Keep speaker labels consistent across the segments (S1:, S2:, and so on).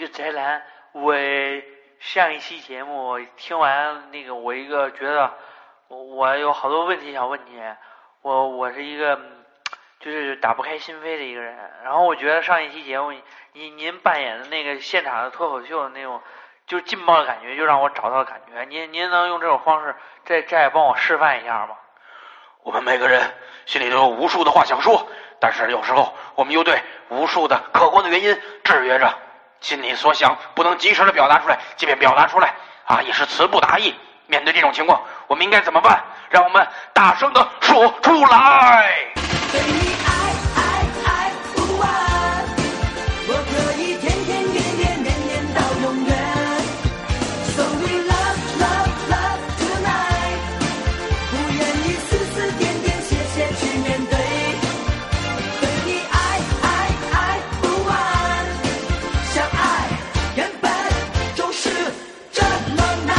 S1: 个宅男，我上一期节目听完那个，我一个觉得我我有好多问题想问你，我我是一个嗯就是打不开心扉的一个人。然后我觉得上一期节目您您扮演的那个现场的脱口秀的那种，就是劲爆的感觉，就让我找到了感觉。您您能用这种方式再再帮我示范一下吗？
S2: 我们每个人心里都有无数的话想说，但是有时候我们又对无数的客观的原因制约着，心里所想不能及时的表达出来，即便表达出来啊，也是词不达意。面对这种情况，我们应该怎么办？让我们大声的说出来。
S3: 对你爱爱爱不完，我可以天天天天天天到永远。So we love love love tonight，不愿意丝丝点点谢谢去面对。对你爱爱爱不完，相爱原本就是这么难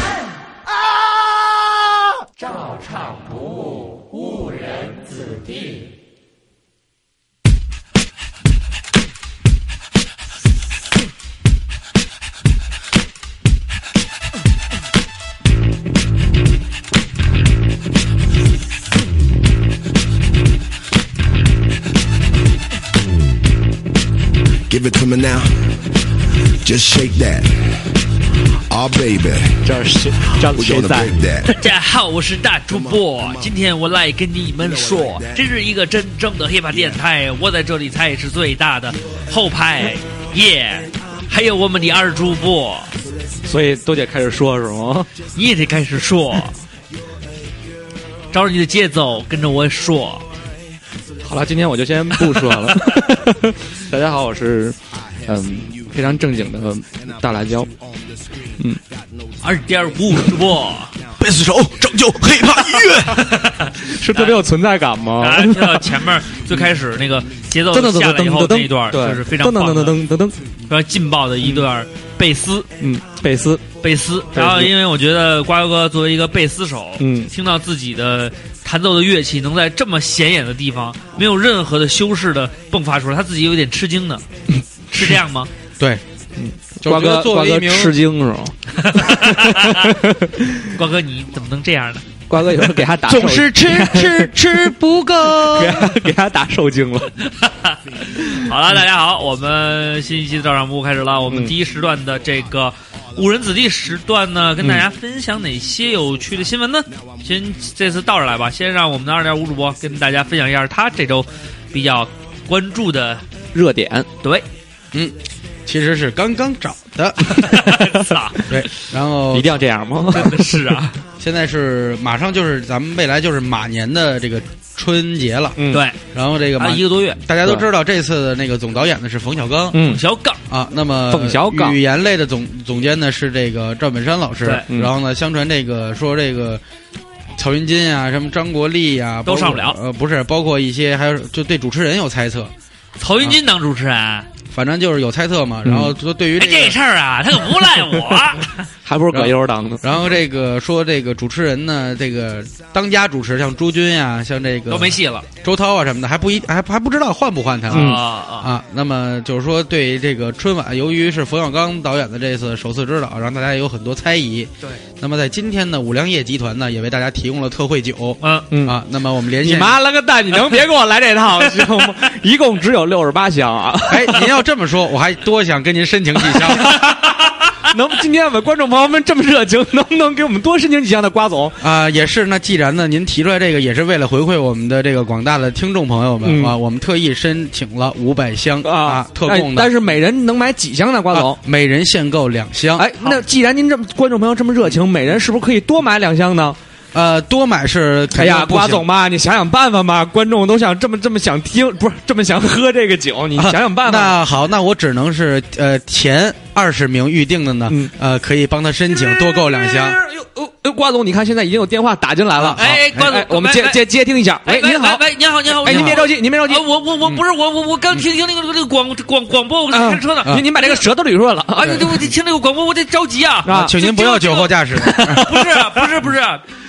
S3: 啊！
S4: 照唱不误，误人子弟。
S5: Give it to me now. Just shake that. Oh, baby.
S6: 这是这
S5: We're
S6: 谁
S5: gonna
S6: 在？
S5: break
S7: 大
S5: that.
S7: 家好，我是大主播，今天我来跟你们说，这是一个真正的 hiphop 电台，我在这里才是最大的后排，耶、还有我们的二主播，
S6: 所以都得开始说是吗？
S7: 你也得开始说， 照着你的节奏跟着我说。
S6: 好了，今天我就先不说了。大家好，我是嗯非常正经的大辣椒。
S7: 二点五主播，
S5: 贝斯手拯救黑怕音乐。
S6: 是特别有存在感吗？
S7: 大家听 到啊前面最开始那个节奏
S6: 噔噔噔
S7: 下来以
S6: 噔
S7: 后
S6: 噔
S7: 那一段，
S6: 噔，
S7: 就是非常
S6: 噔
S7: 棒
S6: 噔噔
S7: 的、
S6: 噔噔噔噔，
S7: 非常劲爆的一段贝斯。
S6: 嗯，贝斯，
S7: 贝斯，
S6: 贝斯
S7: 然后因为我觉得瓜哥哥作为一个贝斯手，
S6: 嗯
S7: 听到自己的弹奏的乐器能在这么显眼的地方，没有任何的修饰的迸发出来，他自己有点吃 惊呢，是这样 吗？
S8: 对，就
S6: 瓜
S8: 觉得
S6: 哥，
S8: 作
S6: 瓜
S8: 为一
S6: 哥
S8: 名
S6: 吃惊是吗？
S7: 瓜哥你怎么能这样呢？
S6: 瓜哥有时候给他打
S8: 总是吃吃吃不够。
S6: 给他给他打受惊了。
S7: 好了，大家好，我们新一期的照常不误开始了。我们
S6: 嗯
S7: 第一时段的这个误人子弟时段呢，跟大家分享哪些有趣的新闻呢？先这次倒着来吧，先让我们的二点五主播跟大家分享一下他这周比较关注的。
S6: 热点，
S7: 对，
S8: 其实是刚刚找的，
S6: 啊
S7: 操，
S8: 对，然后
S6: 一定要这样吗？
S7: 真的是啊，
S8: 现在是马上就是咱们未来就是马年的这个春节了，
S6: 嗯，
S7: 对，
S8: 然后这个马
S7: 啊，一个多月，
S8: 大家都知道这次的那个总导演呢是冯小刚
S6: 嗯，
S7: 小杠，
S8: 啊，那么
S6: 冯小刚
S8: 语言类的总总监呢是这个赵本山老师
S7: 对，
S6: 嗯
S8: 然后呢，相传这个说这个。曹云金啊，什么张国立啊，
S7: 都
S8: 包括
S7: 上不了
S8: 呃，不是，包括一些还有就对主持人有猜测，
S7: 曹云金当主持人，哎，
S8: 反正就是有猜测嘛。
S6: 嗯
S8: 然后说对于这个
S7: 这事儿啊，他可不赖我，啊
S6: 还不如葛优当的。
S8: 然后这个说这个主持人呢，这个当家主持像朱军呀、像这个
S7: 都没戏了
S8: 周涛啊什么的，还不一还还不知道换不换他们、
S6: 嗯
S7: 啊啊！
S8: 啊。那么就是说，对这个春晚，由于是冯小刚导演的这次首次指导，让大家有很多猜疑。
S7: 对，
S8: 那么在今天呢，五粮液集团呢也为大家提供了特惠酒、
S7: 嗯，
S6: 嗯
S8: 啊。那么我们连
S6: 你
S8: 线，
S6: 妈了个蛋！你能别给我来这 套行吗？一共只有六十八箱啊！
S8: 哎，您要这么说，我还多想跟您申请几 箱哎
S6: 能今天我们观众朋友们这么热情，能不能给我们多申请几箱的瓜总？
S8: 啊。也是，那既然呢，您提出来这个，也是为了回馈我们的这个广大的听众朋友们、
S6: 嗯
S8: 啊，我们特意申请了五百箱
S6: 啊，
S8: 特
S6: 但
S8: 供的。
S6: 但是每人能买几箱呢？瓜总
S8: 啊，，每人限购两箱。
S6: 哎，那既然您这么观众朋友这么热情，每人是不是可以多买两箱呢？
S8: 呃，多买是肯
S6: 哎
S8: 定
S6: 呀，
S8: 不行
S6: 瓜总吧，你想想办法吧，观众都想这么这么想听，不是这么想喝这个酒，你
S8: 啊
S6: 想想办法。
S8: 那好，那我只能是呃前二十名预定的呢，
S6: 嗯
S8: 呃，可以帮他申请多购两箱。
S6: 哎呦。哦哎瓜总，你看现在已经有电话打进来了。
S7: 哎瓜
S6: 好
S7: 总
S6: 我们接
S7: 喂喂
S6: 接接听一
S8: 哎
S6: 下。
S7: 喂
S6: 喂，您哎好，
S7: 喂，您好，您好，
S6: 哎，您别着急，您别着急
S7: 啊，，我我我
S8: 嗯
S7: 不是我我我刚听听那个那个广广广播，我
S6: 啊
S7: 开车呢，
S8: 嗯
S6: 您您把这个舌头捋顺了
S7: 啊，
S6: 啊！
S7: 对，我得听那个广播，我得着急啊，
S6: 啊
S8: 请您不要酒 后驾驶。
S6: 哎
S7: 不是不是不是，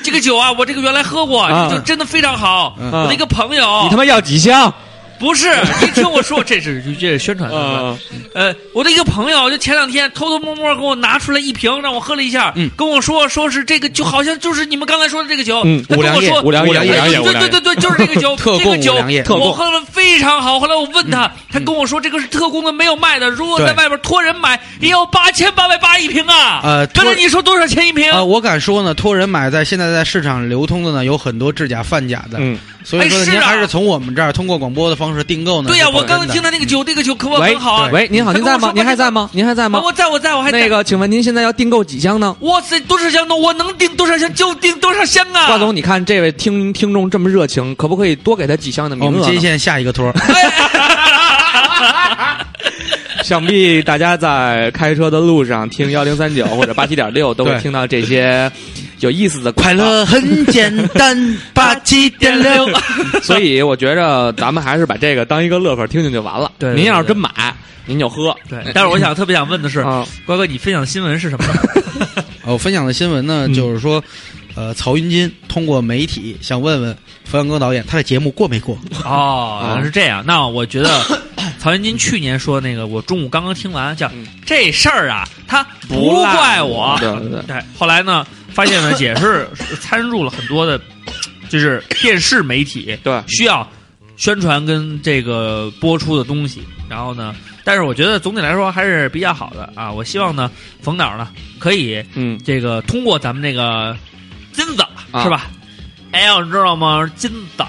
S7: 这个酒啊，我这个原来喝过，
S6: 啊
S7: 就真的非常好，
S8: 嗯
S7: 我的一个朋友，
S6: 你他妈要几箱？
S7: 不是，你听我说，这是这是宣传
S8: 嗯
S7: 的。是吧
S6: 啊，
S7: 呃，我的一个朋友，就前两天偷偷摸摸给我拿出来一瓶，让我喝了一下，
S8: 嗯
S7: 跟我说说是这个，就好像就是你们刚才说的这个酒，
S6: 嗯
S7: 他跟我说
S6: 五粮液五粮液
S7: 哎
S6: 五粮液
S7: 对对对对，就是这 个酒，
S8: 特供
S7: 这个酒
S8: 五粮液，特供
S7: 我喝了非常好。后来我问
S6: 嗯
S7: 他，他跟我说这个是特供的，没有卖的，如果
S8: 对
S7: 在外边托人买，也要八千八百八一瓶啊。
S8: 呃托
S7: 刚才你说多少钱一瓶？
S6: 呃
S8: 啊、我敢说呢，托人买在现在在市场流通的呢，有很多制假、贩假的，
S6: 嗯，
S8: 所以说
S7: 哎
S8: 呢
S7: 是啊
S8: 您还是从我们这儿通过广播的方式订购呢。
S7: 对呀、
S8: 是保
S7: 我
S8: 真的
S7: 刚听他那个酒，那个酒可我
S6: 喂
S7: 很好啊。
S6: 喂，您好，您在吗？您还在吗？您还在
S7: 啊
S6: 吗？
S7: 我在我在我还在
S6: 那。个，请问您现在要订购几箱呢？
S7: 哇塞，多少箱呢？我能订多少箱就订多少箱啊！
S6: 瓜总，你看这位听听众这么热情，可不可以多给他几箱的名
S8: 哦我们
S6: 额
S8: 接
S6: 呢？
S8: 线下一个托儿。
S6: 想必大家在开车的路上 听幺零三九或者八七点六，都会
S8: 对
S6: 听到这些有意思的快
S8: 快乐很简单，八七点六。
S6: 所以我觉着咱们还是把这个当一个乐呵听听就完了。
S7: 对对
S6: 您要是
S7: 对
S6: 真买，您就喝。
S7: 对，但是我想特别想问的是，
S6: 啊，
S7: 瓜哥，你分享的新闻是什么？
S8: 呃，我分享的新闻呢，就是说，呃，曹云金通过媒体想问问冯小刚导演，他的节目过没过？
S7: 哦，原来是这样。那我觉得 曹云金去年说那个，我中午刚刚听完，叫
S6: 嗯
S7: 这事儿啊，他不
S6: 赖
S7: 怪
S6: 我
S7: 我。
S6: 对对对
S7: 对，后来呢，发现呢也是参入了很多的，就是电视媒体
S6: 对
S7: 需要宣传跟这个播出的东西。然后呢，但是我觉得总体来说还是比较好的啊。我希望呢，冯导呢可以
S6: 嗯，
S7: 这个通过咱们这个金子、
S6: 啊
S7: 是吧？哎，你知道吗？金子，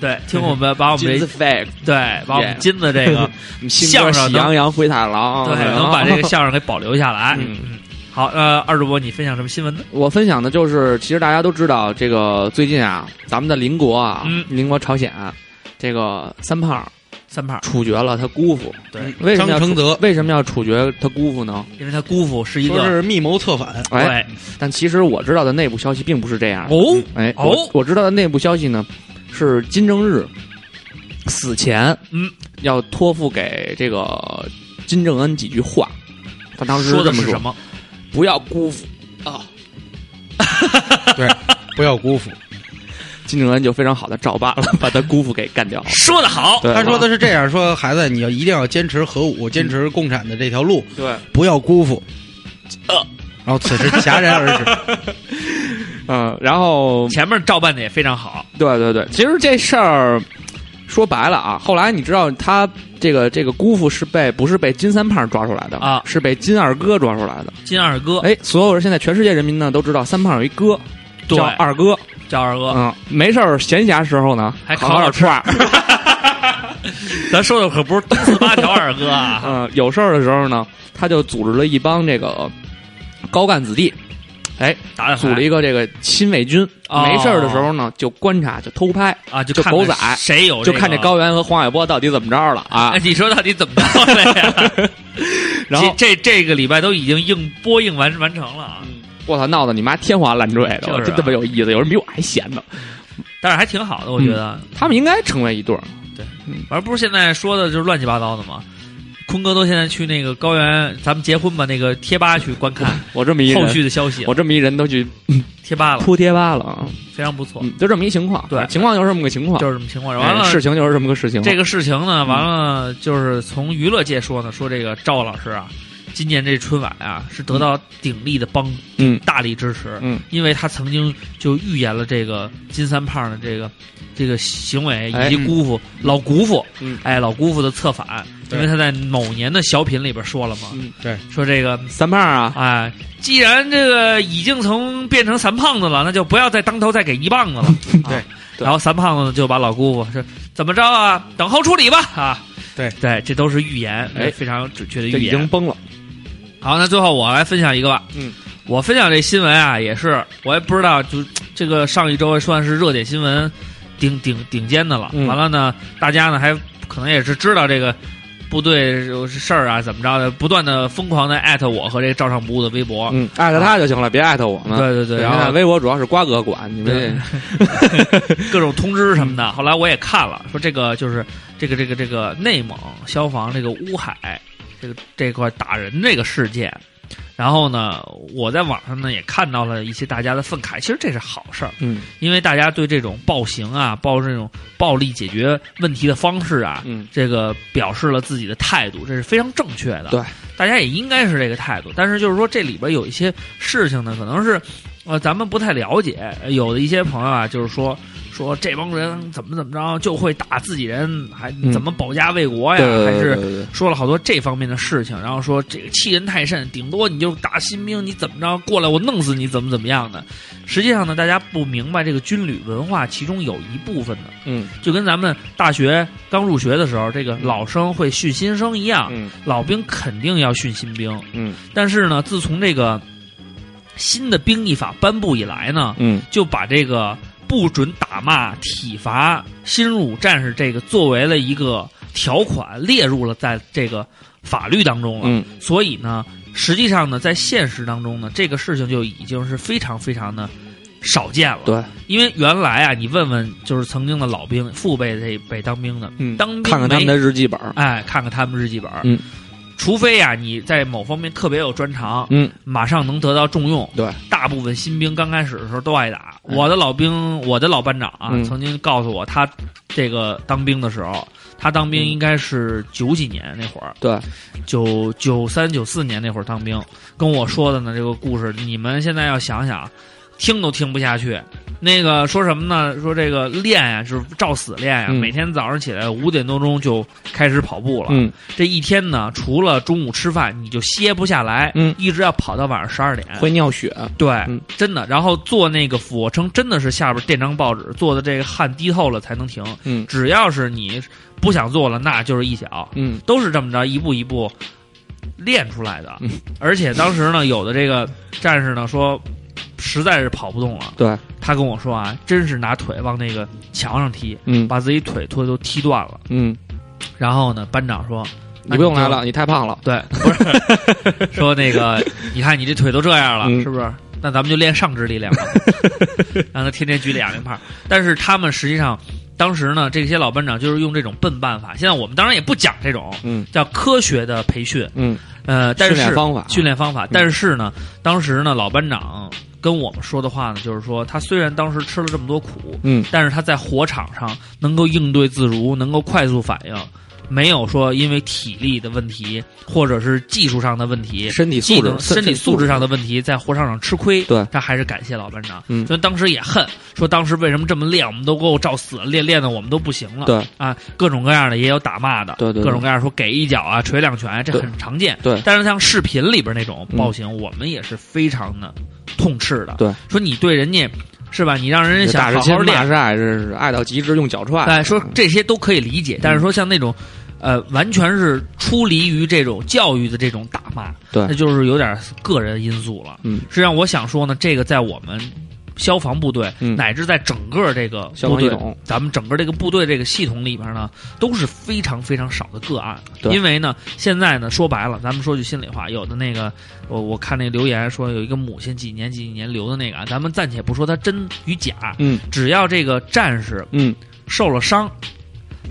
S7: 对， 听我们把我们
S6: 金
S7: 这
S6: 子 fake，
S7: 对把我们
S6: Yeah
S7: 金子这 个
S6: 新歌
S7: 相声
S6: 喜
S7: 能
S6: 羊羊灰太狼，啊
S7: 对
S6: 然后
S7: 能把这个相声给保留下来。
S6: 嗯
S7: 嗯，好，呃，二主播你分享什么新闻呢？
S6: 我分享的就是，其实大家都知道，这个最近啊，咱们的邻国啊，
S7: 嗯
S6: 邻国朝鲜，啊这个三胖
S7: 三胖，
S6: 处决了他姑父。
S7: 对，
S6: 为什么要
S8: 张承
S6: 处
S8: 德
S6: 为什么要处决他姑父呢？
S7: 因为他姑父是一
S8: 说
S7: 个
S8: 是密谋策反，
S6: 哎，但其实我知道的内部消息并不是这样。
S7: 哦
S6: 哎，
S7: 哦
S6: 我我知道的内部消息呢，是金正日死前，
S7: 嗯，
S6: 要托付给这个金正恩几句话。他当时
S7: 说的
S6: 这么
S7: 是什么？
S6: 不要辜负啊！
S8: 对，不要辜负。
S6: 金正恩就非常好的照办了，把他姑父给干掉。
S7: 说的好，
S6: 对
S8: 他说的是这样：说孩子，你要一定要坚持核武，坚持共产的这条路，
S6: 对，
S8: 不要辜负。
S7: 呃
S8: 然后此时戛然而止。
S6: 嗯，然后
S7: 前面照办的也非常好。
S6: 对对对，其实这事儿说白了啊，后来你知道他这个这个姑父是被不是被金三胖抓出来的
S7: 啊
S6: 是被金二哥抓出来的。
S7: 金二哥，
S6: 哎，所有人现在全世界人民呢都知道三胖有一哥
S7: 对
S6: 叫，二哥，
S7: 叫二哥，
S6: 嗯，没事儿闲暇时候呢
S7: 还
S6: 烤
S7: 烤
S6: 点
S7: 点
S6: 串儿，
S7: 咱说的可不是东四八条二哥啊。
S6: 嗯，有事儿的时候呢，他就组织了一帮这个高干子弟。哎，
S7: 打打牌
S6: 组了一个这个亲卫军，
S7: 哦
S6: 没事儿的时候呢，就观察，就偷拍，
S7: 啊，就
S6: 就
S7: 看
S6: 狗
S7: 看
S6: 仔
S7: 谁有
S6: 就
S7: 哦个
S6: 看这高原和黄海波到底怎么着了啊
S7: 哎，！你说到底怎么着了 呀？
S6: 然后
S7: 这这这个礼拜都已经应播映完完成了啊，
S6: 我操，闹得你妈天花乱坠的，
S7: 就是啊
S6: 我真他妈有意思，有人比我还闲呢。
S7: 但是还挺好的，我觉得。
S6: 他们应该成为一对儿，
S7: 反正不是现在说的就是乱七八糟的嘛。坤哥都现在去那个高原，咱们结婚吧那个贴吧去观看
S6: 我这么嗯一
S7: 后
S6: 人，
S7: 续的消息
S6: 我，这么一人都 去
S7: 贴吧了，
S6: 铺贴吧了啊！
S7: 非常不错，
S6: 嗯，就这么一情况，
S7: 对
S6: 情况就是这么个情况，
S7: 就是这么情况。完了，
S6: 哎事情就是这么个事情。
S7: 这个事情呢，完了就是从娱乐界说呢，说这个赵老师啊，今年这春晚啊是得到鼎力的帮
S6: 嗯
S7: 大力支持，
S6: 嗯，
S7: 因为他曾经就预言了这个金三胖的这个这个行为
S6: 哎
S7: 以及姑父、老姑父，
S6: 嗯
S7: 哎老姑父的策反，因
S8: 对
S7: 为他在某年的小品里边说了嘛，
S6: 嗯
S8: 对，
S7: 说这个
S6: 三胖啊，
S7: 哎，既然这个已经从变成三胖子了，那就不要再当头再给一棒子了。啊
S8: 对
S6: 对
S7: 然后三胖子呢就把老姑父说怎么着啊，等后处理吧啊。
S8: 对
S7: 对，这都是预言，
S6: 哎
S7: 非常准确的
S6: 这
S7: 预
S6: 已经
S7: 言。
S6: 崩了，
S7: 好，那最后我来分享一个吧。
S6: 嗯，
S7: 我分享这新闻啊，也是我也不知道，就这个上一周算是热点新闻顶顶顶尖的了。
S6: 嗯
S7: 完了呢，大家呢还可能也是知道这个部队有事儿啊，怎么着的，不断的疯狂的艾特我和这个照常不误的微博。
S6: 嗯，艾特他就行了，别艾特我们。
S7: 啊对嗯对对，
S6: 现
S7: 然
S6: 在
S7: 后
S6: 微博主要是瓜哥管，你们
S7: 各种通知什么的。后来我也看了，说这个就是这个这个这个内蒙消防这个乌海这个这块打人这个事件，然后呢，我在网上呢也看到了一些大家的愤慨，其实这是好事儿，
S6: 嗯
S7: 因为大家对这种暴行啊、暴这种暴力解决问题的方式啊，
S6: 嗯，
S7: 这个表示了自己的态度，这是非常正确的。
S6: 对，
S7: 大家也应该是这个态度。但是就是说，这里边有一些事情呢，可能是呃咱们不太了解，有的一些朋友啊，就是说说这帮人怎么怎么着就会打自己人，还
S6: 嗯
S7: 怎么保家卫国哎呀，
S6: 对对
S7: 还
S6: 对
S7: 是
S6: 对对
S7: 说了好多这方面的事情，然后说这个欺人太甚，顶多你就打新兵，你怎么着过来我弄死你，怎么怎么样的。实际上呢，大家不明白这个军旅文化，其中有一部分呢，
S6: 嗯
S7: 就跟咱们大学刚入学的时候，这个老生会训新生一样，
S6: 嗯
S7: 老兵肯定要训新兵。
S6: 嗯
S7: 但是呢，自从这个新的兵役法颁布以来呢，
S6: 嗯
S7: 就把这个不准打骂、体罚新入伍战士这个作为了一个条款列入了在这个法律当中了。
S6: 嗯
S7: 所以呢，实际上呢，在现实当中呢，这个事情就已经是非常非常的少见了。
S6: 对，
S7: 因为原来啊，你问问就是曾经的老兵、父辈这一辈当兵的，
S6: 嗯，
S7: 当兵
S6: 看看他们的
S7: 没
S6: 日记本儿，
S7: 哎，看看他们日记本，
S6: 嗯，
S7: 除非啊你在某方面特别有专长，
S6: 嗯，
S7: 马上能得到重用。
S6: 对，
S7: 大部分新兵刚开始的时候都爱打。
S6: 嗯
S7: 我的老兵，我的老班长啊，
S6: 嗯
S7: 曾经告诉我，他这个当兵的时候，他当兵应该是九几年那会儿，
S6: 嗯对，
S7: 九九三九四年那会儿当兵，跟我说的呢这个故事，你们现在要想想，听都听不下去。那个说什么呢？说这个练呀、就是照死练呀、
S6: 嗯
S7: 每天早上起来五点多钟就开始跑步了。
S6: 嗯
S7: 这一天呢，除了中午吃饭，你就歇不下来，
S6: 嗯，
S7: 一直要跑到晚上十二点。
S6: 会尿血，
S7: 对，
S6: 嗯
S7: 真的。然后做那个俯卧撑，真的是下边垫张报纸，做的这个汗滴透了才能停。
S6: 嗯
S7: 只要是你不想做了，那就是一小，
S6: 嗯
S7: 都是这么着一步一步练出来的。
S6: 嗯
S7: 而且当时呢，有的这个战士呢说，实在是跑不动了，
S6: 对，
S7: 他跟我说啊，真是拿腿往那个墙上踢，
S6: 嗯
S7: 把自己腿腿都踢断了。
S6: 嗯，
S7: 然后呢，班长说。
S6: 你不用来
S7: 那就
S6: 了，你太胖了，
S7: 对，不是 说那个，你看你这腿都这样了，
S6: 嗯
S7: 是不是？那咱们就练上肢力量 吧，让他天天举哑铃炮。但是他们实际上，当时呢，这些老班长就是用这种笨办法。现在我们当然也不讲这种
S6: 嗯
S7: 叫科学的培训，
S6: 嗯，
S7: 呃，但
S6: 训
S7: 是
S6: 练方法，嗯
S7: 训练方法。但是呢，当时呢，老班长跟我们说的话呢，就是说他虽然当时吃了这么多苦，
S6: 嗯
S7: 但是他在火场上能够应对自如，能够快速反应，没有说因为体力的问题或者是技术上的问题。
S6: 身体
S7: 技
S6: 素质
S7: 能、，身体素质上的问题，在火场上吃亏，
S6: 对
S7: 他还是感谢老班长。
S6: 嗯
S7: 所以当时也恨，说当时为什么这么练，我们都给我照死了，练练的我们都不行了。
S6: 对
S7: 啊，各种各样的也有打骂的，
S6: 对对对
S7: 各种各样说给一脚啊，捶两拳啊，这
S6: 对
S7: 很常见。
S6: 对嗯
S7: 但是像视频里边那种暴行，我们也是非常的痛斥的。
S6: 对，
S7: 说你对人家是吧？你让人
S6: 就
S7: 家想
S6: 打是
S7: 好
S6: 亲
S7: 好，练
S6: 骂，是爱，这是爱到极致，用脚踹，
S7: 哎，说这些都可以理解，
S6: 嗯
S7: 但是说像那种，呃，完全是出离于这种教育的这种打骂，
S6: 对
S7: 那就是有点个人因素了。
S6: 嗯，
S7: 实际上我想说呢，这个在我们消防部队、
S6: 嗯
S7: 乃至在整个这个
S6: 消
S7: 部
S6: 防系
S7: 队
S6: 统，
S7: 咱们整个这个部队这个系统里边呢，都是非常非常少的个案。
S6: 对
S7: 因为呢，现在呢，说白了，咱们说句心里话，有的那个，我我看那留言说有一个母亲几年几年留的那个啊，咱们暂且不说它真与假，
S6: 嗯
S7: 只要这个战士
S6: 嗯，
S7: 受了伤，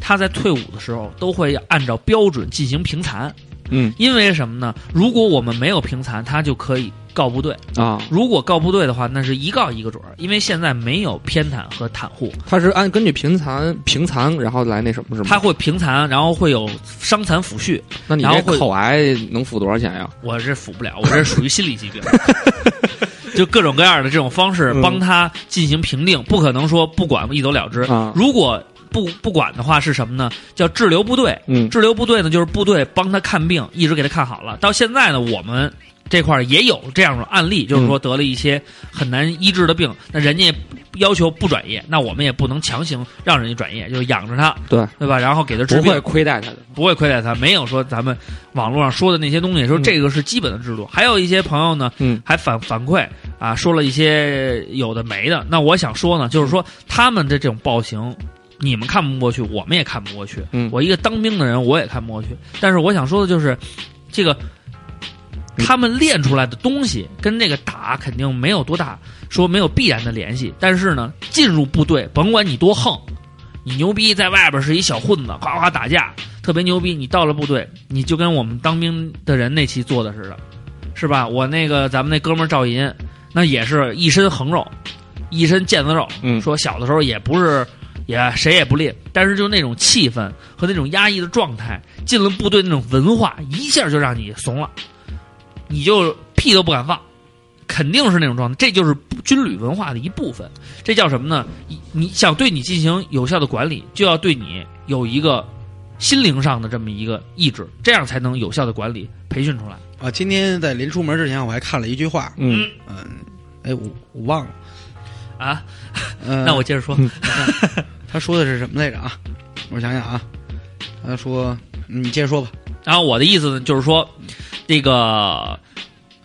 S7: 他在退伍的时候都会按照标准进行评残。
S6: 嗯，
S7: 因为什么呢？如果我们没有评残，他就可以告部队；
S6: 啊，
S7: 如果告部队的话，那是一告一个准儿。因为现在没有偏袒和袒护，
S6: 他是按根据平残平残，然后来那什么是吗？
S7: 他会评残，然后会有伤残抚恤。
S6: 那你
S7: 然
S6: 这
S7: 后会
S6: 口癌能付多少钱呀？
S7: 我这抚不了，我这属于心理疾病。 就各种各样的这种方式
S6: 嗯
S7: 帮他进行评定，不可能说不管一走了之。
S6: 啊
S7: 如果不不管的话是什么呢？叫滞留部队，
S6: 嗯
S7: 滞留部队呢，就是部队帮他看病，一直给他看好了。到现在呢，我们这块儿也有这样的案例，就是
S6: 嗯
S7: 说得了一些很难医治的病，那人家要求不转业，那我们也不能强行让人家转业，就是养着他，
S6: 对
S7: 对吧？然后给他治
S6: 不
S7: 病
S6: 会，亏待他的。
S7: 不会亏待他，没有说咱们网络上说的那些东西，说
S6: 嗯
S7: 这个是基本的制度。还有一些朋友呢，
S6: 嗯
S7: 还反反馈啊，说了一些有的没的。那我想说呢，就是说
S6: 嗯
S7: 他们的这种暴行，你们看不过去，我们也看不过去。
S6: 嗯
S7: 我一个当兵的人，我也看不过去。但是我想说的就是，这个他们练出来的东西跟那个打肯定没有多大说没有必然的联系。但是呢，进入部队，甭管你多横，你牛逼，在外边是一小混子，哗哗打架，特别牛逼。你到了部队，你就跟我们当兵的人那期做的似的，是吧？我那个咱们那哥们儿赵银，那也是一身横肉，一身腱子肉。
S6: 嗯
S7: 说小的时候也不是也谁也不吝，但是就那种气氛和那种压抑的状态，进了部队那种文化，一下就让你怂了，你就屁都不敢放。肯定是那种状态，这就是军旅文化的一部分。这叫什么呢？你你想对你进行有效的管理，就要对你有一个心灵上的这么一个意志，这样才能有效的管理培训出来。
S8: 啊，今天在临出门之前，我还看了一句话，
S6: 嗯，
S8: 嗯，哎，我我忘了，
S7: 啊，
S8: 呃、
S7: 那我接着说，
S6: 嗯
S8: 他说的是什么来着啊？我想想啊，他说嗯你接着说吧，
S7: 然后我的意思呢，就是说，这个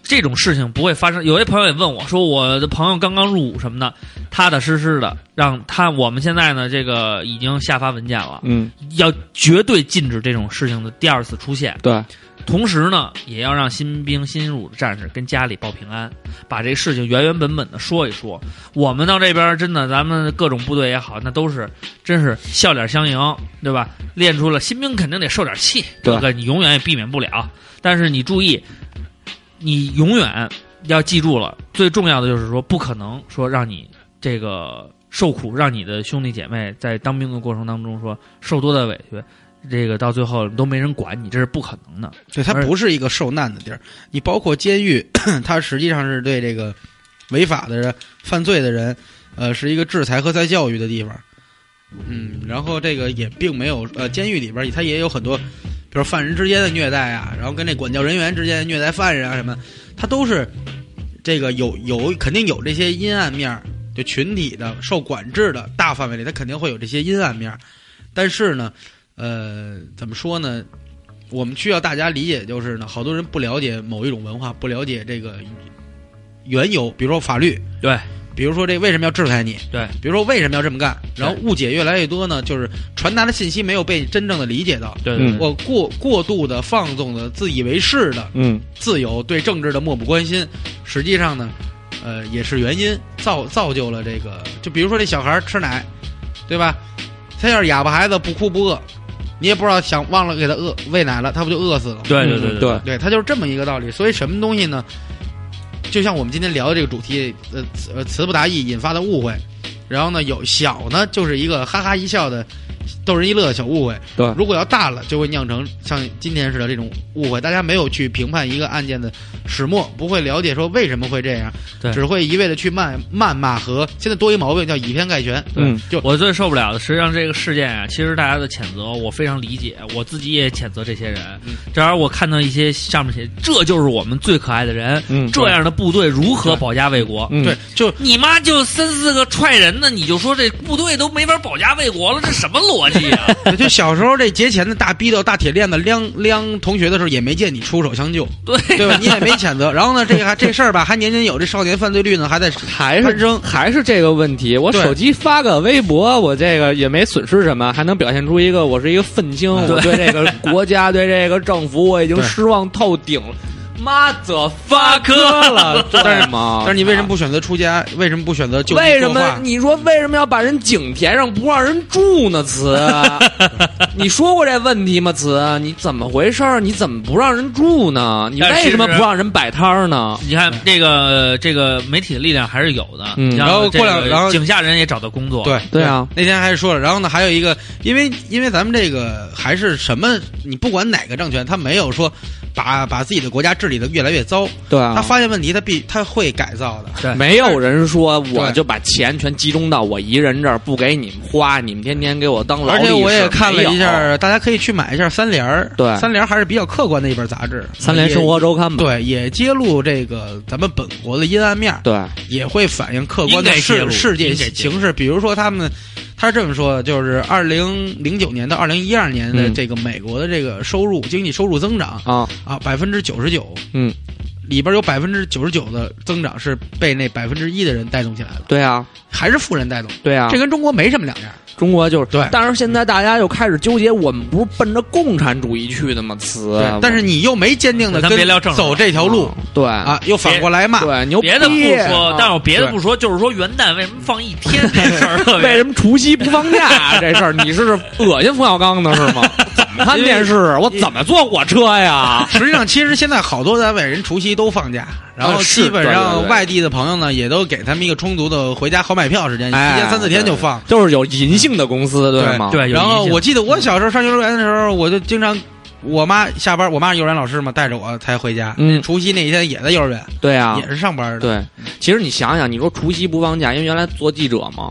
S7: 这种事情不会发生。有些朋友也问我说，我的朋友刚刚入伍什么的，踏踏实实的，让他我们现在呢，这个已经下发文件了，
S6: 嗯，
S7: 要绝对禁止这种事情的第二次出现。
S6: 对，
S7: 同时呢，也要让新兵新入的战士跟家里报平安，把这事情原原本本的说一说。我们到这边儿真的，咱们各种部队也好，那都是真是笑脸相迎，对吧？练出了新兵肯定得受点气，
S6: 对
S7: 这个你永远也避免不了。但是你注意，你永远要记住了，最重要的就是说，不可能说让你这个受苦，让你的兄弟姐妹在当兵的过程当中说受多大委屈，这个到最后都没人管你，这是不可能的。
S8: 对，它
S7: 而
S8: 不是一个受难的地儿。你包括监狱， 它实际上是对这个违法的人、犯罪的人，呃，是一个制裁和再教育的地方。嗯，然后这个也并没有，呃，监狱里边儿它也有很多，比如犯人之间的虐待啊，然后跟这管教人员之间的虐待犯人啊什么，它都是这个有有肯定有这些阴暗面儿，就群体的受管制的大范围里，它肯定会有这些阴暗面儿。但是呢，呃，怎么说呢？我们需要大家理解，就是呢，好多人不了解某一种文化，不了解这个缘由，比如说法律，
S7: 对
S8: 比如说这为什么要制裁你，
S7: 对，
S8: 比如说为什么要这么干，然后误解越来越多呢，就是传达的信息没有被真正的理解到，
S7: 对
S6: 对
S7: 对
S6: 对
S8: 我过过度的放纵的自以为是的
S6: 嗯，
S8: 自由，对政治的漠不关心，实际上呢，呃，也是原因造造就了这个。就比如说这小孩儿吃奶，对吧？他要是哑巴孩子，不哭不饿，你也不知道想忘了给他饿喂奶了，他不就饿死了吗？
S7: 对对对
S6: 嗯对，
S8: 对，它就是这么一个道理。所以什么东西呢？就像我们今天聊的这个主题，呃词呃词不达意引发的误会，然后呢有小呢就是一个哈哈一笑的逗人一乐的小误会，
S6: 对
S8: 如果要大了就会酿成像今天似的这种误会。大家没有去评判一个案件的始末，不会了解说为什么会这样，
S7: 对
S8: 只会一味的去谩谩骂和现在多一毛病叫以偏概全，
S6: 嗯，
S8: 就
S7: 我最受不了的，实际上这个事件啊，其实大家的谴责我非常理解，我自己也谴责这些人。
S8: 嗯
S7: 正好我看到一些上面写，这就是我们最可爱的人，
S6: 嗯
S7: 这样的部队如何保家卫国？
S6: 嗯
S8: 对，就
S7: 你妈就三四个踹人呢，你就说这部队都没法保家卫国了，这什么逻辑啊？
S8: 对就小时候这节前的大逼斗、大铁链子撩撩同学的时候，也没见你出手 相救，
S7: 对
S8: 对吧？你也没谴责。然后呢，这个还这事儿吧，还年年有，这少年犯罪率呢还在
S6: 还是
S8: 攀升。
S6: 还是这个问题。我
S8: 对
S6: 手机发个微博，我这个也没损失什么，还能表现出一个我是一个愤青，我对这个国家、对这个政府我已经
S8: 对
S6: 失望透顶了。妈的发 哥了，
S8: 但
S6: 对
S8: 是
S6: 吗？
S8: 但是你为什么不选择出家？为什么不选择就地
S6: 啊为什
S8: 作
S6: 么
S8: 画
S6: 你说为什么要把人井填上不让人住呢？词，啊 你说过这问题吗？词，啊你怎么回事儿？你怎么不让人住呢？你
S7: 但
S6: 为
S7: 是
S6: 什么不让人摆摊儿呢？
S7: 你看这个这个媒体的力量还是有的，
S6: 嗯
S7: 然
S8: 然后
S7: 后这
S8: 过两
S7: 个
S8: 然后
S7: 井下人也找到工作，
S8: 对
S6: 对啊，
S8: 那天还是说了，然后呢，还有一个，因为因为咱们这个还是什么，你不管哪个政权，他没有说把把自己的国家治理的越来越糟，
S6: 对啊，
S8: 他发现问题，他必他会改造的。
S7: 对
S6: 没有人说我
S8: 哎对
S6: 就把钱全集中到我一人这儿，不给你们花，你们天天给我当劳
S8: 而
S6: 力士。
S8: 且我也看了一
S6: 没有，
S8: 下，大家可以去买一下《三联儿》。
S6: 对
S8: 《三联儿》还是比较客观的一本杂志，《
S6: 三联生活周刊》嘛，
S8: 对，也揭露这个咱们本国的阴暗面儿，
S6: 对，
S8: 也会反映客观
S7: 应
S8: 的
S7: 该揭
S8: 世
S7: 露
S8: 世界
S7: 应该揭露
S8: 形势。比如说，他们他是这么说的，就是二零零九年到二零一二年的
S6: 嗯
S8: 这个美国的这个收入、经济收入增长
S6: 啊，
S8: 啊，百分之九十九，
S6: 嗯，
S8: 里边有百分之九十九的增长是被那百分之一的人带动起来了，
S6: 对啊，
S8: 还是富人带动，
S6: 对啊，
S8: 这跟中国没什么两样。
S6: 中国就是
S8: 对
S6: 但是现在大家又开始纠结，我们不是奔着共产主义去的吗？词啊
S8: 对，，但是你又没坚定的
S7: 啊咱
S8: 跟
S7: 别聊政治
S8: 走这条路
S6: 对
S8: 啊，又反过来骂。
S6: 对，牛逼
S7: 别的不说
S6: 啊，
S7: 但是我别的
S8: 对
S7: 不说，就是说元旦为什么放一天 这事儿特别
S6: 为什么除夕不放假啊这事儿，你是恶心冯小刚呢是吗？么看电视？我怎么坐火车呀？
S8: 实际上，其实现在好多单位人除夕都放假，然后
S6: 啊是
S8: 基本
S6: 对对
S8: 上
S6: 对
S8: 外地的朋友呢，也都给他们一个充足的回家好买票时间，一
S6: 哎
S8: 天三四天就放。
S6: 就是有银杏的公司，
S8: 对
S6: 吗？
S7: 对，有
S8: 然后
S7: 印象
S8: 我记得我小时候上幼儿园的时候，我就经常，我妈下班，我妈是幼儿园老师嘛，带着我才回家。
S6: 嗯
S8: 除夕那一天也在幼儿园，
S6: 对啊
S8: 也，是上班的。，
S6: 对。其实你想想，你说除夕不放假，因为原来做记者嘛，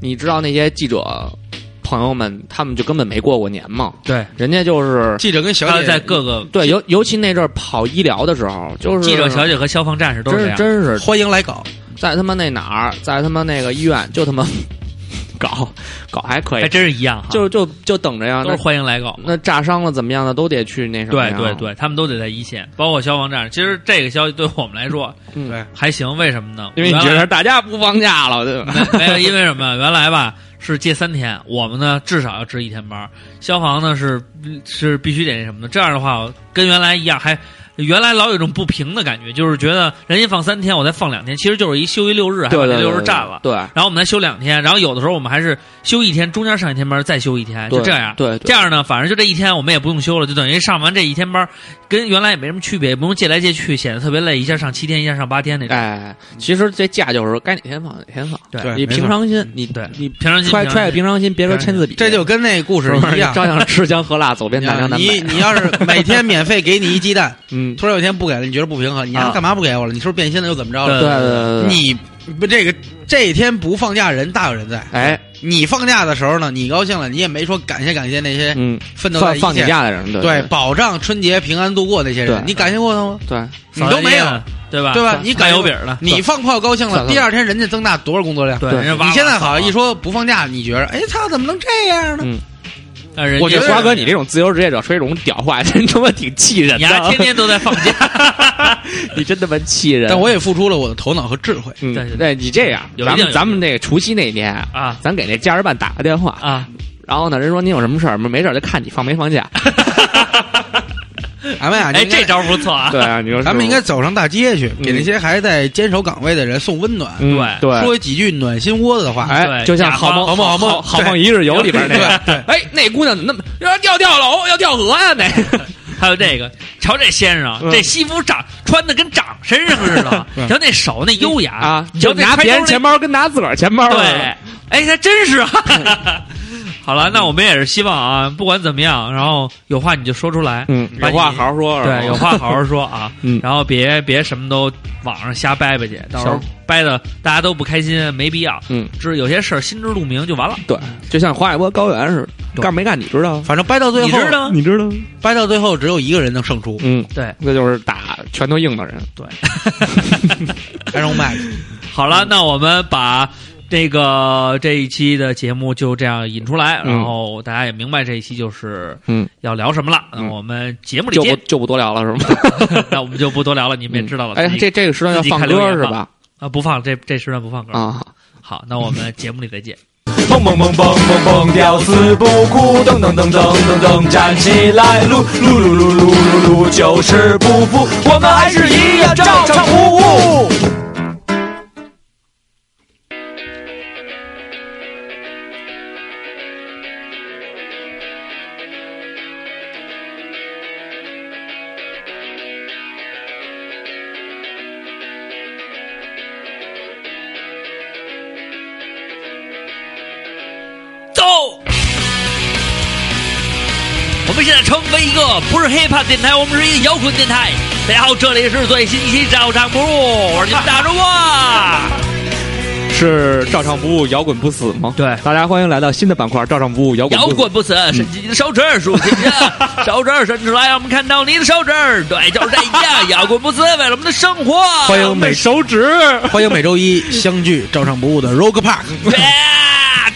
S6: 你知道那些记者朋友们，他们就根本没过过年嘛，
S7: 对，
S6: 人家就是
S8: 记者跟小
S7: 他
S8: 姐
S7: 在各个
S6: 对，尤尤其那阵儿跑医疗的时候，就是
S7: 记者小姐和消防战士都
S6: 真
S7: 是
S6: 是
S7: 这样。
S6: 真是
S8: 欢迎来搞，
S6: 在他妈那哪儿，在他妈那个医院，就他妈 搞搞还可
S7: 还
S6: 以，
S7: 真是一嗯样哈，
S6: 就就就等着呀。
S7: 哎都
S6: 那
S7: 是欢迎来搞。
S6: 那炸伤了怎么样的都得去那什么
S7: 对
S6: 呀？
S7: 对对，他们都得在一线，包括消防战士。其实这个消息对我们来说
S6: 嗯
S8: 对
S7: 还行，为什么呢？
S6: 因为你觉
S7: 原来
S6: 得大家不放假了，对 吧？
S7: 没没有，因为什么？原来吧是借三天，我们呢至少要值一天班儿，消防呢是是必须得那什么的。这样的话，跟原来一样，还原来老有一种不平的感觉，就是觉得人家放三天，我再放两天，其实就是一休一六日，还把
S6: 对
S7: 这
S6: 对
S7: 六日占了。哎
S6: 对对
S7: 然后我们再休两天，然后有的时候我们还是休一天，中间上一天班再休一天，
S6: 对
S7: 就这样。
S6: 对对
S7: 这样呢，反正就这一天我们也不用休了，就等于上完这一天班，跟原来也没什么区别，也不用借来借去，显得特别累，一下上七天，一下上八天那种。
S6: 哎，其实这假就是该哪天放哪天放，
S7: 对
S8: 对
S6: 你
S8: 没错
S6: 平常心，你
S7: 对
S6: 你
S7: 平常心，
S6: 揣
S7: 平常
S6: 揣
S7: 心
S6: 个平常心，别说签字笔，
S8: 这就跟那故事
S6: 是不是
S8: 一
S6: 嗯
S8: 样。
S6: 照样吃香喝辣，走遍大江南
S8: 你
S6: 北。
S8: 你要是每天免费给你一 鸡蛋，
S6: 嗯，
S8: 突然有一天不给了，你觉得不平衡，你
S6: 啊
S8: 还干嘛不给我了？你是不是变心了又怎么着
S6: 对
S8: 了？
S6: 对对
S7: 呃
S6: 对，
S8: 你不这个这一天不放假人大有人在。
S6: 哎，
S8: 你放假的时候呢，你高兴了，你也没说感谢感谢那些
S6: 嗯，
S8: 奋斗在
S6: 放
S8: 一
S6: 放你
S8: 线
S6: 假的人，对
S8: 对保障春节平安度过那些人
S6: 对，
S8: 你感谢过他吗？
S6: 对，
S8: 你都没
S7: 扫，
S8: 有
S7: 地啊对吧？
S8: 对吧你
S7: 干油
S8: 感觉
S7: 饼儿了，
S8: 你放炮高兴
S6: 算
S8: 了，
S6: 了
S8: 第二天人家增大多少工作量？
S7: 对，
S6: 对
S7: 人家哇
S8: 你
S7: 哇
S8: 现在
S7: 扫
S8: 好一说不放假，你觉得哎他怎么能这样呢？
S6: 嗯
S7: 但啊人家
S6: 我觉得
S8: 是
S6: 瓜哥你这种自由职业者说这种屌话， 真他妈挺气人
S7: 你还
S6: 的啊
S7: 天。 天都在放假，
S6: 你真他妈气人！
S8: 但我也付出了我的头脑和智慧。
S6: 嗯
S7: 对对，
S6: 对你这样，
S7: 有一定有一定
S6: 咱们咱们那个除夕那天
S7: 啊
S6: 咱给那加值办打个电话，
S7: 啊，
S6: 然后呢，人说您有什么事儿没没事儿就看你放没放假。
S8: 咱们呀，
S7: 哎，
S8: 应该
S7: 这招不错啊，
S6: 对啊，你说
S8: 咱们应该走上大街去，
S6: 嗯
S8: 给那些还在坚守岗位的人送温暖，
S6: 嗯
S7: 对嗯
S6: 对
S8: 说几句暖心窝子的话。
S6: 哎，
S7: 对
S6: 就像
S7: 甲
S6: 好梦
S7: 方
S6: 好梦好梦一日游里边那个，对，哎，那姑娘怎么那么要掉
S7: 哦
S6: 楼要掉河呀？
S7: 啊
S6: 那
S7: 还有这个，瞧这先生，啊
S6: 嗯
S7: 这西服长穿的跟长身上似的，啊瞧那手那优雅
S6: 啊，
S7: 你
S6: 就
S7: 瞧那
S6: 拿
S7: 揣
S6: 别人
S7: 兜那
S6: 钱包跟拿自个儿钱包啊
S7: 对
S6: 了，
S7: 哎，还真是啊。 好了，那我们也是希望啊，不管怎么样，然后有话你就说出来，
S6: 嗯，
S7: 把
S6: 有
S7: 你
S6: 话好好说，
S7: 对，有话好好说啊，
S6: 嗯
S7: 然后别别什么都网上瞎掰掰去，到时候
S6: 行
S7: 掰的大家都不开心，没必要。
S6: 嗯，
S7: 就是有些事儿心知肚明就完了。
S6: 对，就像花海波高原似的，
S7: 对
S6: 干没干你知道？
S8: 反正掰到最
S7: 你
S8: 后，
S7: 知道吗？
S6: 你知道？，
S8: 掰到最后只有一个人能胜出
S6: 嗯，
S7: 对
S6: 那就是打拳头硬的人。
S7: 对，
S8: 还能卖。
S7: 好了，那我们把这个这一期的节目就这样引出来，
S6: 嗯
S7: 然后大家也明白这一期就是
S6: 嗯，
S7: 要聊什么了。
S6: 嗯
S7: 那我们节目里
S6: 就不
S7: 见，
S6: 就不多聊了是吗？
S7: 那我们就不多聊了，你们也知道了。
S6: 哎
S7: 自，己
S6: 这这个时段要放
S7: 自己看
S6: 歌
S7: 留
S6: 是
S7: 言嗯
S6: 吧？
S7: 啊不放这这时段不放歌。
S6: 啊，
S7: 好，那我们节目里再见。
S4: 蹦蹦蹦蹦蹦蹦，屌丝不哭，噔噔噔噔噔噔，站起来，撸撸撸撸撸撸撸，就是不服，我们还是一样照常服务。
S7: 走。我们现在成为一个不是 hiphop 电台，我们是一个摇滚电台。大家好，这里是最新一期《照常不误》，我是你们大啊主 播。
S6: 是照常不误，摇滚不死吗？
S7: 对
S6: 大家欢迎来到新的板块——照常不误，摇滚
S7: 摇
S6: 不死
S7: 滚不死，伸起你的手指，竖起你 的手指，伸出来，让我们看到你的手指。对，就是这样，摇滚不死，为了我们的生活。
S8: 欢迎每
S6: 手指。
S8: 欢迎每周一相聚照常不误的 Rogue Park。
S7: Yeah，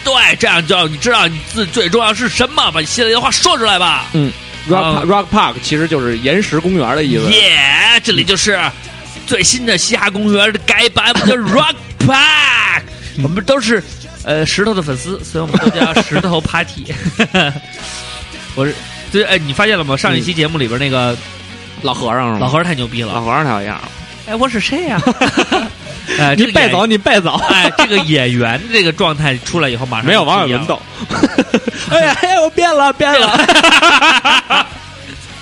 S7: 对，哎这样就让你知道你自己最重要是什么，把你心里的话说出来吧。
S6: 嗯
S7: 啊
S6: ，Rock Rock Park 其实就是岩石公园的意思。
S7: 耶这里就是最新的嘻哈公园的改版， 我们叫 Rock Park。我们都是呃石头的粉丝，所以我们都叫石头 Party。我是对，哎，你发现了吗？上一期节目里边那个
S6: 老和尚是吗？
S7: 老和尚太牛逼
S6: 老
S7: 了。
S6: 和尚太有样了。
S7: 哎，我是谁 呀、哎，这
S6: 你
S7: 个
S6: 拜
S7: 演
S6: 早，你拜早，
S7: 哎，这个演员这个状态出来以后，马上
S6: 没有
S7: 就不
S6: 王
S7: 一
S6: 伟
S7: 样
S6: 文
S7: 了。
S6: 逗。 哎呀，哎呀，我变了，变了。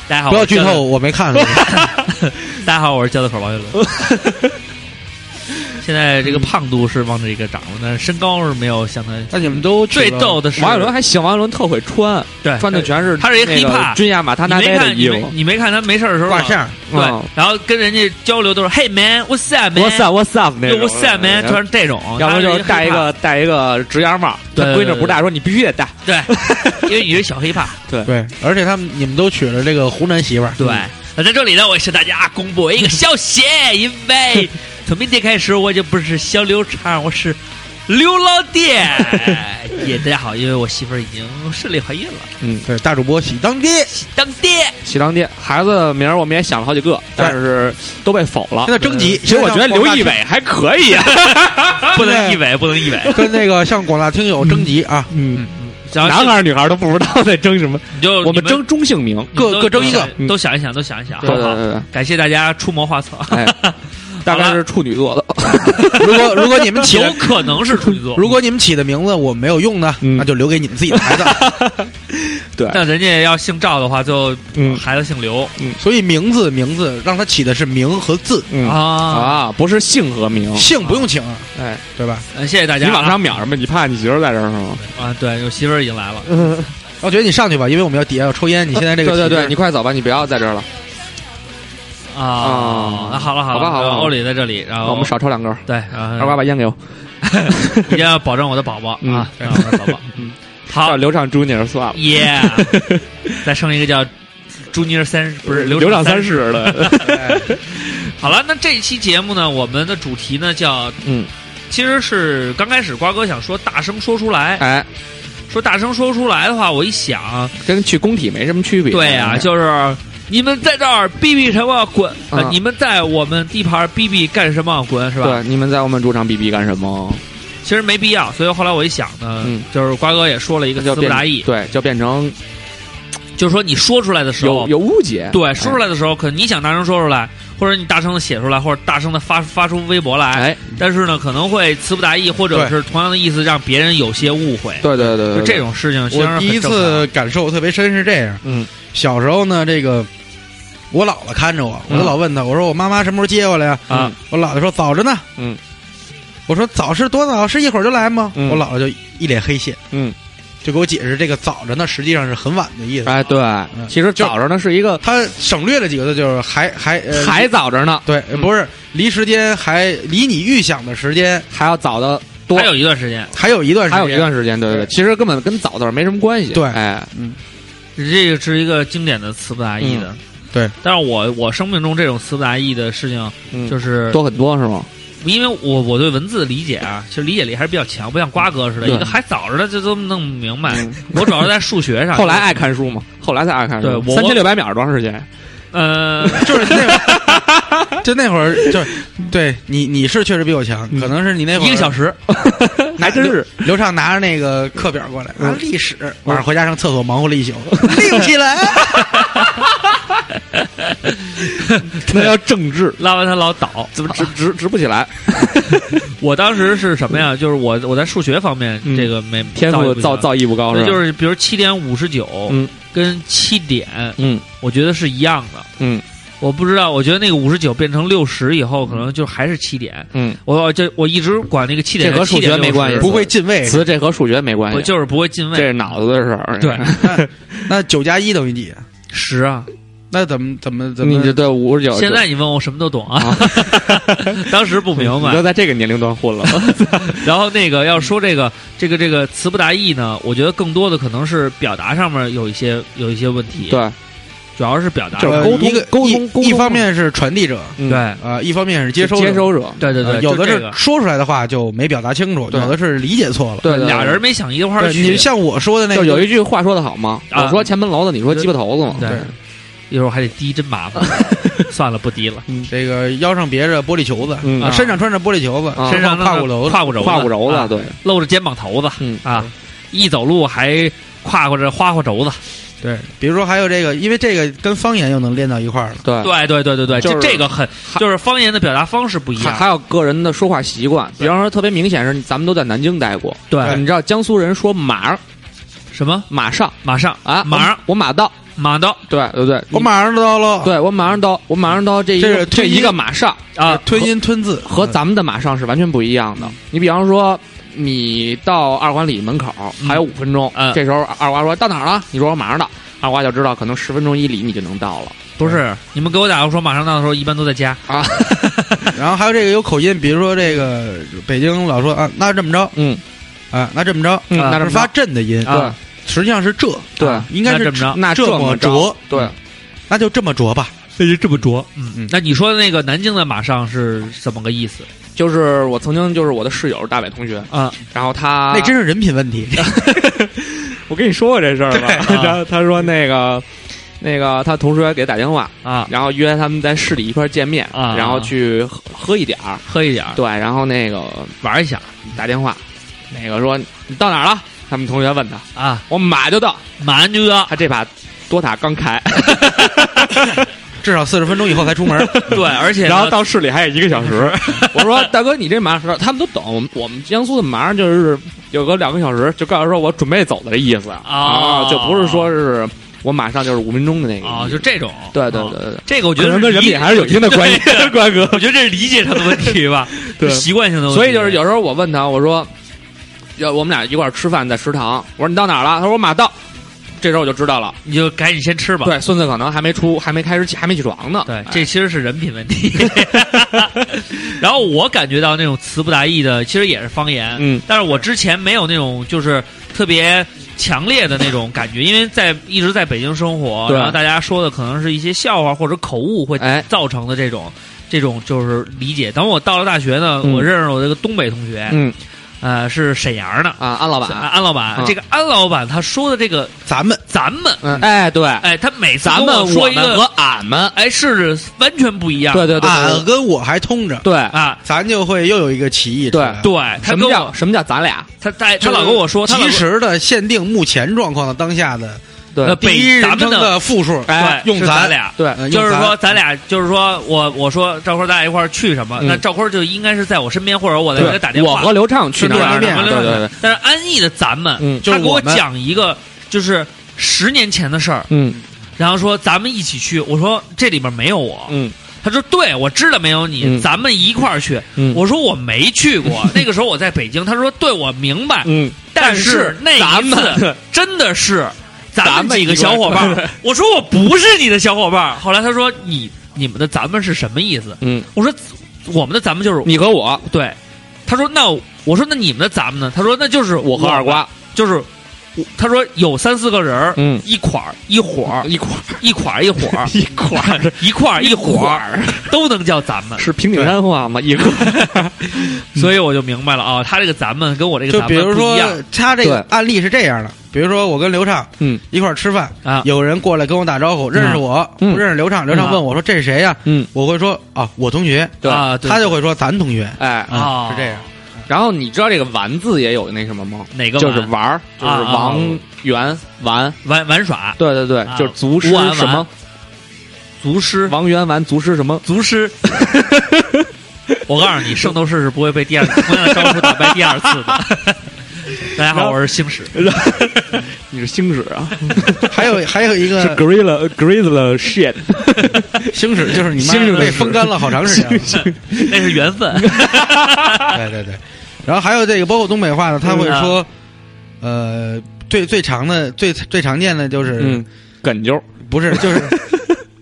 S7: 大家好，
S8: 不要
S7: 我是
S8: 剧
S7: 焦
S8: 透，我没看过。
S7: 子。 大家好，我是焦子口王岳 伦。现在这个胖度是往这个长了，但是身高是没有相当于
S8: 那你们都
S7: 最逗的是
S6: 王岳伦还行，王岳伦特会穿，
S7: 对
S6: 穿的全是
S7: 他是一
S6: 那个
S7: hiphop
S6: 军亚马他
S7: 你
S6: 纳
S7: 没
S6: 呆的
S7: 看你
S6: 衣
S7: 没
S6: 服。
S7: 你没看他没事儿的时候
S8: 挂
S7: 吗
S8: 相，
S7: 对
S6: 嗯，
S7: 然后跟人家交流都是 Hey man，What's 啊 up
S6: What's
S7: man？What's
S6: up？What's up？那种嗯
S7: up man？全是这种，
S6: 要不
S7: 他
S6: 然就是是戴一
S7: hiphop
S6: 个戴一个直檐帽，他
S7: 对对
S6: 闺女
S7: 对
S6: 不戴，说你必须得戴。
S7: 对，因为你是小黑怕。
S8: 对，而且他们你们都娶了这个湖南媳妇儿，
S7: 对，那在这里呢，我也向大家公布 一个消息，因为从明天开始，我就不是小刘畅，我是刘老爹。也大家好，因为我媳妇儿已经顺利怀孕了，
S8: 对，大主播喜当爹，现
S7: 当爹。
S6: 喜当爹，孩子名儿我们也想了好几个，但是都被否了。
S8: 在征集。
S6: 其实我觉得刘仪伟还可以啊，
S7: 不能一尾，不能一 尾，
S8: 跟那个向广大听友征集啊，
S6: 嗯，
S7: 然后
S6: 男孩儿女孩儿都不知道在 争什么，
S7: 你就
S6: 我们
S7: 你
S6: 争中性名。
S7: 你们
S8: 各
S7: 都
S8: 各争一个
S7: 都想都想一想，都想一想，
S6: 嗯对
S7: 好
S6: 对
S7: 不好？
S6: 对对，
S7: 感谢大家出谋划策，
S6: 哎大概是处女座的，
S8: 如果如果你们起 的
S7: 有可能是处女座。
S8: 如果你们起的名字我没有用呢，
S6: 嗯
S8: 那就留给你们自己的孩子。
S6: 对，
S7: 那人家要姓赵的话，就
S6: 嗯
S7: 孩子姓刘
S8: 所以名字名字让他起的是名和字，
S6: 嗯
S7: 啊。
S6: 啊，不是姓和名，
S8: 姓不用请，啊
S6: 哎，
S8: 对吧？
S7: 嗯谢谢大
S6: 你
S7: 家啊。
S6: 往上秒什么？你怕你媳妇儿在这儿是吗？
S7: 啊，对，我媳妇儿已经来了。
S8: 我觉得你上去吧，因为我们要底下要抽烟。你现在这个
S6: 对对
S8: 体
S6: 对，
S8: 质
S6: 你快走吧，你不要在这儿了，
S7: 啊
S6: 啊，
S7: 那好了
S6: 好
S7: 了，
S6: 吧好吧好吧
S7: 欧里在这里，然后
S6: 我们少抽嗯两根儿。
S7: 对，二
S6: 二瓜把烟给我，
S7: 一定要保证我的宝宝
S6: 嗯
S7: 啊，保证我的宝宝，嗯，
S6: 叫
S7: 好
S6: 刘畅朱尼尔算了，
S7: 耶， 再生一个叫朱尼尔三十，不是
S6: 嗯刘
S7: 畅
S6: 畅
S7: 三
S6: 三
S7: 十。
S6: 世的，
S7: 好了，那这一期节目呢，我们的主题呢叫，
S6: 嗯，
S7: 其实是刚开始瓜哥想说大声说出来，
S6: 哎，
S7: 说大声说出来的话，我一想，
S6: 跟去工体没什么区别。哎嗯
S7: 对呀，就是。你们在这儿逼逼什么滚？呃
S6: 嗯
S7: 你们在我们地盘逼逼干什么滚是吧？
S6: 对，你们在我们主场比比干什么？
S7: 其实没必要，所以后来我一想呢，
S6: 嗯
S7: 就是瓜哥也说了一个
S6: 就
S7: 词不
S6: 变
S7: 达意，
S6: 对，就变成
S7: 就是说你说出来的时
S6: 有
S7: 候，
S6: 有误解。
S7: 对，说出来的时候，可能你想大声说出来，或者你大声的写出来，或者大声的发发出微博来，
S6: 哎，哎，
S7: 但是呢，可能会词不达意，或者是同样的意思让别人有些误会，
S6: 对对
S7: 就
S6: 对对，
S7: 这
S6: 种
S7: 种事情其实
S8: 我
S7: 啊很
S8: 第一
S7: 正常
S8: 次感受特别深是这样，
S6: 嗯，
S8: 小时候呢，这个我姥姥看着我，我就老问她，我说我妈妈什么时候接我来呀？
S7: 啊，
S8: 我姥姥说早着呢，
S6: 嗯，
S8: 我说早是多早，是一会儿就来吗？
S6: 嗯
S8: 我姥姥就一脸黑线，
S6: 嗯，
S8: 就给我解释这个早着呢实际上是很晚的意思，
S6: 哎，对，其实早着呢是一个
S8: 她省略了几个字，就是还还呃
S6: 还早着呢，
S8: 对，不是离时间还离你预想的时间
S6: 还要早的多
S7: 还，有一段时间，
S8: 还有一段时间，
S6: 还有一段时间。对对对，
S8: 对
S6: 其实根本跟早早没什么关系。
S8: 对
S6: 哎，
S7: 这个是一个经典的词不达意的。
S6: 嗯
S8: 对，
S7: 但是我我生命中这种词不达意的事情，
S6: 嗯
S7: 就是
S6: 多很多是吗？
S7: 因为我我对文字的理解啊，其实理解力还是比较强，不像瓜哥似的，
S6: 对嗯
S7: 一个还早着呢就都弄不明白。我主要是在数学上，
S6: 后来爱看书嘛，后来才爱看书。
S7: 对我
S6: 三千六百秒多长时间？
S7: 呃，
S8: 就是那会儿，就那会儿，就是对你，你是确实比我强，可能是你那会儿
S7: 一个小时，
S8: 拿
S6: 还真是。嗯
S8: 刘刘畅拿着那个课表过来啊，历史晚上回家上厕所忙活了一宿，
S6: 立起来，那叫政治，
S7: 拉完他老倒。
S6: 怎么 直直直不起来？
S7: 我当时是什么呀？就是我我在数学方面
S6: 嗯
S7: 这个没
S6: 天赋
S7: 造
S6: 造
S7: 诣
S6: 造诣不
S7: 不
S6: 高
S7: 行，
S6: 是
S7: 那
S6: 吧？
S7: 就是比如七点五十九
S6: 嗯
S7: 跟七点，
S6: 嗯
S7: 我觉得是一样的。
S6: 嗯
S7: 我不知道，我觉得那个五十九变成六十以后，可能就还是七点。
S6: 嗯，
S7: 我这我一直管那个七点
S6: 这和
S7: 叫7.60
S6: 数学没关系
S8: 不会进位。
S6: 词这和数学没关
S7: 我
S6: 系，
S7: 就是不会进
S6: 这
S7: 位。
S6: 是脑子的事儿。
S7: 对，
S8: 那九加一等于几？
S7: 十啊，
S8: 那怎么怎么怎
S6: 你这
S8: 么？
S6: 对五十九，
S7: 现在你问我什么都懂啊， 当时不明
S6: 你
S7: 白哎
S6: 都。在这个年龄段混了。
S7: 然后那个要说这个这个这个词不达意呢，我觉得更多的可能是表达上面有一些有一些问题，，
S6: 对，
S7: 主要是表达
S6: 就是
S8: 呃
S6: 沟通
S8: 一个
S6: 沟通
S8: 一
S6: 沟通
S8: 一方面是传递者
S6: 嗯
S7: 对
S8: 啊，一方面是接
S6: 接
S8: 收
S6: 接
S8: 者
S6: 收者，
S7: 对对
S8: 呃
S7: 对，
S8: 有
S7: 就
S8: 的
S7: 这
S8: 是
S7: 个
S8: 说出来的话就没表达清楚，
S6: 对
S8: 有的是理解错了。
S6: 对对对
S7: 俩人没想一块儿
S8: 对
S7: 去
S8: 你。像我说的那
S6: 就
S8: 个，
S6: 有一句话说的好嘛，
S7: 啊
S6: 我说前门楼子，你说鸡巴头子嘛。
S7: 对啊
S8: 对，
S7: 一会儿还得滴，真麻 烦。算了，不滴了。
S8: 这个腰上别着玻璃球子，
S6: 嗯
S8: 啊身上穿着玻璃球子，
S6: 啊
S7: 身上
S8: 胯骨轴子，
S7: 胯骨轴子，
S6: 胯骨轴
S7: 啊
S6: 子，对，
S7: 露着肩膀头子
S6: 嗯
S7: 啊，一走路还胯或者花花轴子。
S8: 对，比如说还有这个，因为这个跟方言又能连到一块儿了。
S6: 对
S7: 对对对对对，
S6: 就
S7: 这
S6: 是
S7: 这个很就是方言的表达方式不一
S6: 还
S7: 样
S6: 还。有个人的说话习惯，比方说特别明显是，咱们都在南京待过，
S7: 对
S6: 你知道江苏人说马儿
S7: 什么？
S6: 马上
S7: 马上
S6: 啊，
S7: 马上
S6: 我我马到，
S7: 马到
S6: 对对对，
S8: 我马上到了，
S6: 对我马上到，我马上到这一
S8: 这
S6: 个
S8: 是
S6: 这
S8: 推
S6: 一个
S8: 音
S6: 马上
S7: 啊，
S8: 吞音吞字
S6: 和咱们的马上是完全不一样的。你比方说，你到二环里门口还有五分钟，
S7: 嗯
S6: 这时候二瓜说到哪儿了？你说我马上到，二瓜就知道可能十分钟一里你就能到了
S7: 不是你们给我打过说马上到的时候，一般都在 家。
S6: 啊。
S8: 然后还有这个有口音，比如说这个北京老说啊，那这么着
S6: 嗯，
S8: 啊，那这么着，
S6: 嗯
S8: 啊
S6: 那这么着
S8: 是发震的音
S6: 啊，
S8: 实际上是这，
S6: 对
S8: 啊应该
S7: 那
S8: 是
S7: 这么着
S6: 那
S8: 这
S6: 么
S8: 么
S6: 着
S8: 着，
S6: 对，
S8: 那就这么着吧。
S7: 那就这么着。嗯
S8: 嗯，
S7: 那你说的那个南京的马上是怎么个意思？
S6: 就是我曾经就是我的室友大伟同学
S7: 啊，
S6: 然后他
S8: 那真是人品 问题，
S6: 我跟你说过这事儿吧，
S7: 对
S6: 然后他说那个那个他同事还给打电话，
S7: 啊，
S6: 然后约他们在市里一块儿见面，
S7: 啊
S6: 然后去喝喝一点儿，
S7: 喝一点儿，
S6: 对，然后那个
S7: 玩一下
S6: 打电话，那个说你到哪儿了？他们同学问他，
S7: 啊，
S6: 我马就到，
S7: 马啊上就要。
S6: 他这把多塔刚 开，
S8: 至少四十分钟以后才出门。
S7: 对，而且呢
S6: 然后到市里还有一个小 时。我说大哥，你这马上他们都懂，我们我们江苏的马上就是有个两个小时，就告诉说我准备走的这意思
S7: 哦
S6: 啊，就不是说是我马上就是五分钟的那个
S7: 啊，
S6: 意思
S7: 就这种。
S6: 对对
S7: 啊
S6: 对对对，
S7: 这个我觉
S6: 可
S7: 得
S6: 能跟人
S7: 理
S6: 品还是有一定的 关系，瓜哥。
S7: 我觉得这是理解上的问题吧，
S6: 对
S7: 是习惯性的问题。
S6: 所以就是有时候我问他，我说，要我们俩一块儿吃饭在食堂，我说你到哪儿了？他说我马到，这时候我就知道了。
S7: 你就赶紧先吃吧。
S6: 对，孙子可能还没出，还没开始起，还没起床呢。
S7: 对
S6: 哎，
S7: 这其实是人品问题。 然后我感觉到那种词不达意的，其实也是方言。
S6: 嗯，
S7: 但是我之前没有那种就是特别强烈的那种感觉，因为在一直在北京生活，
S6: 对
S7: 然后大家说的可能是一些笑话或者口误会
S6: 哎
S7: 造成的这种。这种就是理解。等我到了大学呢，
S6: 嗯
S7: 我认识了我这个东北同学，
S6: 嗯
S7: 呃，是沈阳的
S6: 啊，安老
S7: 啊
S6: 板，
S7: 安老板。
S6: 嗯
S7: 这个安老板他说的这个
S8: 咱们
S7: 咱们，
S6: 嗯，哎，对，
S7: 哎，他每次
S6: 咱
S7: 跟
S6: 们
S7: 我说一
S6: 我们
S7: 个
S6: 和俺们，
S7: 哎，是完全不一样。
S6: 对对对
S8: 俺
S6: 对
S8: 啊跟我还通着，
S6: 对，
S7: 啊，
S8: 咱就会又有一个歧义出来了。
S7: 对他
S6: 什
S7: 跟
S6: 么
S7: 我
S6: 叫什么叫咱俩？
S7: 他他他
S8: 就是
S7: 老跟我说，他老
S8: 及
S7: 跟
S8: 时的限定目前状况的当下的
S6: 对
S7: 呃
S8: 第
S7: 北
S8: 一
S7: 咱
S8: 人
S7: 们
S8: 称
S7: 的
S8: 的复数，
S6: 哎
S7: 对
S8: 用
S7: 是咱
S8: 咱
S7: 俩。
S6: 对，
S8: 呃
S7: 就是
S8: 用咱
S7: 说，咱俩就是说我我说赵坤，咱俩一块儿去什么？
S6: 嗯
S7: 那赵坤就应该是在我身边，或者我在给他打电
S6: 我
S7: 话。
S6: 和刘畅
S7: 是
S6: 去哪儿
S7: 对
S6: 哪儿哪
S8: 面
S7: 对
S6: 儿？对
S7: 对
S6: 对对，
S7: 但是安逸的咱们，
S6: 嗯
S8: 就是
S7: 他给我
S8: 我们
S7: 讲一个就是十年前的事儿，
S6: 嗯
S7: 然后说咱们一起去。我说这里边没有我，
S6: 嗯
S7: 他说对，我知道没有你，
S6: 嗯
S7: 咱们一块儿去。
S6: 嗯
S7: 我说我没去过，那个时候我在北京。他说对，我明白，
S6: 嗯，
S7: 但
S6: 是
S7: 那
S6: 咱
S7: 一
S6: 们
S7: 次真的是咱
S6: 咱
S7: 们
S6: 们
S7: 几个
S6: 一块
S7: 小
S6: 儿
S7: 伙伴儿。我说我不是你的小伙伴儿。后来他说你你们的咱们是什么意思？
S6: 嗯，
S7: 我说我们的咱们就是
S6: 你和我，
S7: 对。他说那我说那你们的咱们呢？他说那就是
S6: 我和二瓜，
S7: 就是我他说有三四个人儿
S6: 嗯
S7: 一块儿一伙儿
S6: 一块
S7: 一块儿一伙儿
S6: 一块儿
S7: 一块儿一伙儿都能叫咱 们。
S6: 是平顶山话吗？一个
S7: 所以我就明白了啊，他这个咱们跟我这个
S8: 就
S7: 咱
S8: 比
S7: 们
S8: 如
S7: 不一
S8: 说
S7: 样
S8: 他这个
S6: 对
S8: 案例是这样的，比如说我跟刘畅
S6: 嗯
S8: 一块儿吃饭，
S7: 啊。
S8: 有人过来跟我打招呼，认识我，
S6: 嗯
S8: 不认识刘畅，刘畅问我说这是谁呀？
S6: 嗯，
S8: 我会说啊，我同学，
S6: 对
S7: 啊，对
S8: 他就会说咱同学，
S6: 哎
S7: 啊
S8: 是这样。
S6: 然后你知道这个“玩”字也有那什么吗？
S7: 哪个
S6: 就是
S7: 玩
S6: 玩儿，就是
S7: 啊啊
S6: 王
S7: 啊
S6: 源玩，
S7: 玩玩耍，
S6: 对对对
S7: 啊，
S6: 就是族师
S7: 吴玩玩
S6: 什么
S7: 族师，
S6: 王源玩族师什么
S7: 族师。我告诉你，圣斗士是不会被第二同样的招数打败第二次的。大家好，我是星矢。
S6: 你是星矢 啊，
S8: 还有还有一个
S6: Gorilla Gorilla shit，
S8: 星矢，就是你妈
S6: 星矢
S8: 被风干了好长时间 了。
S7: 那是缘分。啊
S8: 对对对，然后还有这个包括东北话
S7: 嗯
S8: 呢，他会
S7: 啊
S8: 说，呃，最最长的最最常见的就是
S6: 嗯，梗啾，
S8: 不是 就是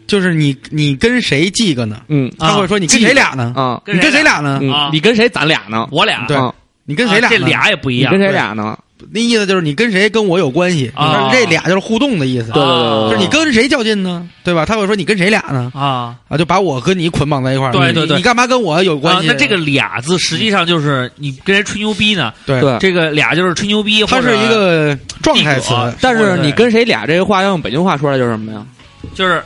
S8: 就是你你跟谁记个呢？
S6: 嗯
S8: 他会说你跟谁俩呢？
S6: 啊，
S8: 你跟谁俩呢？
S6: 嗯
S7: 啊
S6: 你跟谁咱俩呢？
S7: 我俩
S8: 对
S6: 啊
S8: 你跟谁俩
S7: 啊这
S8: 呢？
S7: 俩也不一
S6: 你
S7: 样
S6: 跟。谁俩呢？
S8: 那意思就是你跟谁跟我有关系，
S7: 啊
S8: 但是这俩就是互动的意思。
S6: 对对对
S7: 啊
S6: 对，
S8: 就是你跟谁较劲呢？对吧？他会说你跟谁俩呢？
S7: 啊
S8: 啊，就把我跟你捆绑在一块儿。
S7: 对对
S8: 你
S7: 对
S8: 你干嘛跟我有关
S7: 啊，
S8: 系？
S7: 那这个“俩”字实际上就是你跟人吹牛逼呢。
S8: 对
S6: 对。
S7: 这个“俩”就是吹牛逼，
S8: 它
S7: 或者
S8: 是一个状态
S7: 地。
S8: 词
S7: 主啊
S6: 但是你跟谁俩这个话要用北京话说来就是什么呀？
S7: 就是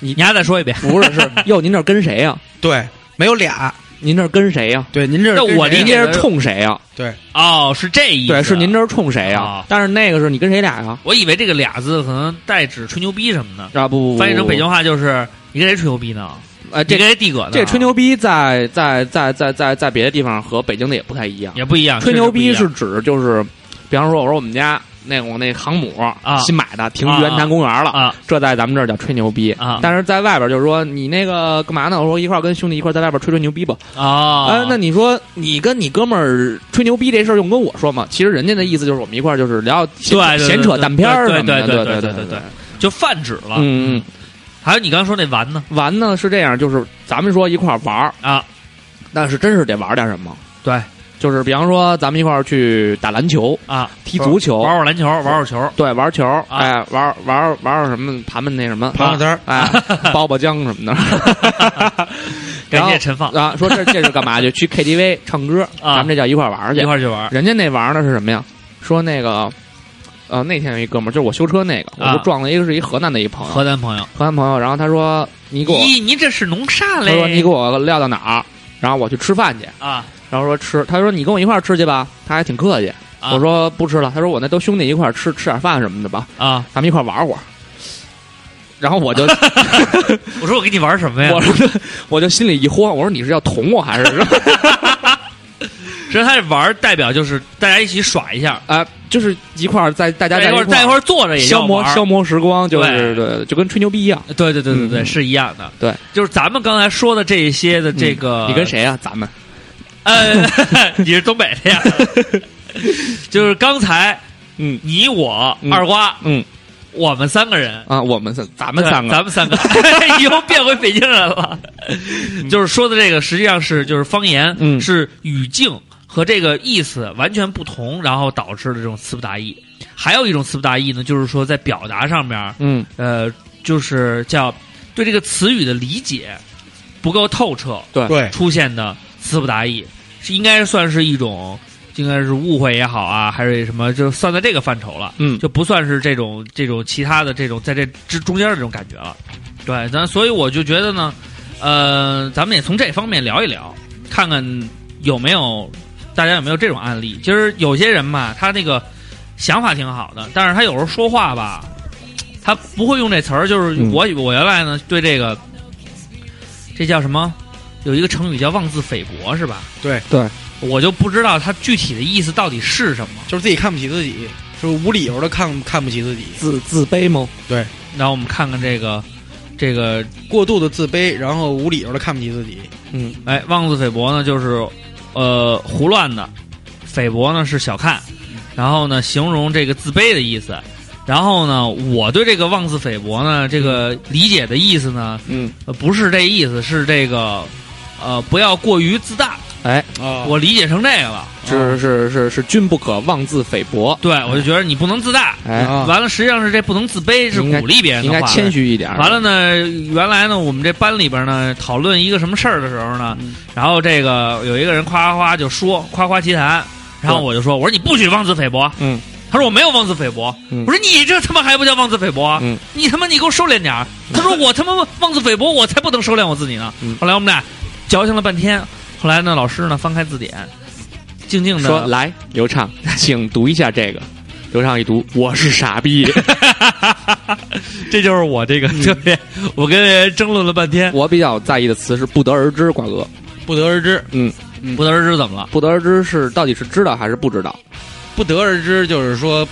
S6: 你
S7: 你还再说一遍
S6: 不是，是哟，您这跟谁呀？
S8: 对，没有俩，
S6: 您这儿跟谁呀、
S8: 对，您这
S7: 那
S8: 跟
S7: 我理
S8: 谁
S6: 您
S7: 解
S6: 这是冲谁呀、
S8: 对
S7: 哦，是这意思，
S6: 对，是您这是冲谁呀、
S7: 啊
S6: 但是那个是你跟谁俩呀、
S7: 我以为这个俩字可能代指吹牛逼什么的，
S6: 啊？不不不，
S7: 翻译成北京
S6: 话，
S7: 话就是你跟谁吹牛逼呢？
S6: 呃，
S7: 你
S6: 这
S7: 跟谁递葛呢？
S6: 这吹牛逼在在在在在在别的地方和北京的也不太一样。
S7: 也不一样，
S6: 吹牛逼
S7: 确实
S6: 是指就是，比方说我说我们家那我那航母
S7: 啊
S6: 新买的停
S7: 啊
S6: 圆潭公园
S7: 不
S6: 了
S7: 一样啊，
S6: 这在咱们这儿叫吹牛逼
S7: 啊
S6: 但是在外边就是说你那个干嘛呢？我说一块儿跟兄弟一块儿在外边吹吹牛逼吧。
S7: 哦，
S6: 哎，那你说你跟你哥们儿吹牛逼这事儿用跟我说吗？其实人家的意思就是我们一块儿就是聊闲
S7: 对对对
S6: 闲扯淡片儿什么
S7: 对
S6: 的，
S7: 对
S6: 对
S7: 对
S6: 对
S7: 对对对就泛指了。
S6: 嗯嗯。
S7: 还有你刚说那玩呢
S6: 玩呢是这样，就是咱们说一块儿玩儿，
S7: 啊，
S6: 但是真是得玩点什么。
S7: 对，
S6: 就是比方说咱们一块儿去打篮球、
S7: 啊，
S6: 踢足球，
S7: 玩会儿啊篮球，玩会儿球，
S6: 对，玩球，哎，玩玩玩什么盘盘那什么，
S8: 庞老三儿
S6: 哎，包包浆 什么然
S7: 感
S6: 后
S7: 谢陈放，
S6: 的啊。说这这是干嘛去？去 KTV 唱歌，
S7: 啊
S6: 咱们这叫一块儿玩儿去
S7: 一。块儿去玩。
S6: 人家那玩儿呢是什么呀？说那个，呃，那天有一哥们儿，就是我修车那个，我
S7: 啊
S6: 不撞了一个是一河南的一朋友，
S7: 河南朋友，
S6: 河南朋友，然后他说你给我，
S7: 咦，您这是弄啥
S6: 他说
S7: 嘞？
S6: 你给我撂到哪儿，然后我去吃饭去，
S7: 啊，
S6: 然后说吃，他说你跟我一块儿吃去吧，他还挺客气，
S7: 啊
S6: 我说不吃了，他说我那都兄弟一块儿吃吃点饭什么的吧，
S7: 啊，
S6: 咱们一块儿玩会儿。然后我就
S7: 我说我跟你玩什么呀
S6: 我？说我就心里一慌，我说你是要捅我还是？
S7: 其实他这玩儿代表就是大家一起耍一下，
S6: 啊，就是一块儿在大家
S7: 在
S6: 在
S7: 一块儿在一块
S6: 儿
S7: 儿坐着也
S6: 消
S7: 叫
S6: 磨
S7: 玩儿
S6: 消磨时光，就是
S7: 对
S6: 对，就跟吹牛逼一样。
S7: 对对对对对，
S6: 嗯
S7: 是一样的。
S6: 对，
S7: 就是咱们刚才说的这些的这个，
S6: 你跟？谁啊？咱们
S7: 呃， 你是东北 的呀？就是刚才
S6: 嗯
S7: 你我
S6: 嗯
S7: 二瓜，
S6: 嗯
S7: 我们三个人，
S6: 啊，我们三咱们
S7: 对
S6: 三个，
S7: 咱们三个以后变回北京人了。就是说的这个，实际上是就是方言，
S6: 嗯
S7: 是语境和这个意思完全不同，然后导致的这种词不达意。还有一种词不达意呢，就是说在表达上面，
S6: 嗯
S7: 呃，就是叫对这个词语的理解不够透彻，
S8: 对
S7: 出现的词不达意，是应该算是一种，应该是误会也好啊，还是什么，就算在这个范畴了，
S6: 嗯，
S7: 就不算是这种这种其他的这种在这之中间的这种感觉了。对，咱所以我就觉得呢，呃，咱们也从这方面聊一聊，看看有没有大家有没有这种案例。其实有些人吧，他那个想法挺好的，但是他有时候说话吧，他不会用这词儿。就是
S6: 嗯
S7: 我、我原来呢对这个，这叫什么？有一个成语叫妄自菲薄，是吧？
S8: 对
S6: 对，
S7: 我就不知道它具体的意思到底是什么。
S8: 就是自己看不起自己，就是无理由的看看不起自己，
S6: 自自卑吗？
S7: 然后我们看看这个这个
S8: 过度的自卑，然后无理由的看不起自己。
S6: 嗯
S7: 哎，妄自菲薄呢，就是呃胡乱的，菲薄呢是小看，然后呢形容这个自卑的意思。然后呢，我对这个妄自菲薄呢，这个理解的意思呢，
S6: 嗯，
S7: 呃不是这意思，是这个，呃，不要过于自大。
S6: 哎，
S8: 啊
S7: 我理解成这个了，
S6: 是是是是，君不可妄自菲薄。
S7: 对我就觉得你不能自大。
S6: 哎，
S8: 啊
S7: 完了，实际上是这不能自卑，是
S6: 应该
S7: 鼓励别人
S6: 应
S7: 的话。
S6: 该谦虚一点。
S7: 完了呢，原来呢，我们这班里边呢讨论一个什么事儿的时候呢，
S6: 嗯
S7: 然后这个有一个人夸夸夸就说夸夸其谈，然后
S6: 对
S7: 我就说我说你不许妄自菲薄，
S6: 嗯，
S7: 他说我没有妄自菲薄，
S6: 嗯
S7: 我说你这他妈还不叫妄自菲薄啊，
S6: 嗯
S7: 你他妈你给我收敛点儿，他说我他妈妄自菲薄，我才不能收敛我自己呢。
S6: 嗯
S7: 后来我们俩矫情了半天，后来呢老师呢翻开字典，静静的
S6: 说来，刘畅， 请读一下这个。刘畅一读，我是 傻逼，
S7: 这 就是我这
S6: 嗯
S7: 个特别，我跟人争论了半天，
S6: 我比较在意的词是不得而知，瓜哥。
S8: 不得而知，
S6: 嗯，
S7: 不得而知怎么了。
S6: 不得而知是到底是知道还是不知道？
S8: 不得而知就是说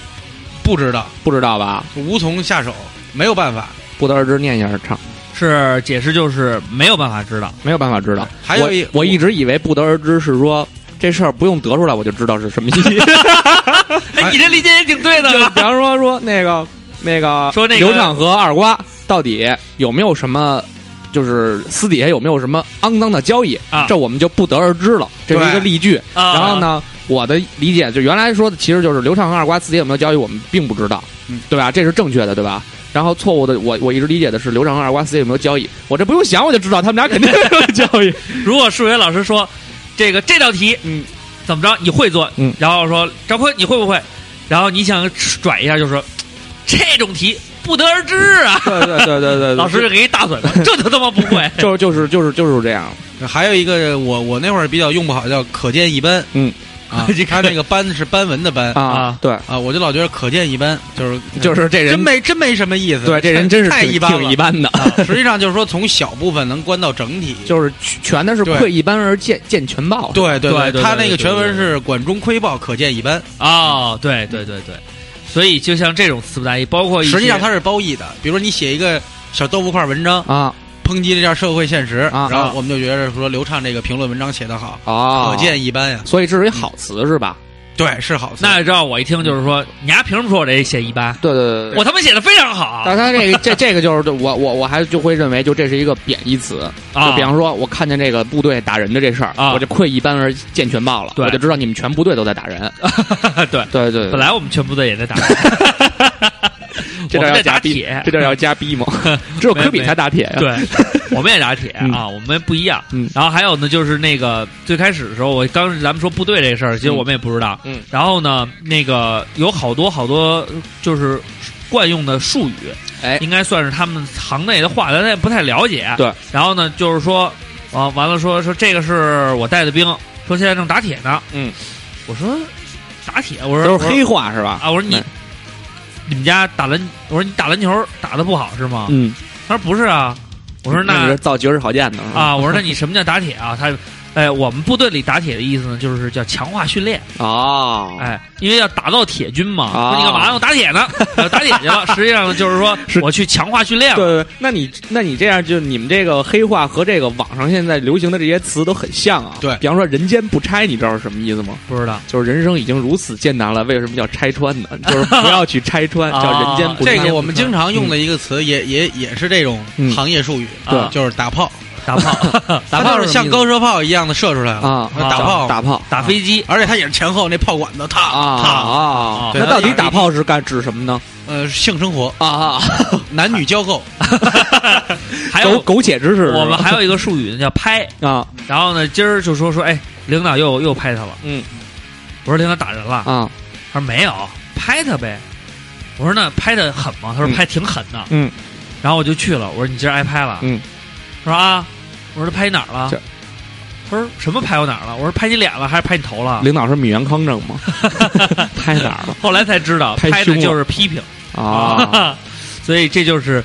S8: 不知道，
S6: 不知道吧？
S8: 无从下手，没有办法。
S6: 不得而知，念一下唱，
S7: 是解释就是没有办法知道，
S6: 没有办法知道。
S8: 还有一
S6: 我，我一直以为不得而知是说这事儿不用得出来我就知道是什么意思。
S7: 哎，你这理解也挺对的啊
S6: 就比方说说那个那个
S7: 说那个
S6: 刘畅和二瓜到底有没有什么，就是私底下有没有什么肮脏的交易
S7: 啊
S6: 这我们就不得而知了，这是一个
S8: 对
S6: 例句。
S7: 啊
S6: 然后？呢，我的理解就原来说的其实就是刘畅和二瓜私底下有没有交易，我们并不知道，
S8: 嗯
S6: 对吧？这是正确的，对吧？然后错误的，我我一直理解的是刘畅和二瓜私底下有没有交易，我这不用想我就知道他们俩肯定有交易。
S7: 如果数学老师说这个这道题，
S6: 嗯，
S7: 怎么着你会做，
S6: 嗯，
S7: 然后说张坤你会不会，然后你想拽一下就说这种题不得而知啊，
S6: 对对对对对，，
S7: 老师就给一大嘴巴，这都他妈不会
S6: 就就是就是就是这样，
S8: 还有一个我我那会儿比较用不好叫可见一斑，
S6: 嗯
S8: 啊，他那个斑是斑纹的斑
S6: 啊
S7: 啊，
S6: 对，
S8: 啊，我就老觉得可见一斑，就是
S6: 就是这
S8: 真
S6: 人
S8: 没真没什么意思。
S6: 对这人真是
S8: 太
S6: 挺
S8: 一般了
S6: 挺一般的，
S8: 啊实际上就是说从小部分能观到整体。
S6: 就是全的是
S8: 对
S6: 窥一斑而见见全豹。
S8: 对对
S7: 对对
S8: 他
S7: 对
S8: 那
S7: 对
S8: 个全
S7: 对
S8: 文是管中窥豹，可见一斑。
S7: 哦，对对对对，所以就像这种词不达意，包括一些
S8: 实际上它是褒义的，比如说你写一个小豆腐块文章，
S6: 啊
S8: 抨击这叫社会现实，
S6: 啊
S8: 然
S6: 啊
S8: 后我们就觉得说刘畅这个评论文章写得好，
S6: 啊，
S8: 可，见一斑呀。
S6: 所以这是一好词是吧？
S8: 对，是好词。
S7: 那让我一听就是说，你丫凭什么说我这写一般？
S6: 对对对
S7: 我
S6: 对。
S7: 他妈写的非常好
S6: 但他这个这这个就是我我我还就会认为就这是一个贬义词，就
S7: 啊
S6: 比！方说我看见这个部队打人的这事儿，
S7: 啊
S6: 我就窥一斑而见全豹了，
S7: 对
S6: 我就知道你们全部队都在打人。
S7: 对，
S6: 对对，对
S7: 本来我们全部队也在打，
S6: 这
S7: 我
S6: 段
S7: 们
S6: 要
S7: 在打
S6: 加逼
S7: 铁，，
S6: 这段要 加逼吗？只有科比才打铁呀。
S7: 对，我们也打铁
S6: 嗯
S7: 啊，我们不一样
S6: 嗯。
S7: 然后还有呢，就是那个最开始的时候，我刚咱们说部队这事儿，其实我们也不知道。
S6: 嗯嗯
S7: 然后呢，那个有好多好多就是惯用的术语，
S6: 哎
S7: 应该算是他们行内的话，咱也不太了解。
S6: 对。
S7: 然后呢，就是说，啊，完了说说这个是我带的兵，说现在正打铁呢。
S6: 嗯，
S7: 我说打铁，我说
S6: 都是黑话是吧？
S7: 啊，我说你
S6: 嗯。
S7: 你们家打篮，我说你打篮球打的不好是吗？
S6: 嗯，
S7: 他说不是啊，我说
S6: 那
S7: 那
S6: 你是造绝世好剑的是吧
S7: 啊，我说那你什么叫打铁啊？他，哎，我们部队里打铁的意思呢，就是叫强化训练，
S6: 哦，
S7: 哎，因为要打造铁军嘛。
S6: 啊
S7: 说你干嘛呢？我打铁 呢，我打铁去了。实际上就是说
S6: 是
S7: 我去强化训练了。
S6: 对对，那你那你这样就你们这个黑话和这个网上现在流行的这些词都很像啊。
S8: 对
S6: 比方说“人间不拆”，你知道是什么意思吗？
S7: 不知道
S6: 就是人生已经如此艰难了，为什么叫拆穿呢？ 就是不要去拆穿，
S7: 啊
S6: 叫人间不拆。
S8: 这个我们经常用的一个词，也也也是这种
S6: 嗯
S8: 行业术语，
S7: 对
S8: 啊就是打炮，
S7: 打 炮、
S6: 打
S8: 它
S6: 炮
S8: 就是
S6: 什么
S8: 像
S6: 意思
S8: 高射炮一样的射出来了，
S6: 啊，
S8: 打炮
S6: 打炮
S7: 打飞机，
S8: 而且它也是前后那炮管子，
S6: 啊
S8: 它
S6: 啊！
S8: 对
S6: 那到底打
S8: 打
S6: 炮是干指什么呢？
S8: 呃性生活，
S6: 啊，
S8: 男女交媾，
S7: 还
S6: 苟
S7: 有
S6: 苟且之啊事是吧。
S7: 我们还有一个术语呢叫拍。
S6: 啊
S7: 然后呢，今儿就说说，哎，领导又又拍他了。
S6: 嗯，
S7: 我说领导打人了。
S6: 啊
S7: 他说没有，拍他呗。我说那拍的狠吗？他说
S6: 嗯
S7: 拍挺狠的。
S6: 嗯，
S7: 然后我就去了。我说你今儿挨拍了？
S6: 嗯，
S7: 他说啊，我说他拍你哪儿了
S6: 这？
S7: 他说什么拍我哪儿了？我说拍你脸了还是拍你头了？
S6: 领导是米元康正 吗？拍哪儿了？
S7: 后来才知道，
S6: 拍
S7: 拍
S6: 胸
S7: 的
S6: 了
S7: 就是批评
S6: 啊，
S7: 所以这就是，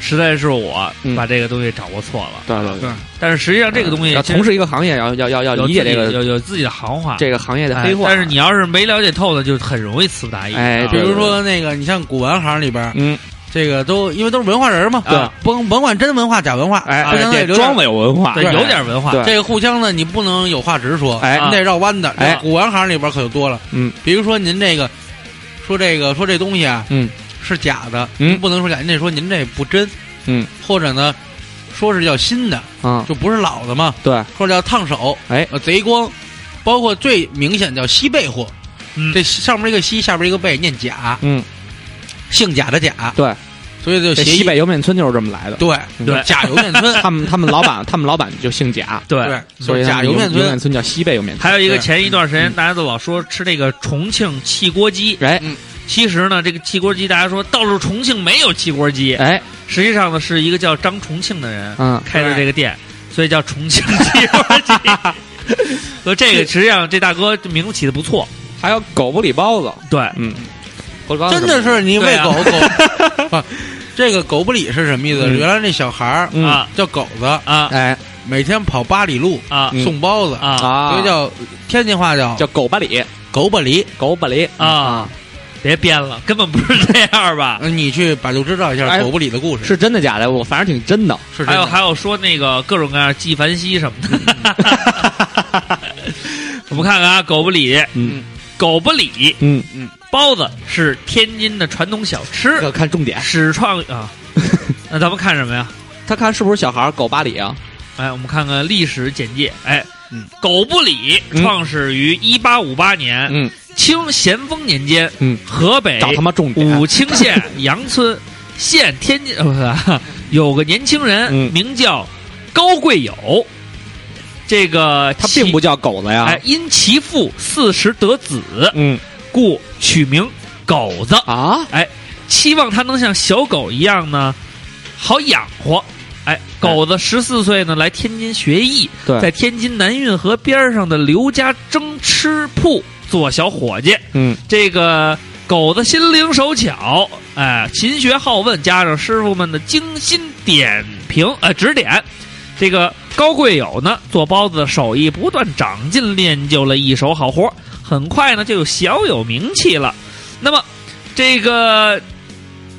S7: 实在是我
S6: 嗯
S7: 把这个东西掌握错了。
S6: 对对对，
S7: 但是实际上这个东西
S6: 要
S7: 其实
S6: 从事一个行业，要要啊要要
S7: 有
S6: 理解
S7: 自
S6: 这
S7: 己
S6: 个
S7: 有有自己的行话，
S6: 这个行业的
S7: 哎
S6: 黑话。
S7: 但是你要是没了解透呢，就很容易词不达意。
S6: 哎
S7: 啊
S8: 比
S6: 对
S8: 如说那个你像古玩行里边，
S6: 嗯，
S8: 这个都因为都是文化人嘛，
S6: 对
S8: 啊，甭甭管真文化假文化，啊
S6: 哎，
S8: 互相得
S6: 哎
S8: 留
S6: 得
S8: 点
S6: 装的有文化，
S7: 对
S8: 对
S7: 有点文化，
S6: 对
S8: 这个互相呢，你不能有话直说，
S6: 哎
S8: 你得绕弯子。
S6: 哎
S8: 古玩行里边可就多了，
S6: 嗯，
S8: 比如说您这个，说这个说这东西啊，
S6: 嗯，
S8: 是假的，
S6: 嗯
S8: 您不能说
S7: 哎
S8: 假，您得说您这不真，
S6: 嗯，
S8: 或者呢，说是叫新的，
S6: 啊，
S8: 就不是老的嘛，
S6: 对，
S8: 或者叫烫手，
S6: 哎
S8: 呃，贼光，包括最明显叫西贝货，
S7: 嗯
S8: 这上面一个西，下边一个贝，念假，
S6: 嗯，
S8: 姓贾的贾，
S6: 对，
S8: 所以就
S6: 这
S8: 谐
S6: 西
S8: 音，
S6: 北莜面村就是这么来的。
S8: 对
S7: 对
S8: 贾莜面 村，
S6: 他们他们老板，他们老板就姓贾，
S7: 对
S8: 对，
S6: 所以
S8: 贾
S6: 他们
S8: 莜面
S6: 莜面
S8: 村，
S6: 村叫西北莜面村。
S7: 还有一个
S8: 对
S7: 前一段时间大家都老说吃那个重庆汽锅鸡，
S6: 哎
S7: 其实呢，这个汽锅鸡大家说到处重庆没有汽锅鸡，
S6: 哎，
S7: 实际上呢是一个叫张重庆的人
S6: 嗯，
S7: 开的这个店，所以叫重庆汽锅鸡。所以这个实际上这大哥这名字起的不错，
S6: 还有狗不理包子，
S7: 对，
S6: 嗯，狗不理包子
S8: 真的
S6: 什么
S8: 是你
S7: 对
S8: 喂
S7: 啊
S8: 狗狗， 不，这个狗不理是什么意思？
S6: 嗯
S8: 原来那小孩儿
S6: 嗯
S7: 啊
S8: 叫狗子，
S7: 啊
S6: 哎
S8: 每天跑八里路
S7: 啊
S6: 嗯
S8: 送包子，
S7: 啊
S6: 啊，
S8: 所以叫天津话叫
S6: 叫狗巴里，
S8: 狗不理。
S6: 狗巴里
S7: 啊，别编了，根本不是这样吧？
S8: 呃你去百度知道一下
S6: 哎
S8: 狗不理的故事，
S6: 是真的假的？我反正挺真的。
S8: 是
S7: 还
S9: 哎
S8: 真
S7: 有
S8: 的
S7: 还有说那个各种各样纪梵希什么的。我们看看啊，狗不理，
S6: 嗯
S7: 狗不理，
S6: 嗯，
S7: 包子是天津的传统小吃，
S6: 要看重点，
S7: 始创 啊。那咱们看什么呀？
S6: 他看是不是小孩儿狗巴里啊？
S7: 哎，我们看看历史简介。哎，
S8: 嗯
S7: 狗不理
S6: 嗯
S7: 创始于一八五八年，
S6: 嗯
S7: 清咸丰年间，
S6: 嗯，
S7: 河北
S6: 找他妈重点。
S7: 武清县杨村县天津，呃不是 啊有个年轻人
S6: 嗯
S7: 名叫高贵友，这个
S6: 他
S7: 其
S6: 并不叫狗子呀。
S7: 哎，因其父四十得子，
S6: 嗯
S7: 故取名狗子。
S6: 啊，
S7: 期望他能像小狗一样呢，好养活。哎，狗子十四岁呢，来天津学艺，
S6: 对
S7: 在天津南运河边上的刘家蒸吃铺做小伙计。
S6: 嗯，
S7: 这个狗子心灵手巧，哎，勤学好问，加上师傅们的精心点评呃指点，这个高贵友呢做包子的手艺不断长进，练就了一手好活，很快呢就有小有名气了。那么这个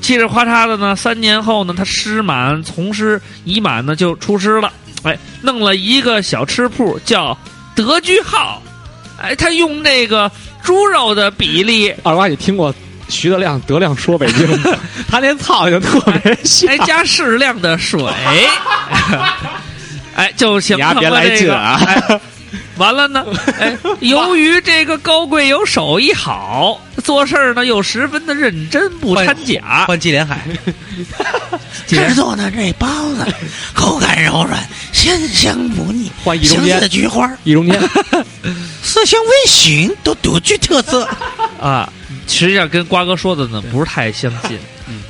S7: 气着花叉的呢，三年后呢，他师满从师已满呢就出师了，哎，弄了一个小吃铺叫德居号，哎，他用这个猪肉的比 例，
S6: 二瓜，你听过徐德亮德亮说北京吗？ 他那操就特别像
S7: 哎，加适量的水， 哎，就形
S6: 你丫
S7: 成
S6: 别
S7: 了
S6: 来
S7: 这
S6: 劲
S7: 个。
S6: 啊
S7: 哎完了呢， 哎，由于这个高贵有手艺好，做事儿呢又十分的认真不掺假，
S8: 换纪连海，
S9: 制作的这包子，口感柔软，鲜香不腻，
S6: 换易中
S9: 香
S6: 间
S9: 似菊花，
S6: 易 中天，
S9: 色香味形都独具特色。
S7: 啊，实际上跟瓜哥说的呢不是太相近。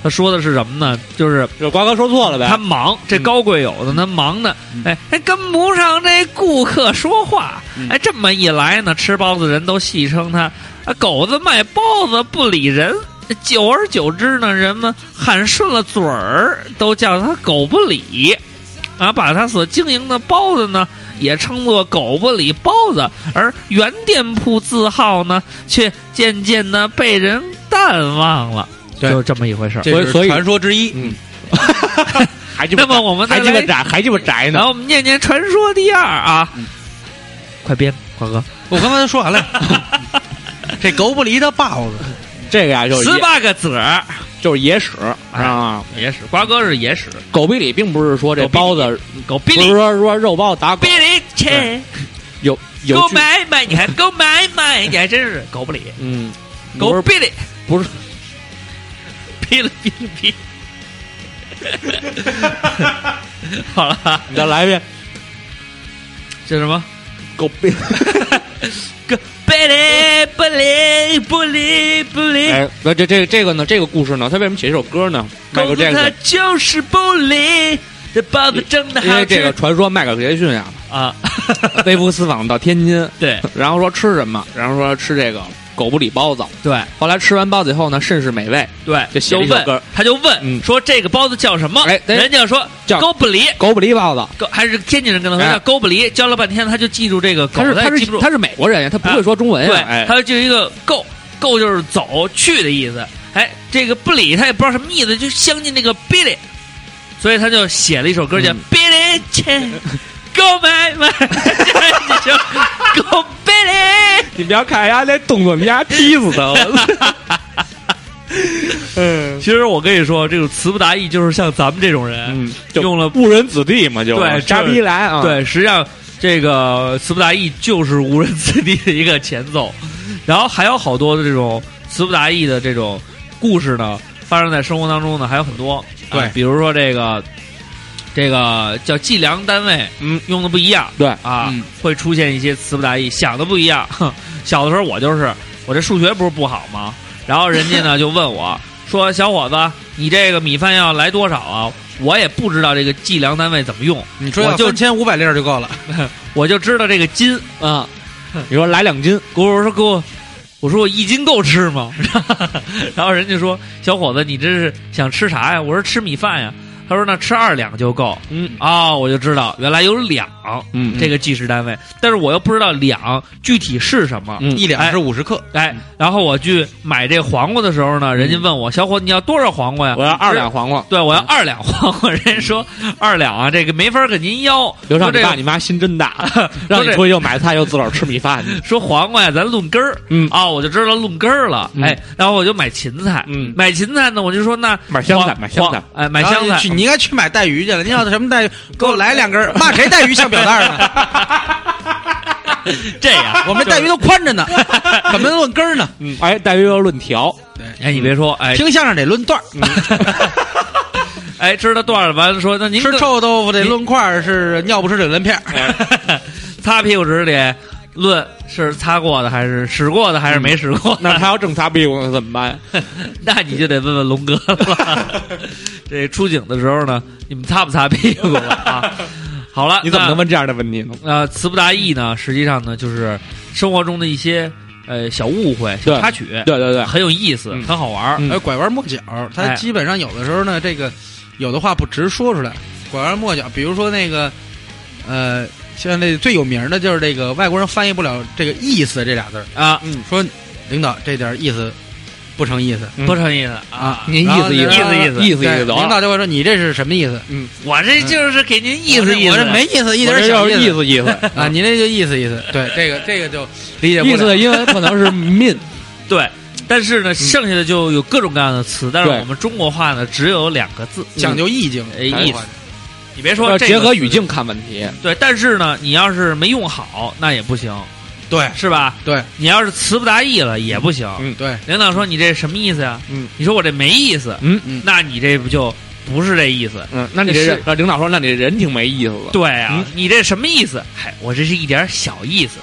S7: 他说的是什么呢？就是
S6: 这瓜哥说错了
S7: 他
S6: 呗。
S7: 忙，这高贵友的他忙呢，哎，还跟不上这顾客说话。哎，这么一来呢，吃包子人都戏称他啊，狗子卖包子不理人。哎久而久之呢，人们喊顺了嘴儿，都叫他狗不理。啊，把他所经营的包子呢，也称作狗不理包子，而原店铺字号呢，却渐渐的被人淡忘了，
S8: 对
S7: 就这么一回事儿。
S8: 这是
S6: 所以
S8: 传说之一。
S6: 嗯还鸡巴
S7: 那么我们再
S6: 还鸡巴
S7: 来
S6: 宅，还鸡巴宅
S7: 然
S6: 呢
S7: 后。我们念念传说第二啊，
S6: 嗯
S7: 快编，瓜哥，
S8: 我刚才说完了， 这狗不理的豹子，
S6: 这个呀，就是
S7: 十
S6: 野
S7: 八个子儿，
S6: 就是野史
S7: 哎
S6: 啊。
S7: 野史，瓜哥是野史，
S6: 狗逼里并不是说这包子，
S7: 狗逼
S6: 不是
S7: 里
S6: 说说肉包子打狗
S7: 逼，里切，
S6: 有有
S7: 狗
S6: 句
S7: 买买， 你还狗买买，你还真是狗不理，
S6: 嗯，不
S7: 狗
S6: 是
S7: 逼里
S6: 不是
S7: 逼了逼了逼， 好了啊，
S6: 你再来一遍，
S7: 这什么？
S6: 狗逼。
S7: 狗不理不理不理不理，
S6: 哎，那这这这个呢？这个故事呢？他为什么写这首歌呢？迈克
S7: 狗
S6: 尔
S7: 子
S6: 杰克
S7: 它
S6: 逊，
S7: 就是不理，这包子蒸的
S6: 因
S7: 好
S6: 为这个
S7: 吃
S6: 传说，迈克尔杰克逊呀，
S7: 啊，
S6: 微服私访到天津，
S7: 对
S6: 然后说吃什么，然后说吃这个狗不理包子。
S7: 对。
S6: 后来吃完包子以后呢，甚是美味，
S7: 对，
S6: 就写了一首歌
S7: 问，他就问、
S6: 嗯
S7: 说这个包子叫什么？
S6: 哎对
S7: 人家说
S6: 叫
S7: 狗不理，
S6: 狗不理包子。
S7: 狗还是天津人跟他说
S6: 哎
S7: 叫狗不理，教了半天他就记住这个狗
S6: 他，是
S7: 他
S6: 他
S7: 也记
S6: 是
S7: 不住，
S6: 他是美国人呀，他不会说中文
S7: 对，
S6: 呀。哎
S7: 他，就记住一个够够就是走去的意思。哎，这个不理他也不知道什么意思，就相信这个 Billy，所以他就写了一首歌叫《
S6: 嗯
S7: Billy Chan》。Go my my，就 Go Billy，
S6: 你不要看人家那动作，你丫踢死他！ 嗯
S7: 其实我跟你说，这种词不达意，就是像咱们这种人，
S6: 嗯，就
S7: 用了
S6: 误人子弟嘛，就
S7: 对
S6: 扎
S7: 就是
S6: 逼来啊！，
S7: 对，实际上这个词不达意就是无人子弟的一个前奏，然后还有好多的这种词不达意的这种故事呢，发生在生活当中呢还有很多。
S8: 对
S6: 哎
S7: 啊比如说这个这个叫计量单位，
S6: 嗯，
S7: 用的不一样，
S6: 对
S7: 啊，
S8: 嗯
S7: 会出现一些词不达意，想的不一样。 哼小的时候我就是我这数学不是不好吗？然后人家呢就问我说：“小伙子，你这个米饭要来多少啊？”我也不知道这个计量单位怎么用，
S8: 你说
S7: 我
S8: 要
S7: 就
S8: 三千五百粒儿就够了。
S7: 我就知道这个斤啊。
S6: 你说来两斤，
S7: 给我说给我，我说我一斤够吃 吗？然后人家说小伙子，你这是想吃啥呀？我说吃米饭呀。他说那吃二两就够。
S6: 嗯
S7: 啊、我就知道原来有两、
S6: 嗯
S7: 这个计时单位，但是我又不知道两具体是什么。
S6: 嗯
S8: 一两是五十克，
S7: 哎，然后我去买这黄瓜的时候呢，人家问我、小伙你要多少黄瓜呀？
S6: 嗯我要二两
S7: 是。
S6: 黄瓜，
S7: 对，我要二两黄 瓜。人家说二两啊，这个没法给您要。说
S6: 刘畅，
S7: 这
S6: 你爸
S7: 个
S6: 你妈心真大，
S7: 说
S6: 让你
S7: 这
S6: 出去又买菜又自个儿吃米 饭去。
S7: 说黄瓜呀，咱论根儿，
S6: 嗯
S7: 啊，我就知道论根儿了，
S6: 嗯
S7: 哎，然后我就买芹菜，
S6: 嗯
S7: 买芹菜呢，我就说那
S6: 买香菜
S7: 黄
S6: 买香菜
S7: 黄哎，买
S8: 然后
S7: 香
S8: 你
S7: 菜
S8: 去，，你应该去买带鱼去了。你要什么 带鱼？给我来两根儿。骂谁带鱼像表带儿呢？
S7: 这 样，
S8: 我们带鱼都宽着呢，怎么论根儿呢？
S6: 嗯，哎，带鱼要论条，
S7: 哎，你别说， 哎，
S8: 听相声得论段儿，
S7: 哎，知道多少完了说，那您
S8: 吃
S7: 更
S6: 哎
S8: 臭豆腐得论块儿，是尿不湿得论片儿。
S7: 擦屁股时得论是擦过的还是使过的还是没使过的，
S6: 那他要正擦屁股那怎么 办？
S7: 那你就得问问龙哥 了。这出警的时候呢，你们擦不擦屁股了 啊？好了，
S6: 你怎么
S7: 那
S6: 能问这样的问题呢？
S7: 呃，词不达意呢，实际上呢，就是生活中的一些呃小误会、
S6: 对
S7: 小插曲，
S6: 对对对，
S7: 很有意思，
S6: 嗯
S7: 很好玩儿。
S6: 嗯
S8: 哎，拐弯抹角，他
S7: 哎
S8: 基本上有的时候呢，这个有的话不直说出来，拐弯抹角。比如说那个，呃，像那最有名的就是这个外国人翻译不了这个“意思”这俩字儿，
S7: 啊，
S6: 嗯
S8: 说领导这点意思不成意思
S6: 嗯
S7: 不成意思
S8: 啊
S7: 啊，，
S6: 您意思意
S7: 意
S6: 思
S7: 思意思
S6: 意思意
S8: 对
S6: 思走啊
S8: 领导就会说你这是什么意思？
S7: 我这就是给您意思意
S8: 我
S7: 思
S8: 这，没意思，一
S6: 我
S8: 点
S6: 这
S8: 小
S6: 就是
S8: 意
S6: 意思意思，
S8: 啊，你这就意思意思。对，这个这个就理解不
S6: 意思
S8: 了。
S6: 的英文可能是 min，
S7: 对。但是呢，剩下的就有各种各样的词，但是
S6: 嗯对
S7: 我们中国话呢，只有两个字，
S8: 讲究意境，
S7: 哎意思你别说
S6: 要
S7: 这
S6: 呃结
S7: 个
S6: 合
S7: 词
S6: 语境看问题。
S7: 对，但是呢，你要是没用好，那也不行，
S8: 对
S7: 是吧？
S8: 对
S7: 你要是词不达意了，也不行。
S6: 嗯
S8: 对，
S7: 领导说你这什么意思呀？
S6: 嗯，
S7: 你说我这没意思，
S6: 嗯
S8: 嗯
S7: 那你这不就不是这意思？
S6: 嗯，那你这
S7: 是
S6: 人那领导说，那你这人挺没意思的。
S7: 对
S8: 嗯
S7: 啊，你这什么意思？嗨，我这是一点小意思，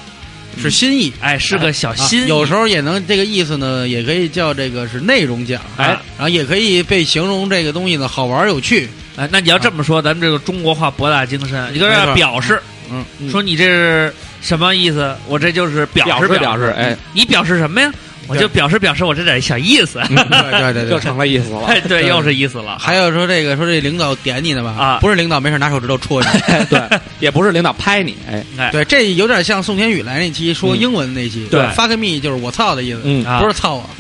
S8: 是心意。
S7: 哎，是个小
S8: 啊
S7: 心意、
S8: 有时候也能这个意思呢，也可以叫这个是内容奖，啊
S7: 哎
S8: 然后也可以被形容这个东西呢好玩儿有趣，
S7: 哎，那你要这么说，咱们这个中国话博大精深，你搁
S8: 啊没
S7: 这
S8: 错
S7: 表示，
S8: 嗯，
S7: 说你这是什么意思？我这就是表示
S6: 示
S7: 表
S6: 表示，哎，
S7: 你表示什么呀？我就表示表示我这点小意思，
S8: 对对对
S6: 就
S8: 对。
S6: 成了意思了。
S7: 哎， 对，又是意思了。
S8: 还有说这个说这领导点你呢吧？
S7: 啊
S8: 不是领导没事拿手指头戳 你。
S6: 哎对， 也不是领导拍你，哎，
S8: 对，这有点像宋天宇来那期说
S6: 嗯
S8: 英文那期，
S7: 对
S8: ，fuck me 就是我操的意思，
S6: 嗯
S7: 啊
S8: 不是操我。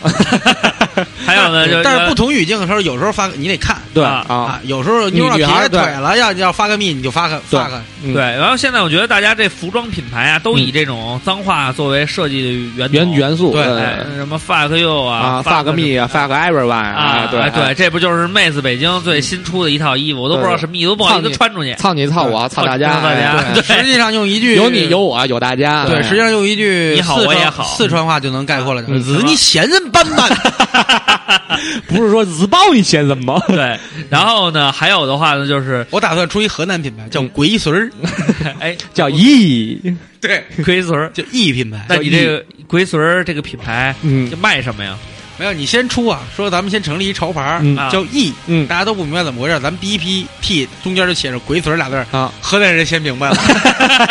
S7: 还有呢，就
S8: 但是不同语境的时候，有时候发个你得看
S6: 对
S7: 啊
S6: 啊，
S8: 啊，有时候妞要
S6: 女女孩
S8: 撇
S6: 儿
S8: 腿
S6: 对
S8: 了，要要发个 me 你就发个
S6: 对
S8: 发个，
S6: 嗯
S7: 对。然后现在我觉得大家这服装品牌啊，都以这种脏话作为设计的源头
S6: 元元素，呃
S8: 对
S7: 哎，什么 fuck you
S6: 哦啊，fuck me 啊，fuck everyone
S7: 啊，
S6: 啊，
S7: 哎
S6: 对
S7: 对，，这不就是妹子北京最新出的一套衣服？我都不知道什么意思，都不好意思穿出去。
S6: 操你操我操大家，
S7: 操大家
S6: 哎
S7: 对
S8: 实际上用一句
S6: 有你有我有大家，啊
S8: 对，实际上用一句
S7: 你好
S8: 四
S7: 我也
S8: 川
S7: 好
S8: 四川话就能概括了。
S6: 嗯
S8: 子你闲人斑斑，
S6: 不是说自爆你先怎么？
S7: 对，然后呢，还有的话呢，就是
S8: 我打算出一河南品牌叫鬼孙儿，
S7: 哎，
S6: 叫一，
S8: 对，
S7: 龟孙儿，
S8: 就 E 品牌。
S7: 那你这个龟孙儿这个品牌
S6: 嗯
S7: 就卖什么 呀？
S8: 没有，你先出啊，说咱们先成立一潮牌儿
S6: 嗯
S7: 啊
S8: 叫 E，
S6: 嗯
S8: 大家都不明白怎么回事，咱们第一批 T 中间就写着鬼孙儿俩字儿，
S6: 啊，
S8: 河南人先明白了。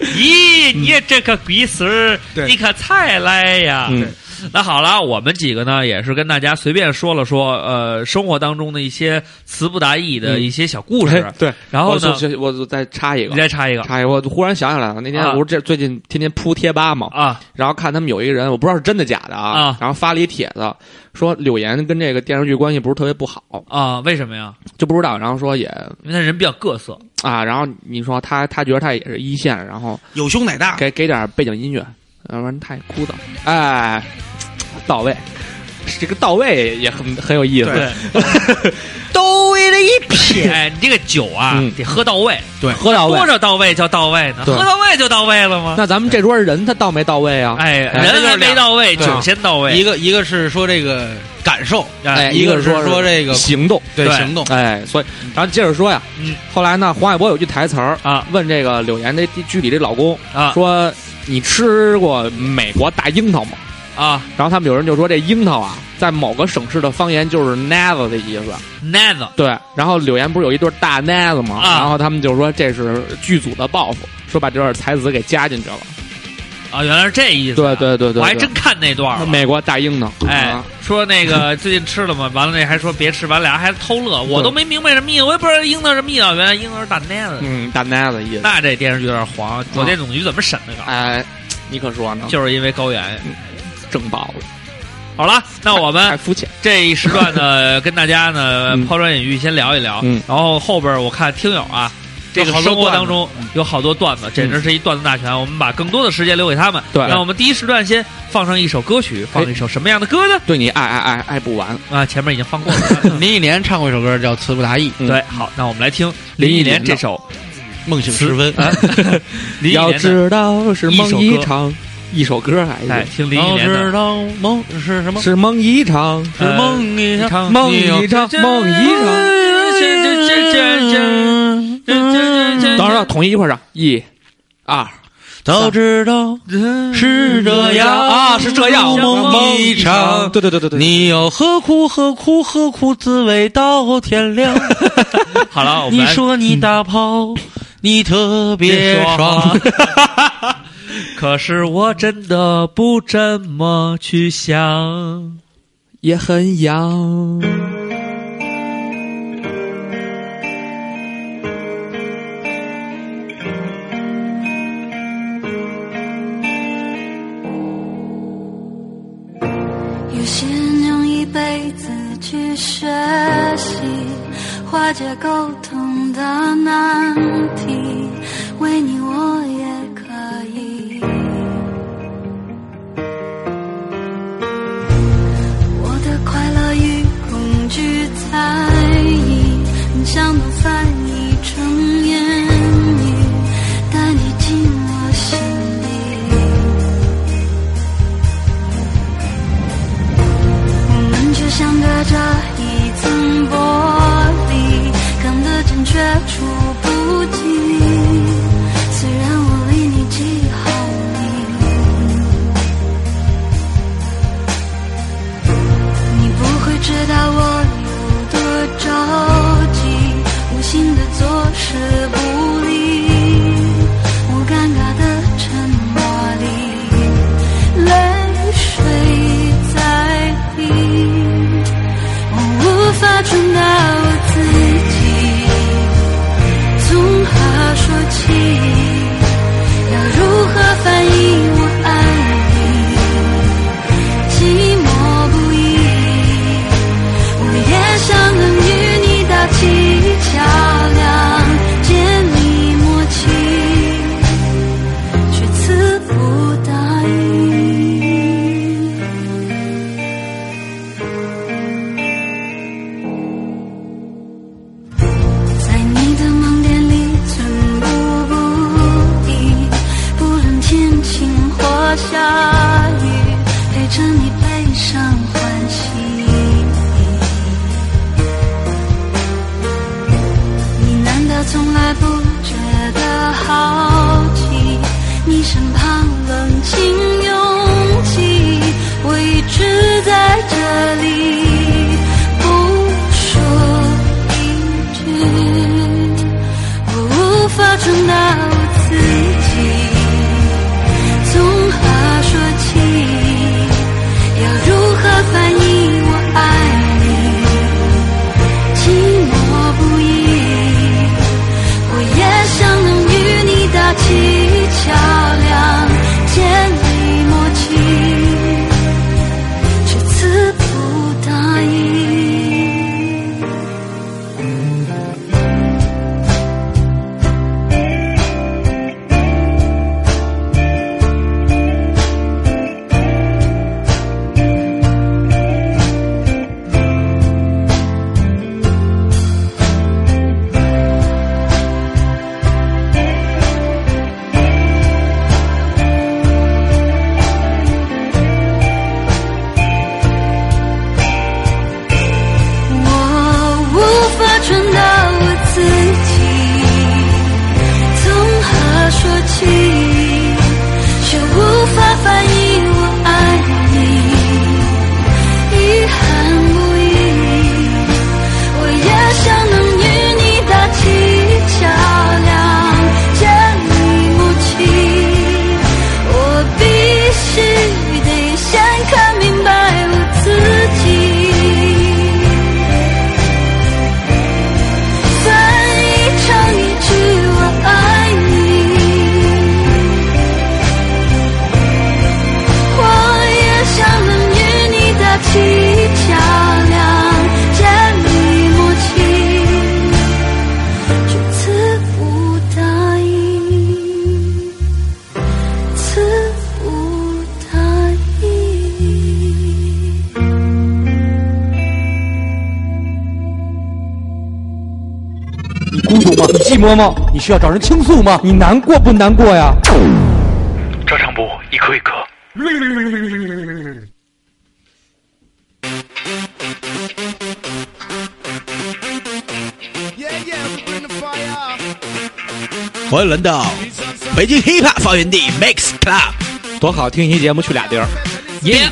S7: 咦，你这个龟孙儿，
S8: 对
S7: 你可菜来呀！
S6: 嗯
S7: 那好了，我们几个呢也是跟大家随便说了说，呃，生活当中的一些词不达意的
S6: 嗯
S7: 一些小故
S6: 哎
S7: 事。
S6: 对，
S7: 然后呢
S6: 我，就我就再插一
S7: 你
S6: 个。
S7: 再插一个
S6: 插哎一个，我忽然想起来了，那天
S7: 啊
S6: 我这最近天天铺贴吧嘛，
S7: 啊
S6: 然后看他们有一个人，我不知道是真的假的
S7: 啊
S6: 然后发了一帖子，说柳岩跟这个电视剧关系不是特别不好，
S7: 啊！为什么呀？
S6: 就不知道，然后说也
S7: 因为他人比较各色
S6: 啊，然后你说他他觉得他也是一线，然后
S8: 有胸乃大，
S6: 给给点背景音乐，要不然太枯燥。哎，到位，这个到位也很很有意思。
S7: 对
S9: 都为了一撇。
S7: 哎，你这个酒啊，
S6: 嗯
S7: 得喝到位，
S6: 喝到位
S7: 多。少到位叫到位呢？
S6: 对
S7: 喝到位就到位了吗？
S6: 那咱们这桌人他到没到位啊？
S7: 哎，
S6: 哎
S7: 人还没到位，
S8: 对
S7: 酒先到位。
S8: 一个一个是说这个感受，
S6: 哎，
S7: 哎
S8: 一个
S6: 啊个
S8: 是说这个
S6: 行动，
S8: 对
S7: 对
S8: 行动，
S6: 哎，所以然后接着说呀
S7: 嗯，
S6: 后来呢，黄海波有句台词儿
S7: 啊，
S6: 问这个柳岩这剧里这老公
S7: 啊
S6: 说：“你吃过美国大樱桃吗？”
S7: 啊，
S6: 然后他们有人就说这樱桃啊，在某个省市的方言就是 “never” 的意思。
S7: 奈子
S6: 对，然后柳岩不是有一对大奶子吗？
S7: 啊
S6: 然后他们就说这是剧组的报复，说把这对才子给加进去了。
S7: 啊，原来是这意思。
S6: 对，对对对，
S7: 我还
S6: 对
S7: 真看那段了。
S6: 美国大樱桃，
S7: 哎
S6: 啊，
S7: 说那个最近吃了吗？完了那还说别吃，完了俩人还偷乐，我都没明白什么意思，我也不知道樱桃什么意思，原来樱桃是大奈子。
S6: 嗯，大奶子意思。
S7: 那这电视剧有点黄，广电总局怎么审的稿？
S6: 哎，你可说呢，
S7: 就是因为高原。
S6: 正爆了，
S7: 好了，那我
S6: 太
S7: 们
S6: 肤浅。
S7: 这一时段呢，跟大家呢
S6: 嗯
S7: 抛砖引玉，先聊一聊。
S6: 嗯
S7: 然后后边我看听友啊，这个
S8: 有好多
S7: 生活当
S8: 段子
S7: 中有好多段子，简直是一段子大全。我们把更多的时间留给他们。
S6: 对
S7: 那我们第一时段先放上一首歌曲，放一首什么样的歌呢？
S6: 对你爱爱爱爱不完，
S7: 啊，前面已经放过了。
S8: 林忆莲唱过一首歌叫《词不达意》，
S6: 嗯
S7: 对，好，那我们来听
S6: 林
S7: 忆
S6: 忆
S7: 莲
S6: 莲
S7: 这
S6: 的
S7: 首
S8: 梦醒时分。
S7: 啊， 林忆
S6: 要
S7: 莲的，
S6: 知道是梦一场，一首歌还
S7: 哎，
S6: 是
S7: 听林忆
S8: 要
S7: 莲
S8: 知
S7: 的。
S8: 道梦是什么？
S6: 是梦一场，
S8: 是梦一场。
S7: 唱
S6: 梦一场，梦一场。当然了，统一一块儿上，一、二、
S9: 早知道是这样
S6: 啊是这样
S9: 如梦一场。
S4: 对对对对对，
S9: 你又何苦何苦何苦滋味到天亮？
S7: 好了，我们
S9: 你
S7: 来
S9: 说你打炮，你特别
S7: 说
S9: 爽
S7: 话。可是我真的不这么去想。
S6: 也很痒。
S10: 有些人用一辈子去学习化解沟通的难题，为你我也可以。我的快乐与恐惧猜疑，很想都翻译成言语，带你进我心里。我们就像隔着一层玻璃，看得见却触不及。虽然我离你几毫米，你不会知道我有多着急，无心的坐视不理，我尴尬的沉默里。泪水在滴，我无法传达我自己，从何说起？要如何翻译我爱你？寂寞不已，我也想能与你搭起桥梁，建立默契。却词不达意。在你的盲点里寸步不离，不论天晴或下雨，陪着你悲伤欢喜。你难道从来不觉得好奇？你身旁冷清拥挤，我一直在这里，不说一句，我无法传达我自己，从何说起？要如何翻译我爱你？寂寞不已。我也想能与你搭起桥梁，建立默契，却词不达意。我无法传达我自己，从何说起，却无法翻译我爱你，遗憾不已。我也想能与你搭起桥梁，建立默契。我必须得先看明白我自己。翻译成一句“我爱你”，我也想能与你搭起桥梁，建立默契，却词不达意，词不达意。
S4: 你孤独吗？你寂寞吗？你需要找人倾诉吗？你难过不难过呀？
S2: 照常补一颗一颗。
S5: Yeah, yeah, bring the fire.
S8: 欢迎来到
S5: It's on
S8: 北京 hiphop 发源地 Mix Club，
S4: 多好，听一期节目去俩地儿。
S7: 耶！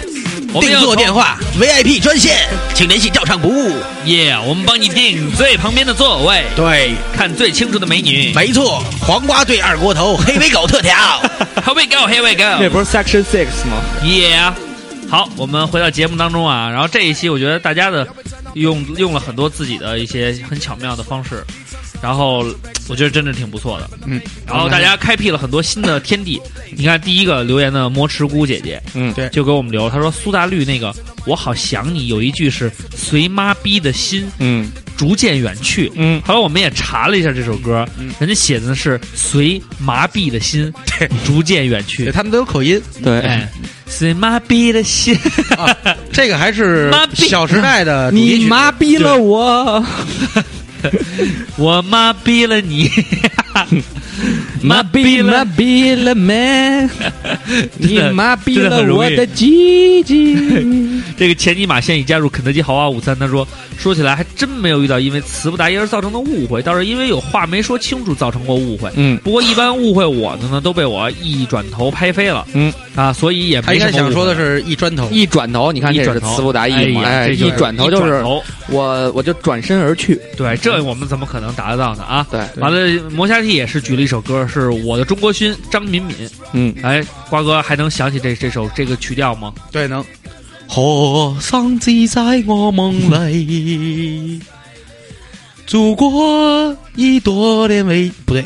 S7: 我们
S8: 定
S7: 要
S8: 做电话 VIP 专线，请联系照唱不误。
S7: 耶我们帮你订最旁边的座位，
S8: 对，
S7: 看最清楚的美女。
S8: 没错，黄瓜对二锅头，黑尾狗特调。
S7: Here we go, here we
S4: 那
S7: go.
S4: 不是 Section Six 吗？
S7: Yeah. 好，我们回到节目当中啊，然后这一期我觉得大家的用用了很多自己的一些很巧妙的方式，然后我觉得真的挺不错的。
S8: 嗯，
S7: 然后大家开辟了很多新的天地。你看第一个留言的魔池姑姐姐，
S4: 嗯
S8: 对
S7: 就给我们留，她说苏大绿那个我好想你有一句是随妈逼的心
S4: 嗯
S7: 逐渐远去。
S4: 嗯，
S7: 后来我们也查了一下这首歌，人家写的是随麻痹的心逐渐远去
S8: 对，。他们都有口音。
S4: 对。
S7: 哎，随麻痹的心，
S8: 这个还是
S7: 妈逼
S8: 《小时代》的主题曲
S4: 你麻痹了我，
S7: 我麻痹了你，
S4: 麻痹麻
S7: 了。
S4: 痹了 man，你麻痹
S7: 真的很
S4: 了
S7: 容
S4: 我
S7: 易
S4: 的鸡鸡。
S7: 这个前尼玛现已加入肯德基豪华午餐。他说：“说起来还真没有遇到因为词不达意而造成的误会，倒是因为有话没说清楚造成过误会。
S4: 嗯
S7: 不过一般误会我的呢，都被我一转头拍飞了。
S4: 嗯
S7: 啊，所以也
S8: 他
S7: 没
S8: 应
S7: 什
S8: 该
S7: 么
S8: 想说的
S7: 误
S8: 是一砖头，
S4: 一转头，你看
S7: 一
S4: 这
S7: 转
S4: 是
S7: 头
S4: 词不达意嘛？
S7: 哎呀
S4: 哎，
S7: 这就
S4: 一
S7: 是
S4: 转头
S7: 一
S4: 就
S7: 转
S4: 是
S7: 头
S4: 我，我就转身而去。
S7: 会。对，这我们怎么可能达得到呢？啊，
S4: 对，
S7: 完了，磨虾 T 也是举了一首歌，是《我的中国心》，张敏敏。
S4: 嗯，
S7: 哎，瓜哥还能想起这这首这个曲调吗？
S8: 对能。何生自在我梦里，祖国已多年未不对，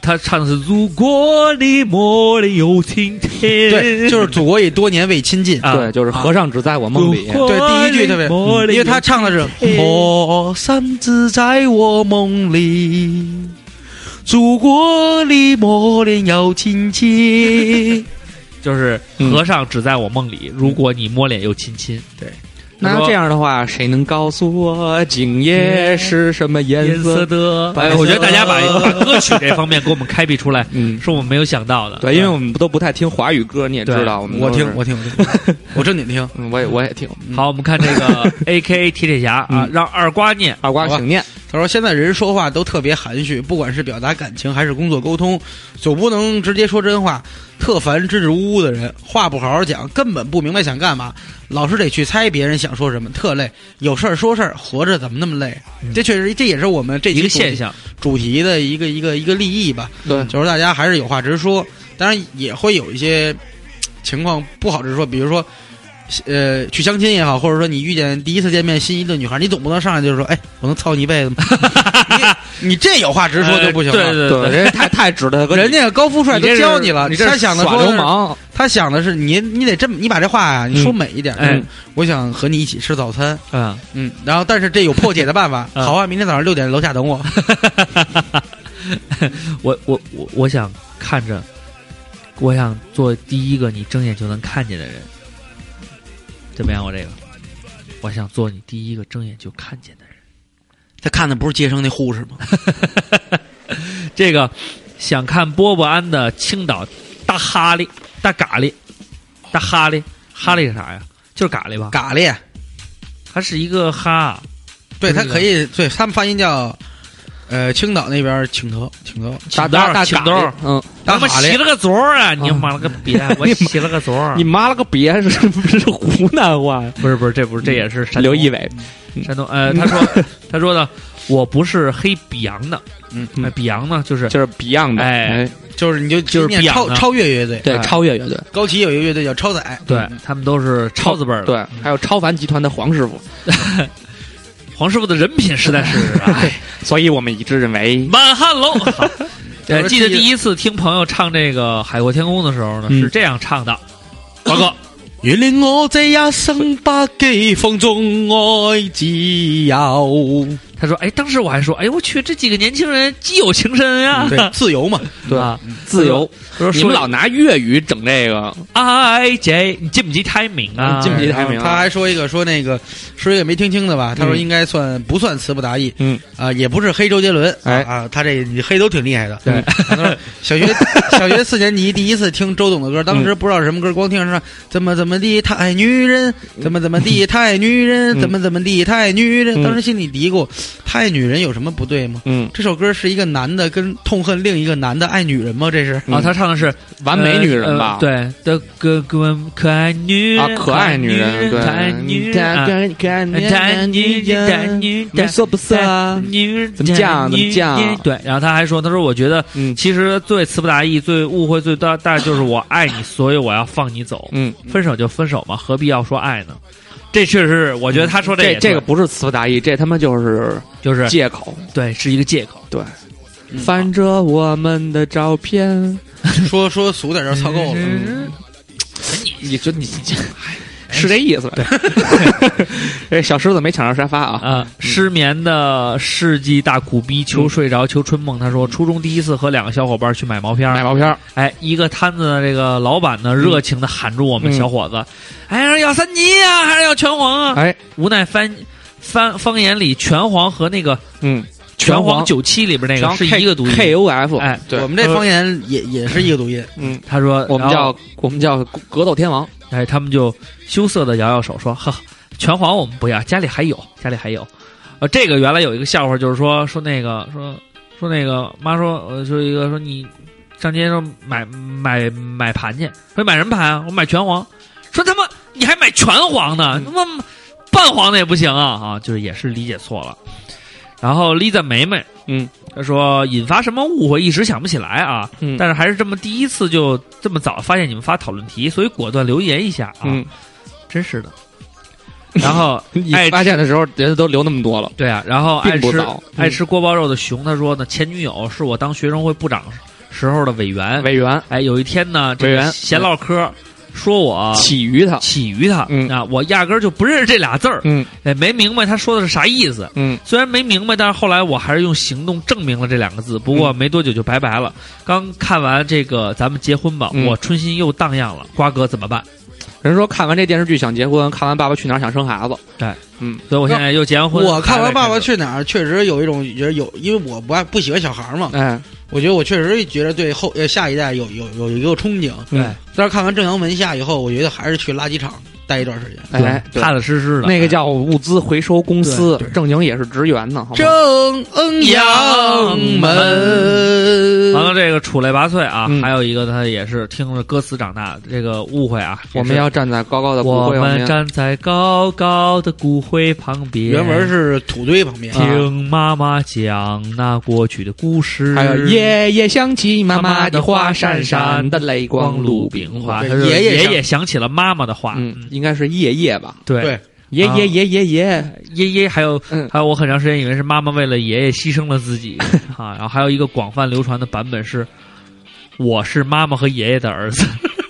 S7: 他唱的是“如果你梦里有晴天”，
S8: 对，就是祖国已多年未亲近。
S7: 啊
S4: 对，就是和尚只在我梦里。
S7: 啊
S8: 对，第一句特别，
S7: 我的
S8: 因为他唱的是“我山只在我梦里，祖国里莫怜有亲戚
S7: 就是和尚只在我梦
S4: 嗯
S7: 里，如果你摸脸又亲亲。
S4: 那这样的话，谁能告诉我今夜是什么颜色？
S7: 的
S4: 白
S7: 哎，
S4: 色
S7: 我觉得大家把把歌曲这方面给我们开辟出来，
S4: 嗯，
S7: 是我们没有想到的。
S4: 对，因为我们都不太听华语歌，你也知
S7: 对
S4: 道，”，们
S8: 我
S4: 我
S8: 听，我听，我听，我正经听。
S4: 嗯，我也我也听。嗯
S7: 好，我们看这 个 A K A 铁铁侠啊，
S4: 嗯
S7: 让二瓜念。
S4: 二瓜，
S8: 好吧
S4: 请念。
S8: 他说：“现在人说话都特别含蓄，不管是表达感情还是工作沟通，总不能直接说真话。特烦支支吾吾的人，话不好好讲，根本不明白想干嘛，老是得去猜别人想说什么，特累。有事儿说事儿，活着怎么那么累？这确实，这也是我们这期
S7: 嗯一个
S8: 主
S7: 现象，
S8: 主题的一个一个一个立意吧。
S4: 对，
S8: 就是大家还是有话直说，当然也会有一些嘖情况不好直说，比如说，呃，去相亲也好，或者说你遇见第一次见面心仪的女孩，你总不能上来就说，哎，我能操你一辈子吗？ 你你这有话直说就不行了。
S7: 呃对对
S4: 哎对，人家太太指的，
S8: 人家高富帅
S4: 你这
S8: 都
S4: 是
S8: 教你了，
S4: 你这
S8: 他
S4: 是
S8: 想的
S4: 耍
S8: 说
S4: 流
S8: 是，
S4: 氓。
S8: 他想的是你，你得这么，你把这话呀、你说
S4: 嗯
S8: 美一点。
S7: 哎
S8: 嗯，我想和你一起吃早餐。
S7: 嗯，
S8: 嗯，然后但是这有破解的 办法。
S7: 嗯
S8: 好啊，明天早上六点楼下等我。
S7: 嗯 我我我我想看着，我想做第一个你睁眼就能看见的人，怎么样？我这个，我想做你第一个睁眼就看见的人。
S8: 他看的不是街上那护士吗？
S7: 这个想看波波安的青岛大哈利、大咖喱、大哈利，哈利是啥呀？就是咖喱吧？
S8: 咖喱，
S7: 它是一个哈，
S8: 对他
S7: 不是
S8: 可以，对他们发音叫，呃，青岛那边儿请头请头，
S4: 大大大
S7: 请
S4: 嘎
S7: 豆
S4: 哩
S7: 儿，
S4: 嗯，
S7: 他妈
S8: 哈
S7: 洗
S8: 嘞，
S7: 了个昨儿啊！你妈了个别，我洗了个昨儿啊
S4: 你。妈了个别，是是啊湖南话呀？
S7: 不是不是，这不是这也是山东
S4: 刘仪伟，
S7: 山东呃，他说他说的，我不是黑比昂的，
S8: 嗯
S7: 哎，比昂呢就是
S4: 就是 Beyond 的，
S7: 哎
S4: 哎，
S8: 就是你就
S7: 就是
S8: 念
S7: 比昂
S8: 超
S7: 的
S8: 超越乐队，
S4: 对，
S7: 哎
S4: 超越乐队，
S8: 高旗有一个乐队叫超载，
S7: 对
S8: 嗯
S7: 他们都是超字辈儿的。
S4: 对，还有超凡集团的黄师傅，
S7: 黄师傅的人品实在是，哎，
S4: 所以我们一致认为，
S7: 满汉楼。好
S8: 就
S7: 呃，
S8: 是
S7: 记得
S8: 第一
S7: 第一次听朋友唱这个《海阔天空》的时候呢，
S4: 嗯
S7: 是这样唱的：“华哥，
S8: 原谅我这一生百几风中爱自 由，
S7: 他说，哎，当时我还说，哎，我去，这几个年轻人基友情深啊，
S8: 嗯对，自由嘛，
S4: 对
S7: 啊，
S4: 自由。
S7: 他说
S4: 你们
S7: 说
S4: 老拿粤语整这个，
S7: I J，你记不记 timing 啊？
S4: 你记不记
S8: 然后
S4: timing 啊
S8: 他还说一个说那个说一个没听清的吧，他说
S4: 嗯
S8: 应该算不算词不达意，
S4: 嗯
S8: 啊，也不是黑周杰伦，
S4: 哎
S8: 啊，他这你黑都挺厉害的，嗯
S4: 对
S8: 他说 小学小学四年级第一次听周董的歌，当
S4: 嗯
S8: 时不知道什么歌，光听着怎么怎么地太女人，怎么怎么地太女人，
S4: 嗯
S8: 怎么怎么地太女人，
S4: 嗯
S8: 当时心里嘀咕，他爱女人有什么不对吗？
S6: 嗯
S8: 这首歌是一个男的跟痛恨另一个男的爱女人吗？这 是
S7: 啊，他唱的是
S6: 完美女人吧？
S7: 呃呃对的，可可可爱女
S6: 啊
S7: 人，，
S6: 可爱女人，对，
S7: 可爱女人，
S6: 可
S7: 啊
S6: 爱可爱
S7: 可爱女人，可爱
S6: 嗯人，嗯
S7: 女人
S6: 没，错不错啊，
S7: 女人
S6: 怎么讲怎么啊讲
S7: 女人对，然后他还说，他说我觉得
S6: 嗯
S7: 其实最词不达意、最误会最大大就是我爱你，所以我要放你走，
S6: 嗯，
S7: 分手就分手嘛，何必要说爱呢？这确实是，我觉得他说
S6: 这
S7: 也
S6: 这个
S7: 对
S6: 不是词不达意，这他妈就是
S7: 就是
S6: 借口。
S7: 对，是一个借口。
S6: 对，翻着我们的照片，
S8: 说说俗点
S4: 嗯
S8: 儿就凑够了。
S6: 嗯你就你你是这意思吧？这小狮子没抢上沙发啊，
S7: 啊、失眠的世纪大苦逼，求
S6: 嗯
S7: 睡着，求春梦。他说，初中第一次和两个小伙伴去买毛片儿
S6: 买毛片儿
S7: 哎，一个摊子的这个老板呢，热情的喊住我们
S6: 嗯
S7: 小伙子，哎，要三级啊，还是要拳皇啊？
S6: 哎，
S7: 无奈翻翻方言里拳皇和那个
S6: 嗯，
S7: 拳
S6: 皇
S7: 皇九七里边那个
S6: 全
S7: 是
S6: 皇
S7: 一个读音。
S6: K O F，
S7: 哎，
S6: 对
S8: 我，们
S4: 呃
S8: 这方言也也是一个读音，
S6: 嗯，
S7: 他说，
S6: 我们
S7: 然后
S6: 叫我们叫格斗天王，
S7: 哎，他们就羞涩的摇摇手说：“呵，拳皇我们不要，家里还有，家里还有。”呃，这个原来有一个笑话，就是说说那个说说那个妈说，呃，说一个说你上街说买买买盘去，说买什么盘啊？我买拳皇，说他妈你还买拳皇呢，他妈半皇的也不行啊啊！就是也是理解错了。然后 Lisa 梅梅，
S6: 嗯，
S7: 她说引发什么误会一时想不起来啊，
S6: 嗯
S7: 但是还是这么第一次就这么早发现你们发讨论题，所以果断留言一下啊，
S6: 嗯，
S7: 真是的。然后
S6: 你
S7: 爱
S6: 发现的时候人家都留那么多了，
S7: 对啊，然后爱
S6: 并不
S7: 吃、
S6: 早嗯
S7: 爱吃锅包肉的熊他说呢，前女友是我当学生会部长时候的委员，
S6: 委员
S7: 哎，有一天呢，这
S6: 委
S7: 个
S6: 员
S7: 闲唠嗑，说我
S6: 起于他，
S7: 起于他，
S6: 嗯
S7: 啊，我压根儿就不认识这俩字儿，
S6: 嗯
S7: 哎，没明白他说的是啥意思。
S6: 嗯
S7: 虽然没明白，但是后来我还是用行动证明了这两个字。不
S6: 嗯
S7: 过没多久就拜拜了。刚看完这个《咱们结婚吧》，
S6: 嗯
S7: 我春心又荡漾了。瓜哥怎么办？
S6: 人说看完这电视剧想结婚，看完《爸爸去哪儿》想生孩子，
S7: 所以我现在又结完婚，
S8: 我看完《爸
S7: 还
S8: 爸
S7: 在
S8: 去哪儿》，确实有一种觉得有，因为我不爱不喜欢小孩儿嘛，
S6: 哎，
S8: 我觉得我确实觉得对后呃下一代有有有一个憧憬。
S7: 对
S8: 但是看完《正阳文夏》以后，我觉得还是去垃圾场待一段时间。
S6: 哎哎，
S7: 看着
S6: 对
S7: 踏踏实实的。
S6: 那个叫物资回收公司
S8: 对对，
S6: 正经也是职员呢，好吗？
S8: 正阳门，
S7: 完了，这个杵累拔萃啊，
S6: 嗯
S7: 还有一个他也是听着歌词长大，这个误会啊。
S6: 我们要站在高高的骨
S7: 我
S6: 灰旁
S7: 们
S6: 边，
S7: 站在高高的骨灰旁边，
S8: 原文是土堆旁边。啊
S7: 听妈妈讲那过去的故事，
S6: 还有夜夜想起妈
S7: 妈
S6: 妈
S7: 的
S6: 的
S7: 话
S6: 话，
S7: 闪
S6: 闪
S7: 闪
S6: 闪
S7: 的
S6: 的泪
S7: 光
S6: 光
S7: 路
S6: 路
S7: 饼
S6: 饼
S7: 花，
S6: 花
S8: 对。
S7: 他说
S8: 爷爷
S7: 爷
S8: 想
S7: 爷想起了妈妈的话，
S6: 嗯，应该是夜夜吧？
S7: 对
S8: 对，
S6: 爷
S7: 啊
S6: 爷爷爷爷，
S7: 爷爷还有
S6: 嗯
S7: 还有，我很长时间以为是妈妈为了爷爷牺牲了自 己啊，然后还有一个广泛流传的版本是我是妈妈和爷爷的儿子，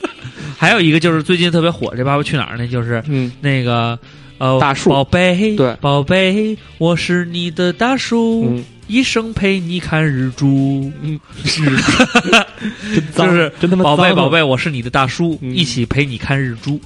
S7: 还有一个就是最近特别火这《爸爸去哪儿》呢，就是
S6: 嗯，
S7: 那个呃
S6: 大树
S7: 宝贝，
S6: 对
S7: 宝贝，我是你的大树，
S6: 嗯
S7: 一生陪你看日出，嗯，是，
S6: 脏
S7: 就是
S6: 真他妈
S7: 宝贝
S6: 脏
S7: 宝贝，我是你的大叔，
S6: 嗯
S7: 一起陪你看日出。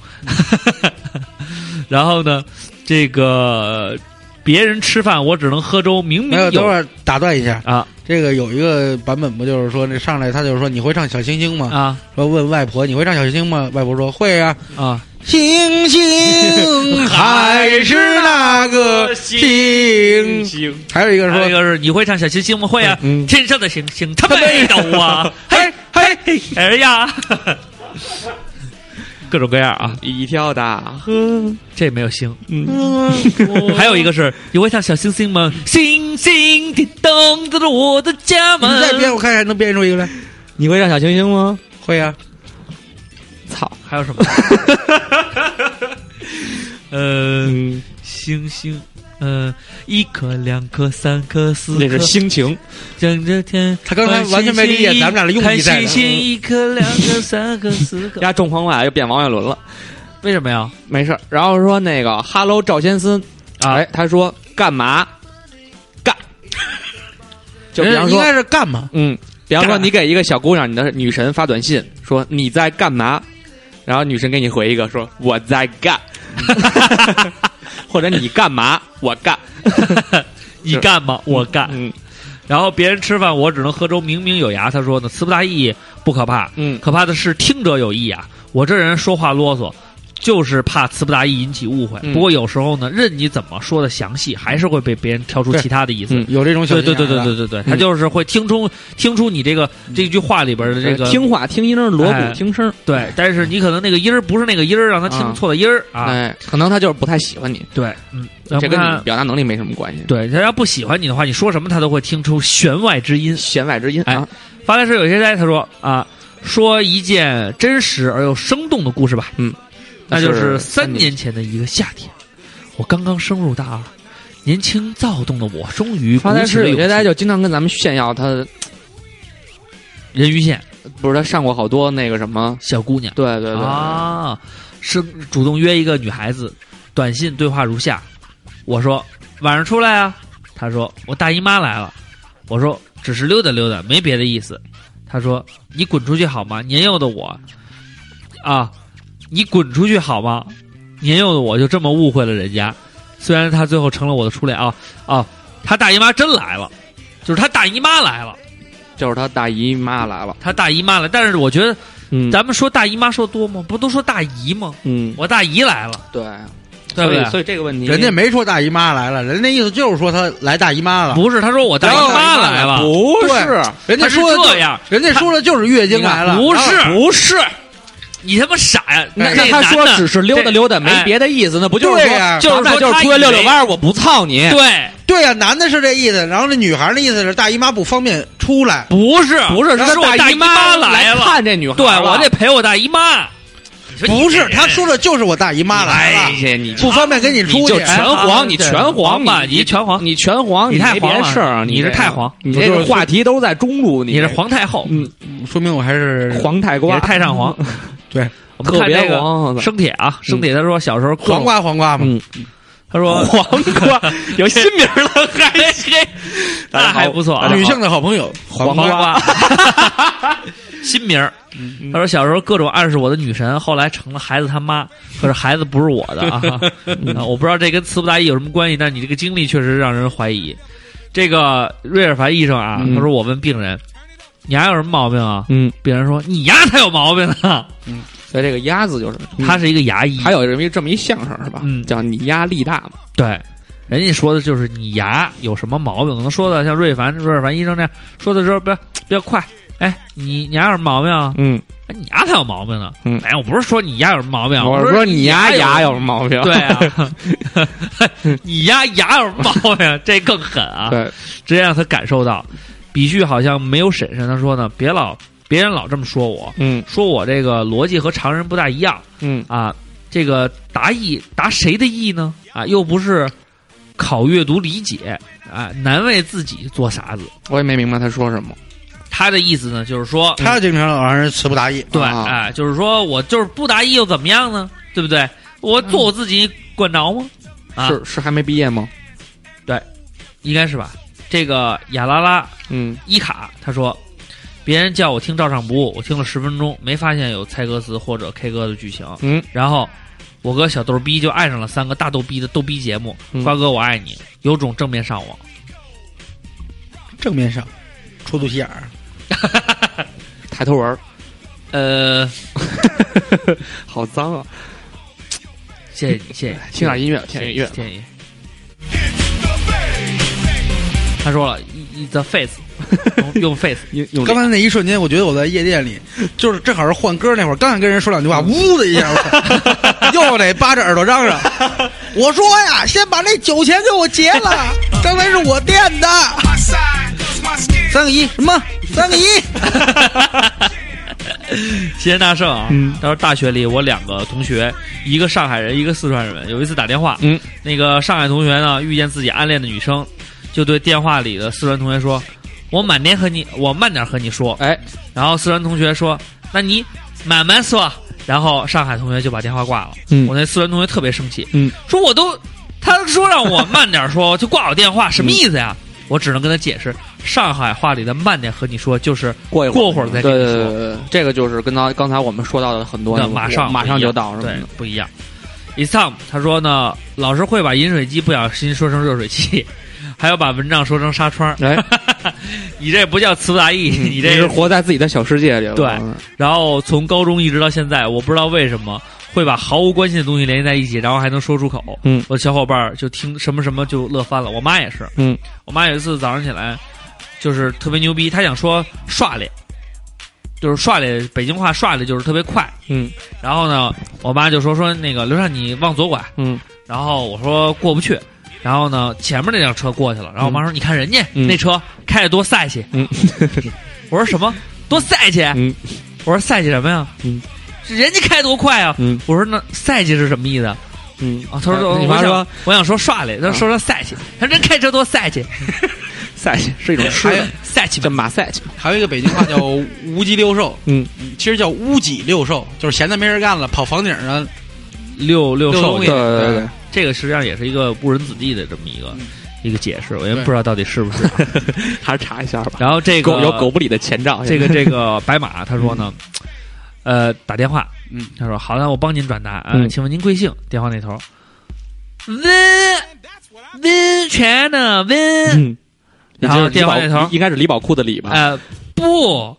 S7: 然后呢，这个别人吃饭我只能喝粥，明明
S8: 没有，哎等会儿打断一下
S7: 啊！
S8: 这个有一个版本不就是说，那上来他就是说你会唱小星星吗？
S7: 啊
S8: 说问外婆你会唱小星星吗？外婆说会啊。
S7: 啊，
S8: 星星 还是那个星星，还有一个
S7: 还有一
S8: 说
S7: 个是你会唱小星星吗？会啊，
S6: 嗯
S7: 天上的星星它没有啊，嘿嘿 嘿，哎呀，各种各样啊，
S6: 一条大河，
S7: 这没有星。
S6: 嗯，
S7: 还有一个是，你会像小星星吗？星星叮咚，这是我的家门。
S8: 你再编，我看还能编出一个来。
S6: 你会让小星星吗？
S8: 会啊，
S6: 操，
S7: 还有 什么？呃，
S6: 嗯，
S7: 星星，呃，一颗、两颗、三颗、四
S6: 那
S7: 颗
S6: 是，心情，
S7: 整着天。
S8: 他刚才完全没理解咱们俩的用意在哪
S7: 看星
S8: 儿
S7: 星一颗、两颗、三颗、四 颗，
S6: 压中方外又变王岳伦了，
S7: 为什么呀？
S6: 嗯没事儿。然后说那个哈喽赵先森，
S7: 啊
S6: 哎，他说干嘛干？就比方
S8: 人应
S6: 说，
S8: 该是干嘛？
S6: 嗯，比方说
S7: 干
S6: 你给一个小姑娘，你的女神发短信说你在干嘛，然后女神给你回一个说我在 干，或者你干嘛我干，
S7: 你干吗？我干。
S6: 嗯
S7: 然后别人吃饭，我只能喝粥。明明有牙，他说呢，词不达意不可怕，
S6: 嗯
S7: 可怕的是听者有意啊。我这人说话啰嗦，就是怕词不达意引起误会。
S6: 嗯
S7: 不过有时候呢，任你怎么说的详细，还是会被别人挑出
S8: 对
S7: 其他的意思。
S6: 嗯
S8: 有这种小
S7: 对对
S8: 心
S7: 对
S8: 眼儿
S7: 对
S8: 的
S7: 对对对，他就是会听出听出你这个这句话里边的这个
S6: 嗯听话听音儿，锣
S7: 哎
S6: 鼓听声儿。
S7: 对，但是你可能那个音儿不是那个音儿，让他
S6: 啊
S7: 听错了音儿啊。
S6: 哎，可能他就是不太喜欢你，
S7: 对，嗯，
S6: 这跟
S7: 要不然
S6: 你表达能力没什么关系。，
S7: 对他要不喜欢你的话，你说什么他都会听出弦外之音。
S6: 弦外之音
S7: 哎
S6: 啊，
S7: 发来时有些灾，他说啊，说一件真实而又生动的故事吧。
S6: 嗯，
S7: 那
S6: 那
S7: 就
S6: 就是是
S7: 三年前的一个夏天，我刚刚升入大二，年轻躁动的我终于
S6: 发呆
S7: 是
S6: 是有些呆就经常跟咱们炫耀他，
S7: 人鱼线
S6: 不是他上过好多那个什么，
S7: 小姑娘
S6: 对对对，
S7: 啊，是主动约一个女孩子，短信对话如下：我说晚上出来啊，他说我大姨妈来了，我说只是溜达溜达，没别的意思。他说你滚出去好吗？年幼的我啊，你滚出去好吗？年幼的我就这么误会了人家，虽然他最后成了我的初恋啊啊，他大姨妈真来了，就是他大姨妈来了，
S6: 就是他大姨妈来了，
S7: 他大姨妈来，但是我觉得
S6: 嗯，
S7: 咱们说大姨妈说多吗？不都说大姨吗？
S6: 嗯，
S7: 我大姨来了，
S6: 对，
S7: 对不
S6: 所以
S7: 对？
S6: 所以这个问题，
S8: 人家没说大姨妈来了，人家意思就是说她来大姨妈了。
S7: 不是，他说我大姨妈来了，
S6: 不是，
S8: 人
S7: 他
S8: 家
S7: 是
S8: 说的就
S7: 这样，
S8: 人家说的就是月经来了，
S7: 不是
S8: 啊
S7: 不是，你他妈傻呀！
S6: 那
S7: 这
S6: 那他说
S7: 男的
S6: 只是溜达溜达，没
S7: 哎
S6: 别的意思，那不就是
S8: 对
S6: 说
S8: 呀
S6: 咱
S7: 就是
S6: 们俩
S7: 说
S6: 就是
S7: 他
S6: 出去
S7: 以
S6: 遛遛
S7: 为
S6: 弯儿，我不操你，
S7: 对，
S8: 对呀、男的是这意思，然后那女孩的意思是大姨妈不方便出来，
S7: 不是
S6: 不是，
S7: 他
S6: 他
S7: 说我
S6: 大
S7: 姨妈来
S6: 来
S7: 了，
S6: 看这女孩
S7: 对
S6: 了，
S7: 我得陪我大姨妈。你说你
S8: 不是
S7: 这人
S8: 他说的就是我大姨妈来了，
S6: 哎呀，你
S8: 不方便跟你
S6: 你
S8: 出
S6: 就
S8: 去。
S6: 全
S7: 哎
S6: 黄，你
S7: 对
S6: 全黄
S7: 吧
S6: 你
S7: 你全黄
S6: 你全黄，
S7: 你太
S6: 没别
S7: 黄
S6: 的
S7: 了
S6: 事儿，啊
S7: 你
S6: 你
S7: 是
S6: 这
S7: 太
S6: 个
S7: 黄
S6: 你
S8: 不
S6: 这
S8: 就
S6: 个
S8: 是
S6: 话题都在中路，
S7: 你是
S6: 这个，
S7: 皇太后，
S6: 嗯，
S8: 说明我还是
S6: 黄太
S7: 你是
S6: 瓜，
S7: 太上 皇，
S8: 对
S7: 我们
S6: 特
S7: 看
S6: 别
S7: 这个
S6: 黄，
S7: 生铁啊，生铁他说小时候各种
S8: 黄，瓜黄瓜嘛。
S6: 嗯
S7: 他说
S6: 黄 瓜有新名儿了，
S7: 还嘿，
S6: 大家
S7: 那
S6: 好
S7: 还不错啊，
S8: 女性的好朋友黄瓜，
S7: 瓜， 新名儿。
S6: 嗯
S7: 他说小时候各种暗示我的女神，后来成了孩子他妈，可是孩子不是我的 啊！啊我不知道这跟词不达意有什么关系，但你这个经历确实让人怀疑。这个瑞尔凡医生啊，
S6: 嗯
S7: 他说我问病人，你牙有什么毛病啊？
S6: 嗯，
S7: 病人说你牙才有毛病呢。
S6: 所以这个鸭子就是
S7: 他是一个牙医，
S6: 嗯还有这么一这么一相声是吧
S7: 嗯？
S6: 叫你压力大嘛，
S7: 对，人家说的就是你牙有什么毛病，可能说的像瑞凡、瑞尔凡医生那样说的时候，不要比较快。哎，你你牙有什么毛病啊？
S6: 嗯，
S7: 哎，你牙才有毛病呢。
S6: 嗯
S7: 哎，我不是说你牙有什么毛病，啊
S6: 我
S7: 是
S6: 说你牙牙有
S7: 有。
S6: 什么毛病？
S7: 对啊，你牙牙有什么毛病？这更狠啊！
S6: 对，
S7: 直接让他感受到。比旭好像没有审慎，他说呢，别老别人老这么说我，
S6: 嗯
S7: 说我这个逻辑和常人不大一样
S6: 嗯，
S7: 啊。这个答意答谁的意呢？啊，又不是考阅读理解啊，难为自己做傻子。
S6: 我也没明白他说什么。
S7: 他的意思呢，就是说，
S8: 他经常老让人词不达意。
S7: 对，
S6: 啊
S7: 哎，就是说我就是不答意又怎么样呢？对不对？我做我自己管着吗？啊
S6: 是是还没毕业吗？
S7: 应该是吧。这个雅拉拉
S6: 嗯
S7: 伊卡他说，别人叫我听照唱不误，我听了十分钟，没发现有猜歌词或者 K 歌的剧情。
S6: 嗯，
S7: 然后我和小逗逼就爱上了三个大逗逼的逗逼节目。
S6: 嗯
S7: 瓜哥，我爱你，有种正面上网。
S8: 正面上，戳肚脐眼儿，
S6: 抬头纹儿，
S7: 呃，
S6: 好脏啊！
S7: 谢谢你，谢谢你，
S6: 听点音乐，听
S7: 谢谢
S6: 点
S7: 你
S6: 音乐。
S7: 谢谢你。他说了，i the face，用 用 face，
S6: 用用
S8: 刚
S6: 力
S8: 才那一瞬间，我觉得我在夜店里， 就是正好是换歌那会儿，刚想跟人说两句话，呜的一下，我 又得扒着耳朵 嚷嚷。我说呀，先把那酒钱给我结了， 刚才是我垫的。三个一什么？三个一，
S7: 谢谢大圣啊！
S6: 嗯
S7: 他说大学里我两个同学，一个上海人，一个四川人，有一次打电话，
S6: 嗯，
S7: 那个上海同学呢遇见自己暗恋的女生，就对电话里的四川同学说：“我慢点和你，我慢点和你说。
S6: 哎，”
S7: 然后四川同学说：“那你慢慢说。”然后上海同学就把电话挂了。
S6: 嗯
S7: 我那四川同学特别生气，
S6: 嗯，
S7: 说我都，他说让我慢点说，就挂我电话，什么意思呀？
S6: 嗯
S7: 我只能跟他解释，上海话里的慢点和你说就是
S6: 过一
S7: 过会儿再跟
S6: 对
S7: 你
S6: 对
S7: 说
S6: 对。对对，这个就是跟刚刚才我们说到的很多
S7: 那
S6: 那个
S7: 马上
S6: 马上就到什么
S7: 对
S6: 的，，
S7: 不一样。Isam 他说呢，老师会把饮水机不小心说成热水器，还要把蚊帐说成纱窗。
S6: 哎，
S7: 你这不叫词不达意，
S6: 嗯
S7: 你
S6: 是
S7: 这。
S6: 活在自己的小世界里了。嗯
S7: 对然后从高中一直到现在，我不知道为什么会把毫无关系的东西联系在一起，然后还能说出口。
S6: 嗯
S7: 我的小伙伴儿就听什么什么就乐翻了。我妈也是，
S6: 嗯，
S7: 我妈有一次早上起来，就是特别牛逼，她想说刷咧，就是刷咧，北京话刷咧就是特别快。
S6: 嗯
S7: 然后呢，我妈就说说那个刘畅你往左拐，
S6: 嗯
S7: 然后我说过不去，然后呢前面那辆车过去了，然后我妈说、你看人家、
S6: 嗯
S7: 那车开的多赛气，
S6: 嗯
S7: 我说什么多赛气，啊
S6: 嗯
S7: 我说赛气什么呀？
S6: 嗯
S7: 人家开多快啊！
S6: 嗯
S7: 我说那赛气是什么意思啊？
S6: 嗯
S7: 啊，他说
S6: 你
S7: 我
S6: 妈
S7: 想
S6: 说啊
S7: 我想说刷嘞，他说说赛气，他说人开车多赛气，
S6: 赛去是一 种吃
S8: 还有
S6: 的，
S7: 赛气
S6: 叫
S7: 吧。
S6: 马赛去。
S8: 还有一个北京话叫无鸡六兽，
S6: 嗯，
S8: 其实叫乌鸡六兽，就是闲的没事干了，跑房顶上
S7: 六六兽
S8: 遛东
S7: 也
S8: 西。
S6: 对对对，
S7: 这个实际上也是一个误人子弟的这么一个
S6: 嗯
S7: 一个解释，我也
S8: 对
S7: 不知道到底是不 是啊。
S6: 还是查一下吧。
S7: 然后这个
S6: 狗有狗不理的前
S8: 哎
S6: 兆，
S7: 这个这个白马他说呢，呃，打电话，
S8: 嗯，
S7: 他说好的，我帮您转达，呃，
S6: 嗯
S7: 请问您贵姓？电话那头，温温泉的温，
S6: 嗯，
S7: 然后电话那头
S6: 应该是李宝库的
S8: 嗯
S6: 李吧？
S7: 呃，不，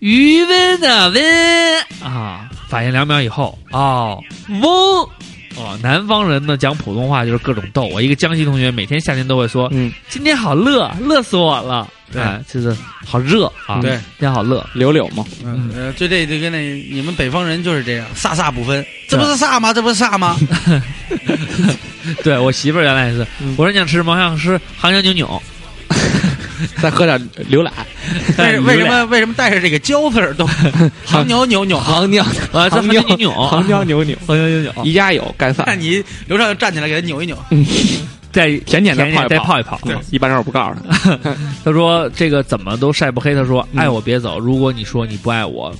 S7: 余温的温啊，反应两秒以后，哦，嗡。哦，南方人呢讲普通话就是各种逗。我一个江西同学每天夏天都会说，
S6: 嗯，
S7: 今天好乐，乐死我了。
S8: 对
S7: 哎就是好热啊。
S8: 对
S7: 今天好乐。
S6: 柳柳嘛，
S8: 嗯，呃，就这就跟那你们北方人就是这样，飒飒不分，这不是飒吗？这不是飒 吗？
S7: 对我媳妇儿原来也是，
S6: 嗯
S7: 我说你想吃什么？我想吃杭椒牛 柳。
S6: 再喝点牛奶，
S8: 为为什
S7: 牛奶？
S8: 么为什么带着这个胶字儿都行牛扭扭？
S6: 杭尿，
S7: 啊，这
S6: 杭
S7: 杭
S6: 椒
S7: 椒 牛柳，哦
S6: 杭椒牛扭，
S7: 杭椒牛柳，
S6: 宜家有干
S8: 那
S6: 饭，
S8: 你刘畅站起来给他扭一扭，
S7: 再
S6: 甜
S7: 甜
S6: 点再
S7: 点
S6: 泡
S7: 再
S6: 一泡。
S7: 泡一泡。
S8: 对
S6: 哦一般人我不告诉他，
S7: 他说这个怎么都晒不黑。他说
S6: 嗯
S7: 爱我别走，如果你说你不爱我，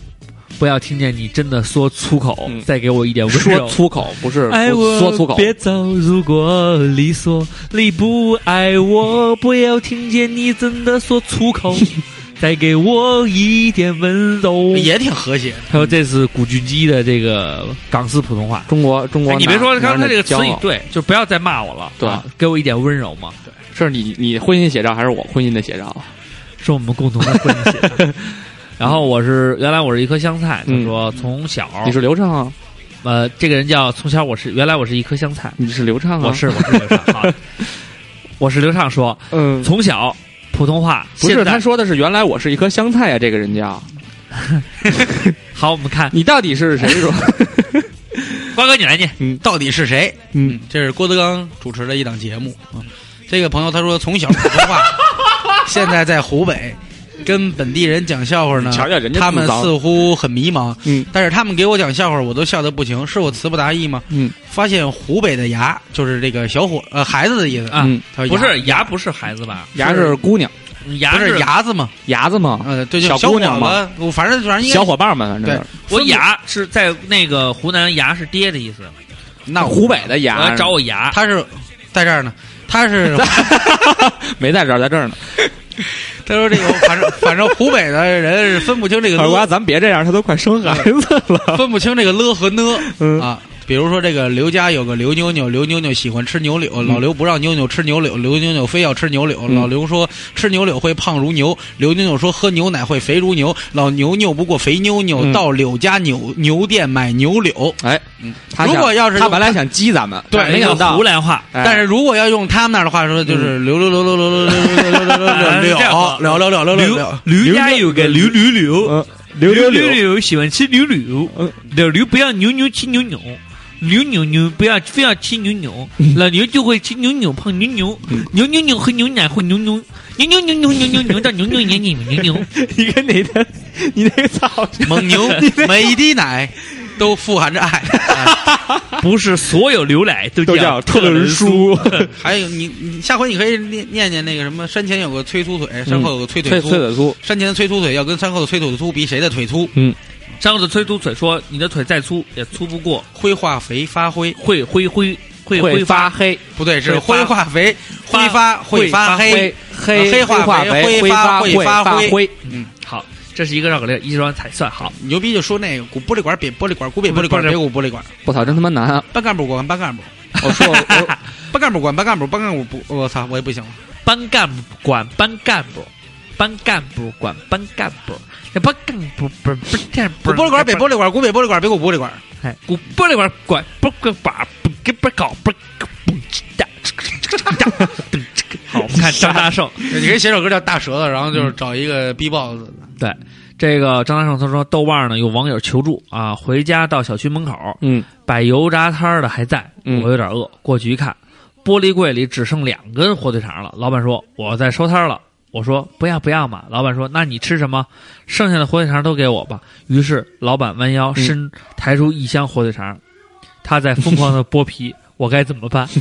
S7: 不要听见你真的说粗口
S6: 嗯，
S7: 再给我一点温
S6: 说
S7: 柔。
S6: 粗口不是
S7: 爱我
S6: 说粗口，
S7: 别走。如果你说你不爱我，不要听见你真的说粗口， 再给我一点温柔。
S8: 也挺和谐的。
S7: 还有这是古巨基的这个港式普通话。
S6: 中国中国
S7: 哎
S6: 男，
S7: 你别说，刚才这个词
S6: 男人
S7: 语
S6: 的骄傲，
S7: 对，就不要再骂我了，
S6: 对
S7: 啊给我一点温柔嘛，
S6: 是你你婚姻写照还是我婚姻的写照？啊
S7: 是我们共同的婚姻。然后我是原来我是一颗香菜，他
S6: 嗯
S7: 说从小
S6: 你是刘畅啊，
S7: 呃，这个人叫从小我是原来我是一颗香菜，
S6: 你是刘畅啊，
S7: 我是我是刘畅，好我是刘畅说
S6: 嗯，
S7: 从小普通话
S6: 不
S7: 现
S6: 是
S7: 在
S6: 他说的是原来我是一颗香菜啊，这个人叫
S7: 好，我们看
S6: 你到底是谁说？
S7: 瓜哥你来念，
S8: 到底是谁？
S6: 嗯，
S8: 这是郭德纲主持的一档节目啊。这个朋友他说，从小普 通话，现在在湖北跟本地人讲笑话呢，
S6: 你瞧瞧人家
S8: 他们
S6: 自造
S8: 似乎很迷茫，
S6: 嗯，
S8: 但是他们给我讲笑话，我都笑得不行，是我词不达意吗？
S6: 嗯，
S8: 发现湖北的牙就是这个小伙呃孩子的意思
S7: 啊
S6: 嗯
S8: 他说
S7: 不
S8: 牙
S7: 是牙不是孩子吧？
S6: 牙是姑娘，
S7: 牙
S8: 不是牙子嘛，
S6: 牙子嘛，
S8: 呃，对，就
S6: 小
S8: 小
S6: 姑娘
S8: 伙子，我反正反正应该
S6: 小伙伴们，反正
S8: 对
S6: 是，
S7: 我
S8: 分不
S7: 牙是在那个湖南牙是爹的意思，
S8: 那我
S6: 湖北的
S7: 我
S6: 牙
S7: 要找我牙，
S8: 他是在这儿呢，他 是
S6: 没在这儿，在这儿呢。
S8: 他说这个反正反正湖北的人是分不清这 个
S6: 二瓜，
S8: 了
S6: 咱别这样，他都快生孩子了。
S8: 分不清这个了和呢。
S6: 嗯
S8: 啊，比如说这个刘家有个刘妞妞，刘妞妞喜欢吃牛柳，老刘不让妞妞吃牛柳，刘妞妞非要吃牛柳，
S6: 嗯
S8: 老刘说吃牛柳会胖如牛，刘妞妞说喝牛奶会肥如牛，老牛牛不过肥妞妞，
S6: 嗯
S8: 到柳家牛牛店买牛柳。
S6: 哎，他
S8: 如
S6: 想
S8: 果要是
S6: 他
S8: 用
S6: 本来想激咱们，
S8: 对
S6: 没想
S7: 那个
S6: 到
S7: 湖，南话，
S6: 哎
S8: 但是如果要用他们那儿的话说，就是刘刘刘刘刘刘刘刘刘刘刘柳柳柳柳柳。
S7: 刘家有个刘刘刘，
S6: 嗯刘
S7: 刘
S6: 刘
S7: 刘
S6: 刘，
S7: 刘喜欢吃牛柳，
S6: 嗯
S7: 老刘不要牛牛吃牛牛，牛牛牛不要非要吃牛牛，老牛就会吃牛牛胖牛牛，牛牛牛喝牛奶会牛牛，牛牛牛牛牛牛牛到牛牛年年牛牛，
S6: 你跟你的你那个操，
S8: 蒙牛每一滴奶都富含着爱。
S7: 不是所有牛奶都
S6: 都叫特
S7: 仑
S6: 仑
S7: 苏，
S6: 苏，
S8: 还有你，你下回你可以念念念那个什么，山前有个催秃腿，山后有个催腿
S6: 翠
S8: 秃。
S6: 翠的酥，
S8: 山前的催秃腿要跟山后的催腿秃比谁的腿粗，
S7: 张着催粗腿说：“你的腿再粗也粗不过
S8: 灰化肥发灰
S7: 会灰灰会
S6: 会
S7: 挥
S6: 发
S7: 发
S6: 黑，
S8: 不对，是
S7: 会发
S8: 灰化肥
S7: 发
S8: 挥发会发黑。
S6: 啊黑
S8: 黑化
S6: 化
S8: 肥
S6: 肥
S8: 挥
S6: 发
S8: 发会
S6: 发
S8: 发
S6: 灰
S8: 灰
S6: 灰，
S7: 好，这是一个绕口令，一说才算好。
S8: 牛逼就说那个鼓玻璃管，瘪玻璃管，鼓瘪玻璃管，
S7: 不是
S8: 瘪鼓玻璃管。
S6: 我操，真他妈难啊！
S8: 班干部管班干部，
S6: 我说我 我
S8: 班干部管班干部，班干部不，我操，我也不行了。
S7: 班干部管班干部，班干部，管班干部，这班干部不不这
S8: 鼓
S7: 不
S8: 玻璃管，北玻璃管，鼓北玻璃管，北鼓玻璃管。
S7: 哎，鼓玻璃管管不不把不给不搞不不哒。好，我们看张大圣，
S8: 你可以写首歌叫《大舌头》，然后就是找一个 B box，
S7: 对这个张大圣他说，豆瓣呢有网友求助啊，回家到小区门口，
S6: 嗯，
S7: 摆油炸摊儿的还在，
S6: 嗯
S7: 我有点饿，过去一看，玻璃柜里只剩两根火腿肠了。老板说我在收摊儿了，我说不要不要嘛。老板说那你吃什么？剩下的火腿肠都给我吧。于是老板弯腰伸、抬出一箱火腿肠，他在疯狂的剥皮，我该怎么办？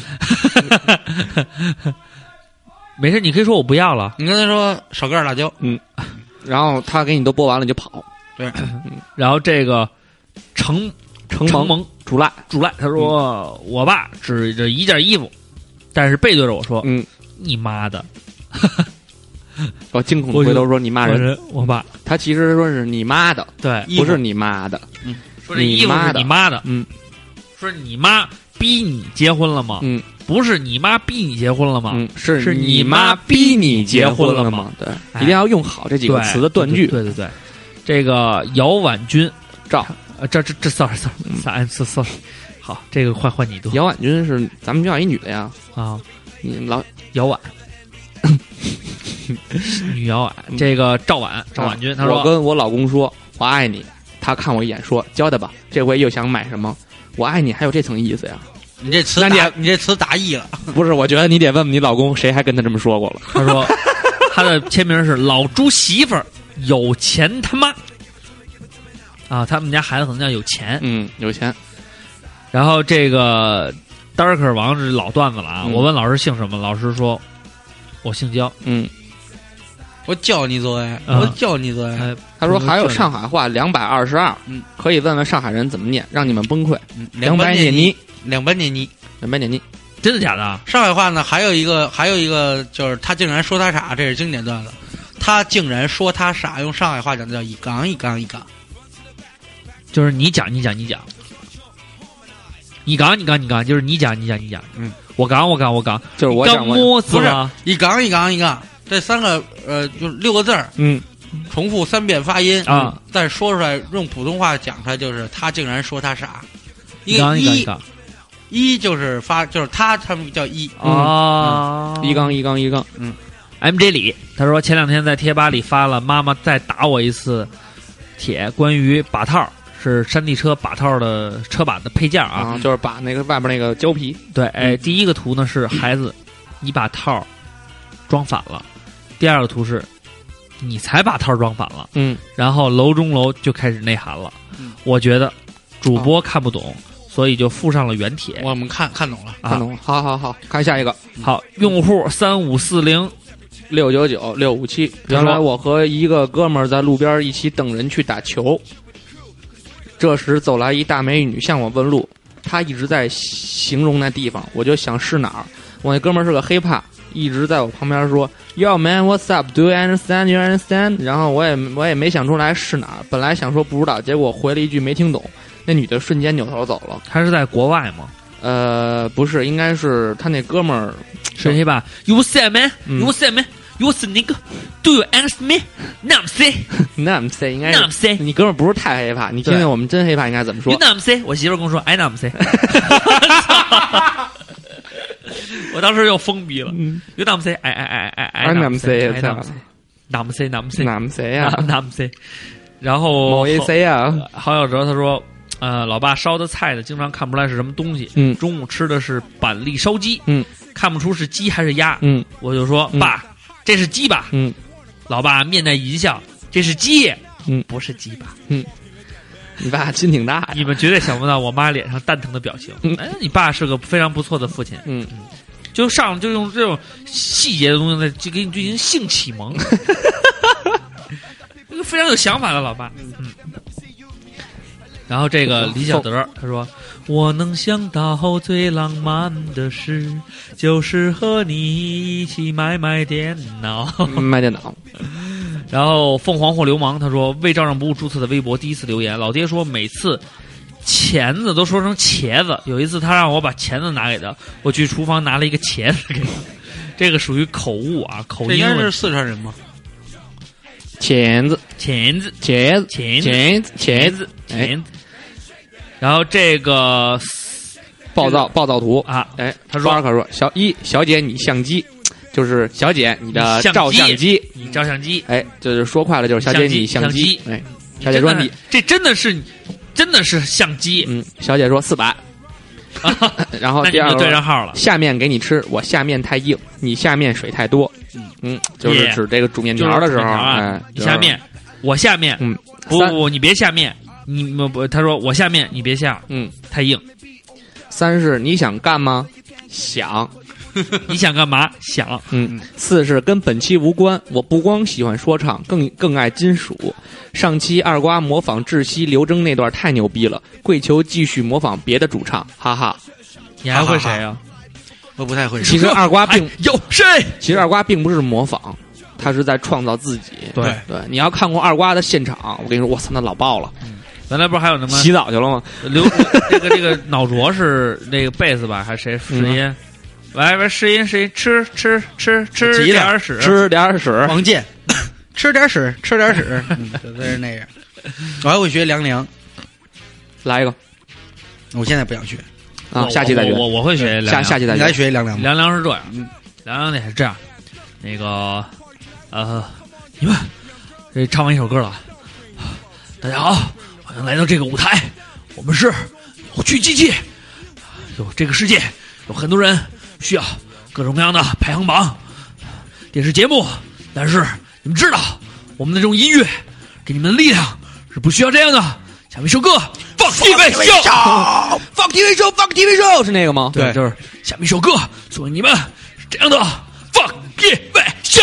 S7: 没事，你可以说我不要了。
S8: 你跟他说少搁点辣椒，
S6: 然后他给你都播完了你就跑，
S7: 然后这个成
S6: 承
S7: 承
S6: 蒙
S7: 蒙
S6: 主赖，嗯
S7: 主赖，他说、我爸只这一件衣服，但是背对着我说，
S6: 嗯，
S7: 你妈的，
S6: 我惊恐
S7: 我
S6: 地回
S7: 就
S6: 头说你骂
S7: 我
S6: 人，
S7: 人我爸
S6: 他其实说是你妈的，
S7: 对，
S8: 衣服
S6: 不是你妈的，
S7: 说这衣服是你妈的，
S6: 嗯，
S7: 说你妈逼你结婚了吗？
S6: 嗯，
S7: 不是你妈逼你结婚了吗？
S6: 嗯，是
S7: 是
S6: 你
S7: 你
S6: 妈
S7: 妈
S6: 逼你结
S7: 结
S6: 婚
S7: 婚
S6: 了
S7: 了
S6: 吗
S7: 吗？
S6: 对，
S7: 哎
S6: 一定要用好这几个
S7: 对
S6: 词的断句。
S7: 对对对对这个姚婉君
S6: 赵，
S7: 呃，这这这，sorry sorry，I'm so sorry。好，这个换换你读
S6: 嗯姚婉君是咱们学校一女的呀，
S7: 啊，
S6: 你老
S7: 姚婉， 女姚婉，
S6: 嗯
S7: 这个赵婉，啊赵婉君，她说
S6: 我跟我老公说我爱你，他看我一眼说交代吧，这回又想买什么？我爱你还有这层意思呀？
S8: 你这词打你这词打意了，
S6: 不是，我觉得你得问问你老公，谁还跟他这么说过了？
S7: 他 说他的签名是老朱媳妇儿有钱他妈啊，他们家孩子可能叫有钱。
S6: 嗯，有钱，
S7: 然后这个 Darker 王是老段子了啊，
S6: 嗯
S7: 我问老师姓什么，老师说我姓焦。
S6: 嗯。
S8: 我叫你做爱，
S7: 啊
S8: 我叫你做爱，
S7: 哎
S6: 他说还有
S7: 不是这
S6: 上海话两百二十二，
S8: 嗯，
S6: 可以问问上海人怎么念，让你们崩溃。
S8: 嗯
S6: 两百
S8: 班
S6: 碾
S8: 点
S6: 泥，，
S8: 两班点泥。
S6: 两百碾泥，
S7: 真的假的啊？
S8: 上海话呢，还有一个，还有一个就是他竟然说他傻，这是经典段子。他竟然说他傻，用上海话讲叫一杠一杠一杠。
S7: 就是你讲，你讲，你讲，你刚，你刚，你刚，就是你讲，你讲，你讲。
S8: 嗯，
S7: 我刚，我刚，我刚，
S6: 就是我
S7: 刚
S6: 讲我，
S7: 摸死了。
S8: 一杠一杠一杠，这三个呃，就是六个字儿，
S6: 嗯，
S8: 重复三遍发音
S7: 啊，
S8: 但是说出来用普通话讲出来就是他竟然说他傻。
S7: 你
S8: 一
S7: 刚，你刚，你
S8: 一
S7: 刚
S8: 一就是发，就是他他们叫一，
S7: 啊！
S6: 嗯一杠一杠一杠，
S7: MJ 李，他说前两天在贴吧里发了“妈妈再打我一次”帖，关于把套是山地车把套的车把的配件啊。
S6: 啊，就是把那个外边那个胶皮，
S7: 对，哎，第一个图呢是孩子，你把套装反了；第二个图是你才把套装反了。
S6: 嗯，
S7: 然后楼中楼就开始内涵了。我觉得主播看不
S6: 哦
S7: 懂，所以就附上了原帖。
S8: 我们看看懂了。
S7: 啊
S6: 看懂了。好好好，看下一个
S7: 好，用户三五四零
S6: 六九九六五七。
S7: 他说
S6: 原来我和一个哥们儿在路边一起等人去打球，这时走来一大美女向我问路，她一直在形容那地方，我就想是哪儿。我那哥们儿是个黑怕，一直在我旁边说 “Yo man, what's up? Do you understand? You understand?” 然后我也我也没想出来是哪儿，本来想说不知道，结果回了一句没听懂，那女的瞬间扭头走了。
S7: 他是在国外吗？
S6: 呃，不是，应该是他那哥们儿
S7: 是黑吧？You say man,
S6: 嗯
S7: you say man, you say nigga, do you ask me? No I'm say,
S6: 那么 say 应该
S7: no
S6: 是
S7: I'm say,
S6: 你哥们儿不是太黑怕，你听听我们真黑怕应该怎么
S7: you
S6: 说？
S7: no I'm say。我媳妇儿跟我说，I no I'm say。我当时又疯逼了，You
S6: 嗯
S7: no I'm say, I I I I I
S6: I'm
S7: no
S6: not say，
S7: I no I'm say, no I'm say, no I'm say,
S6: 哪么谁
S7: no
S6: 呀？
S7: I'm Oh. say。然后
S6: 啊某一啊谁呀？
S7: 郝小哲他说，呃，老爸烧的菜呢，经常看不出来是什么东西。
S6: 嗯
S7: 中午吃的是板栗烧鸡，
S6: 嗯，
S7: 看不出是鸡还是鸭。
S6: 嗯
S7: 我就说、
S6: 嗯
S7: 爸，这是鸡吧？
S6: 嗯，
S7: 老爸面带淫笑，这是鸡，
S6: 嗯
S7: 不是鸡吧？哎
S6: 你爸心挺大呀。
S7: 你们绝对想不到我妈脸上蛋疼的表情。
S6: 嗯
S7: 哎，你爸是个非常不错的父亲，
S6: 嗯，
S7: 就上来就用这种细节的东西来就给你进行性启 蒙，这个非常有想法的老爸。嗯。然后这个李小德他说：“我能想到最浪漫的事，就是和你一起买卖电脑。”
S6: 卖电脑，
S7: 然后凤凰或流氓他说为照账不误注册的微博第一次留言，老爹说每次钳子都说成茄子，有一次他让我把钳子拿给他，我去厨房拿了一个茄子给他，这个属于口误啊，口
S8: 这应
S7: 音
S8: 该
S7: 问
S8: 是
S7: 题
S8: 四川人吗？
S6: 钳子，
S7: 钳子，
S6: 钳子，
S7: 钳子
S6: 钳子，钳子，哎，
S7: 钳子。然后这个
S6: 暴躁暴躁图
S7: 啊，
S6: 哎，
S7: 他说
S6: 花儿可说，小一小姐你相机，就是小姐你的
S7: 你相机
S6: 照相机，
S7: 你照相机，
S6: 哎，就是说快了就是小姐你
S7: 相机
S6: 机，哎，小姐
S7: 真
S6: 说
S7: 的
S6: 你，
S7: 这真的是真的是相 机，
S6: 嗯，小姐说四百，
S7: 啊
S6: 然后
S7: 那你
S6: 哦第二
S7: 就对
S6: 个
S7: 上号了。
S6: 下面给你吃，我下面太硬，你下面水太多，嗯，就是
S7: 耶
S6: 指这个煮面
S7: 就
S6: 条
S7: 是
S6: 的时候，
S7: 啊
S6: 哎，，
S7: 你下面，我下面，
S6: 嗯
S7: 不
S6: 三
S7: 不不，你别下面，你不不，他说我下面，你别下，
S6: 嗯，
S7: 太 硬，
S6: 三是你想干吗？想，
S7: 你想干嘛想，
S6: 嗯，四是跟本期无关。我不光喜欢说唱，更更爱金属。上期二瓜模仿窒息刘铮那段太牛逼了，跪求继续模仿别的主唱，哈 哈。
S7: 你还会谁
S6: 啊
S7: 啊呀？
S8: 我不太会
S6: 其实二瓜并
S7: 哎有谁？
S6: 其实二瓜并不是模仿，他是在创造自己。
S7: 对
S6: 对，你要看过二瓜的现场，我跟你说，我操，那老爆了。
S7: 原来不是还有什么
S6: 洗澡去了吗？
S7: 刘这个这个脑浊是那个贝斯吧，还是谁石音？
S6: 嗯
S7: 来来，石音石音，吃吃吃吃
S8: 急了
S7: 点儿屎，
S6: 吃点儿屎。
S8: 王健，吃点屎，吃点屎，嗯就都是那样。我还会学凉凉，
S6: 来一个
S8: 我现在不想学，
S6: 啊，
S7: 我
S6: 下期再
S7: 我
S6: 约。
S7: 我我啊会学
S6: 下下期再
S8: 你来
S6: 约。
S8: 学凉凉吧。
S7: 凉凉是这样，凉凉也是这样，那个呃，你们这唱完一首歌了，大家好，欢迎来到这个舞台，我们是有趣机器，有这个世界有很多人需要各种各样的排行榜、电视节目，但是你们知道，我们的这种音乐给你们的力量是不需要这样的。下面一首歌，放 TV 秀，放 TV 秀，放 TV 秀。
S6: 又是那个吗？
S8: 对
S7: 就是下面一首歌送给你们，是这样的，放地位笑，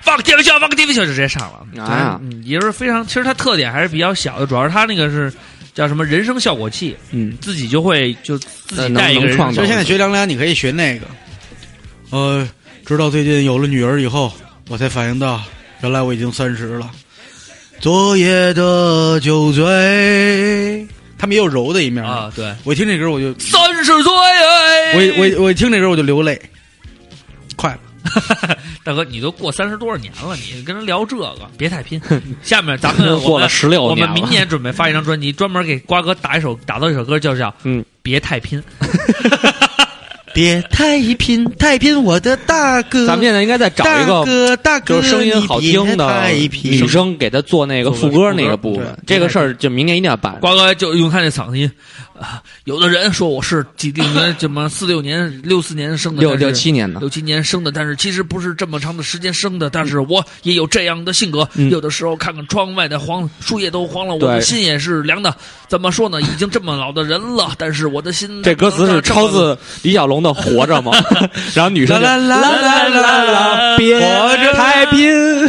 S7: 放地位笑，放地位笑就直接上了
S6: 啊
S7: 嗯，也就是非常，其实它特点还是比较小的，主要是它那个是叫什么人声效果器，
S6: 嗯，
S7: 自己就会就自
S6: 呃
S7: 己
S6: 能
S7: 带一个
S6: 能
S7: 人
S6: 创
S7: 声
S8: 其实现在学凉凉，你可以学那个，呃，直到最近有了女儿以后，我才反应到，原来我已经三十了。昨夜的酒醉，他们也有柔的一面
S7: 啊，对，
S8: 我一听这歌我就，
S7: 三十岁，哎
S8: 我一我一我一听这歌我就流泪，快了，
S7: 我， 大哥，你都过三十多少年了，你跟人聊这个，别太 拼。下面咱们
S6: 过了十六
S7: 我
S6: 年
S7: 们
S6: 了。
S7: 明年准备发一张专辑，专门给瓜哥打一首，打造一首歌，就叫
S6: 嗯，
S7: 别太 拼。
S8: 别太拼，太拼我的大哥。
S6: 咱们现在应该再找一
S8: 大
S6: 个
S8: 哥，大哥，
S6: 就是声音好听的
S8: 你别太
S6: 女
S8: 拼。
S6: 生给她做那个副歌那个部分
S8: 对，
S6: 这个事儿就明年一定要办。
S7: 瓜哥就用他那嗓音，啊，有的人说我是几六年什么四六年六四年生的，
S6: 六
S7: 但是
S6: 六七年呢，
S7: 六七年生的，但是其实不是这么长的时间生的，但是我也有这样的性格，
S6: 嗯
S7: 有的时候看看窗外的黄树叶都黄了，我
S6: 对
S7: 的心也是凉的。怎么说呢？已经这么老的人了，但是我的心
S6: 这歌词是抄自李小龙的《活着》吗？然后女生就
S8: 啦啦啦啦啦啦
S6: 别
S8: 活着
S6: 太拼，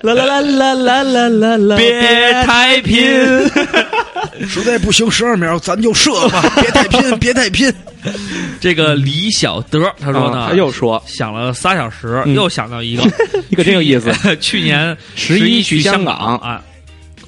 S6: 啦啦啦啦啦啦啦，
S7: 别太拼，
S8: 实在不行，十二秒咱就射 吧，别太拼，别太拼。
S7: 这个李小德他说呢，
S6: 啊他又说
S7: 想了仨小时，
S6: 嗯
S7: 又想到一个，
S6: 一个真有意思，
S7: 去年
S6: 11
S7: 去
S6: 去
S7: 香
S6: 香港
S7: 啊，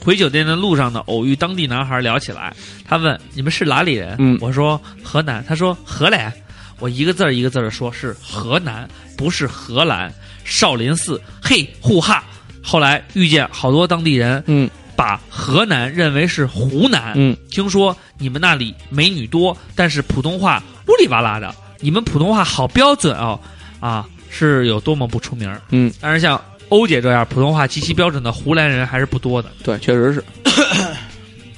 S7: 回酒店的路上呢，偶遇当地男孩聊起来，他问你们是哪里人？
S6: 嗯
S7: 我说河南，他说河南，我一个字儿一个字的说是河南，不是荷兰。少林寺，嘿呼哈。后来遇见好多当地人，
S6: 嗯，
S7: 把河南认为是湖南。
S6: 嗯，
S7: 听说你们那里美女多，但是普通话呜里哇啦的，你们普通话好标准哦，啊，是有多么不出名儿？
S6: 嗯，
S7: 但是像欧姐这样普通话极其标准的湖南人还是不多的。
S6: 对，确实是，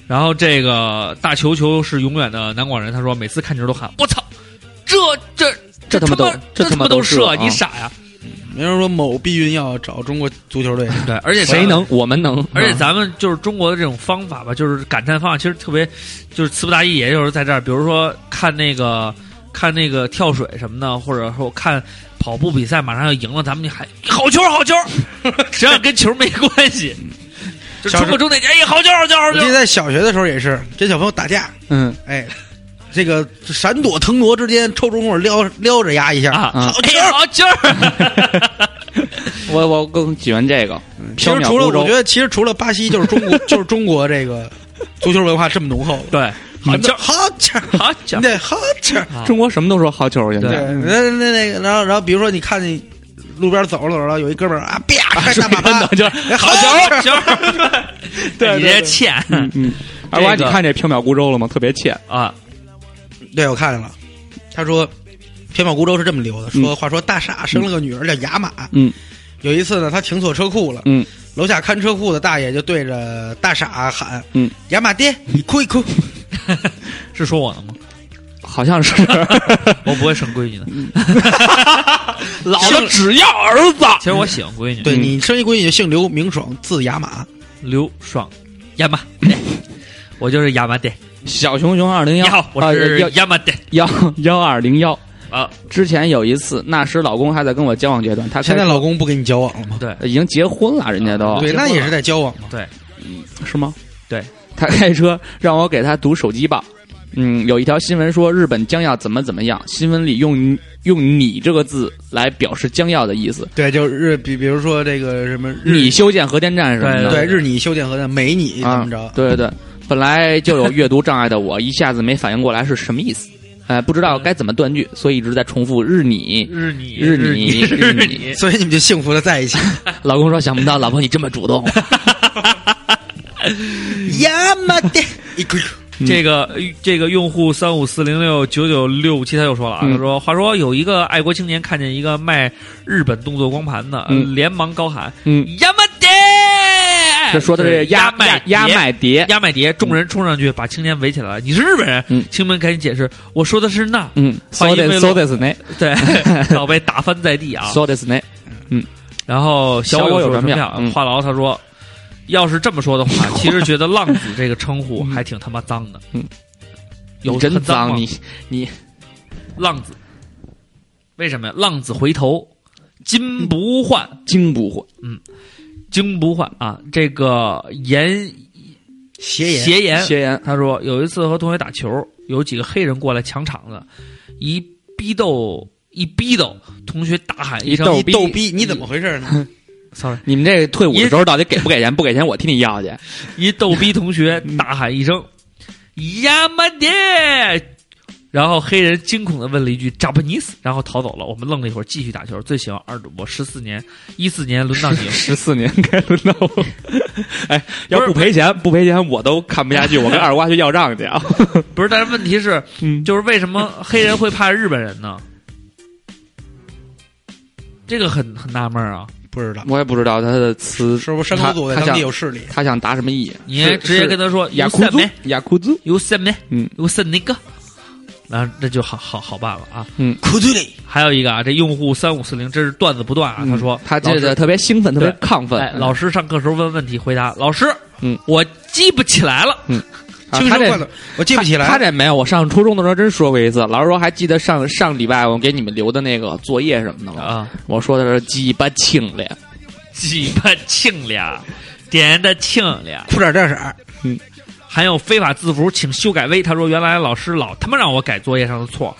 S7: 然后这个大球球是永远的南广人，他说每次看球都喊我操，这这
S6: 这他妈都
S7: 这
S6: 这他妈
S7: 都
S6: 都是啊
S7: 你傻呀？
S8: 没人说某避孕药找中国足球队，
S7: 对，而且
S6: 谁？能我们能，
S7: 而且
S6: 嗯
S7: 咱们就是中国的这种方法吧，就是感叹方法，其实特别就是词不达意，也就是在这儿，比如说看那个看那个跳水什么的，或者说看跑步比赛马上要赢了，咱们就喊好球好球，只要跟球没关系，就冲个终点前，哎，好球好球好
S8: 我
S7: 球
S8: 记得，在小学的时候也是跟小朋友打架，
S6: 嗯，
S8: 哎，这个闪躲腾挪之间抽中我撩撩着压一下，
S7: 啊，
S8: 好球！
S7: 哎，好劲儿！
S6: 我我更喜欢这个。嗯
S8: 其实除了我觉得，其实除了巴西，就是中国， 就是中国这个足球文化这么浓 厚。
S7: 对，好劲儿，
S8: 好球！
S7: 好劲
S8: 你
S7: 儿！
S8: 得好球！
S6: 中国什么都说好球，现
S7: 对
S8: 嗯
S6: 在嗯
S8: 那那那个，然后然后比如说你看见路边走着走着，有一哥们儿啊，啪开大
S6: 大
S8: 粑粑，
S6: 就
S8: 哎好
S7: 啊球
S8: 球
S7: 球，
S4: 对对
S7: 你这
S4: 对
S7: 欠
S4: 嗯嗯，二瓜，你看这缥缈孤舟了吗？特别欠，
S7: 啊，
S8: 对，我看见了。他说，天宝孤舟是这么留的，说、
S4: 嗯
S8: 话说大傻生了个女儿叫雅玛，
S4: 嗯
S8: 有一次呢，他停错车库了，
S4: 嗯，
S8: 楼下看车库的大爷就对着大傻喊，
S4: 嗯，
S8: 雅玛爹，你哭一哭。
S7: 是说我呢吗？
S6: 好像 是
S7: 我不会生闺女的，
S6: 嗯 老子只要儿子，
S7: 其实我喜欢闺女，
S8: 对
S4: 嗯
S8: 你生一闺女姓刘，名爽，字雅玛。
S7: 刘爽，亚 麻，我就是亚麻爹。
S6: 小熊熊二零
S7: 你
S6: 幺，
S7: 好，我是
S6: 幺
S7: 亚麻爹
S6: 幺 幺二零幺。
S7: 啊，
S6: 之前有一次，那时老公还在跟我交往阶段，他
S8: 现在啊
S6: 开始
S8: 老公不跟你交往了吗？
S7: 对
S6: 已经结婚了，人家都
S8: 对，
S7: 结婚
S8: 那
S7: 了
S8: 也是在交往
S6: 哦
S8: 嘛。
S7: 对，
S6: 是吗？
S7: 对，
S6: 他开车让我给他读手机报。嗯，有一条新闻说日本将要怎么怎么样，新闻里用用“你”这个字来表示将要的意思，
S8: 对，就是比比如说这个什么日
S6: 你修建核电站什么的。
S8: 对日你修建和的美你怎么着
S6: 啊？？对对对，本来就有阅读障碍的我，一下子没反应过来是什么意思，呃，不知道该怎么断句，所以一直在重复日你。
S7: 日你
S6: 日你
S7: 你
S6: 日
S7: 日
S6: 你，
S8: 所以你们就幸福的在一 起。
S6: 老公说想不到老婆你这么主动，
S8: 雅玛爹，一哭一哭。
S6: 嗯
S7: 这个这个用户三五四零六九九六五七他又说了啊，
S6: 嗯
S7: 他说：“话说有一个爱国青年看见一个卖日本动作光盘的，
S6: 嗯
S7: 连忙高喊
S6: 嗯，
S7: 亚麻爹！”
S6: 这说的是
S7: 哎压
S6: 压压压
S7: 麦
S6: 麦碟，
S7: 压麦碟，众人冲上去把青年围起来了。你是日本人？
S6: 嗯
S7: 青门赶紧解释，我说的是那，
S6: 嗯，so
S7: 欢迎
S6: this
S7: 微
S6: so
S7: 露
S6: this 呢
S7: 对， 然后被打翻在地啊。
S6: ，so this 呢，
S7: 然后
S6: 小
S7: 我
S6: 我有
S7: 什
S6: 什么
S7: 样？
S6: 样嗯
S7: 话痨他说，要是这么说的话，其实觉得浪子这个称呼还挺他妈脏的。
S6: 嗯，
S7: 有
S6: 你真
S7: 很吗
S6: 脏你你
S7: 浪子，为什么呀？浪子回头金不换，
S6: 经不会，
S7: 金不换啊！这个言
S8: 邪言，
S7: 邪言
S6: 邪言，
S7: 他说有一次和同学打球，有几个黑人过来抢场子，一逼斗一逼斗，同学大喊一声
S6: 一
S8: 你逗逼，嗯你怎么回事呢？
S7: ，sorry，
S6: 你们这退伍
S7: 一
S6: 的时候到底给不给钱？不给钱我替你要去，
S7: 一逗逼同学大喊一声亚麻爹。然后黑人惊恐的问了一句 “Japanese”，然后逃走了。我们愣了一会儿，继续打球。最喜欢二主播，十四年，一四年轮到你了。
S6: 十四年该轮到我， 哎，要
S7: 不是
S6: 不赔钱不赔钱我都看不下去，我跟二瓜去要账去啊，
S7: 不是，但是问题是，
S6: 嗯，
S7: 就是为什么黑人会怕日本人呢？这个很很纳闷儿啊！
S8: 不知道，
S6: 我也不知道他的词
S8: 是不是山口组在
S6: 他他
S8: 当
S6: 想
S8: 地有势力？
S6: 他想达什么意，
S7: 你直接跟他说
S6: 雅
S7: 有
S6: 库
S7: 什
S6: 兹
S7: 么
S6: 雅库兹，
S7: 有什么
S6: 嗯
S7: 有什那个，然后这就好好好办了啊！
S8: 苦对里，
S7: 还有一个啊，这用户三五四零，这是段子不断啊。他说
S6: 嗯他
S7: 老
S6: 这
S7: 师
S6: 个特别兴奋，特别亢
S7: 哎，
S6: 奋，啊
S7: 老师上课时候问问题，回答老师，
S6: 嗯，
S7: 我记不起来了。
S6: 啊
S8: 轻
S6: 他
S8: 声
S6: 这
S8: 快乐，我记不起来。
S6: 他这没有，我上初中的时候真说过一次。老师说还记得上上礼拜我给你们留的那个作业什么的吗？
S7: 啊，
S6: 我说的是鸡巴庆嘞，
S7: 鸡巴庆俩，点的庆俩，
S8: 裤衩这色儿，
S7: 含有非法字符，请修改微。他说原来老师老他妈让我改作业上的错，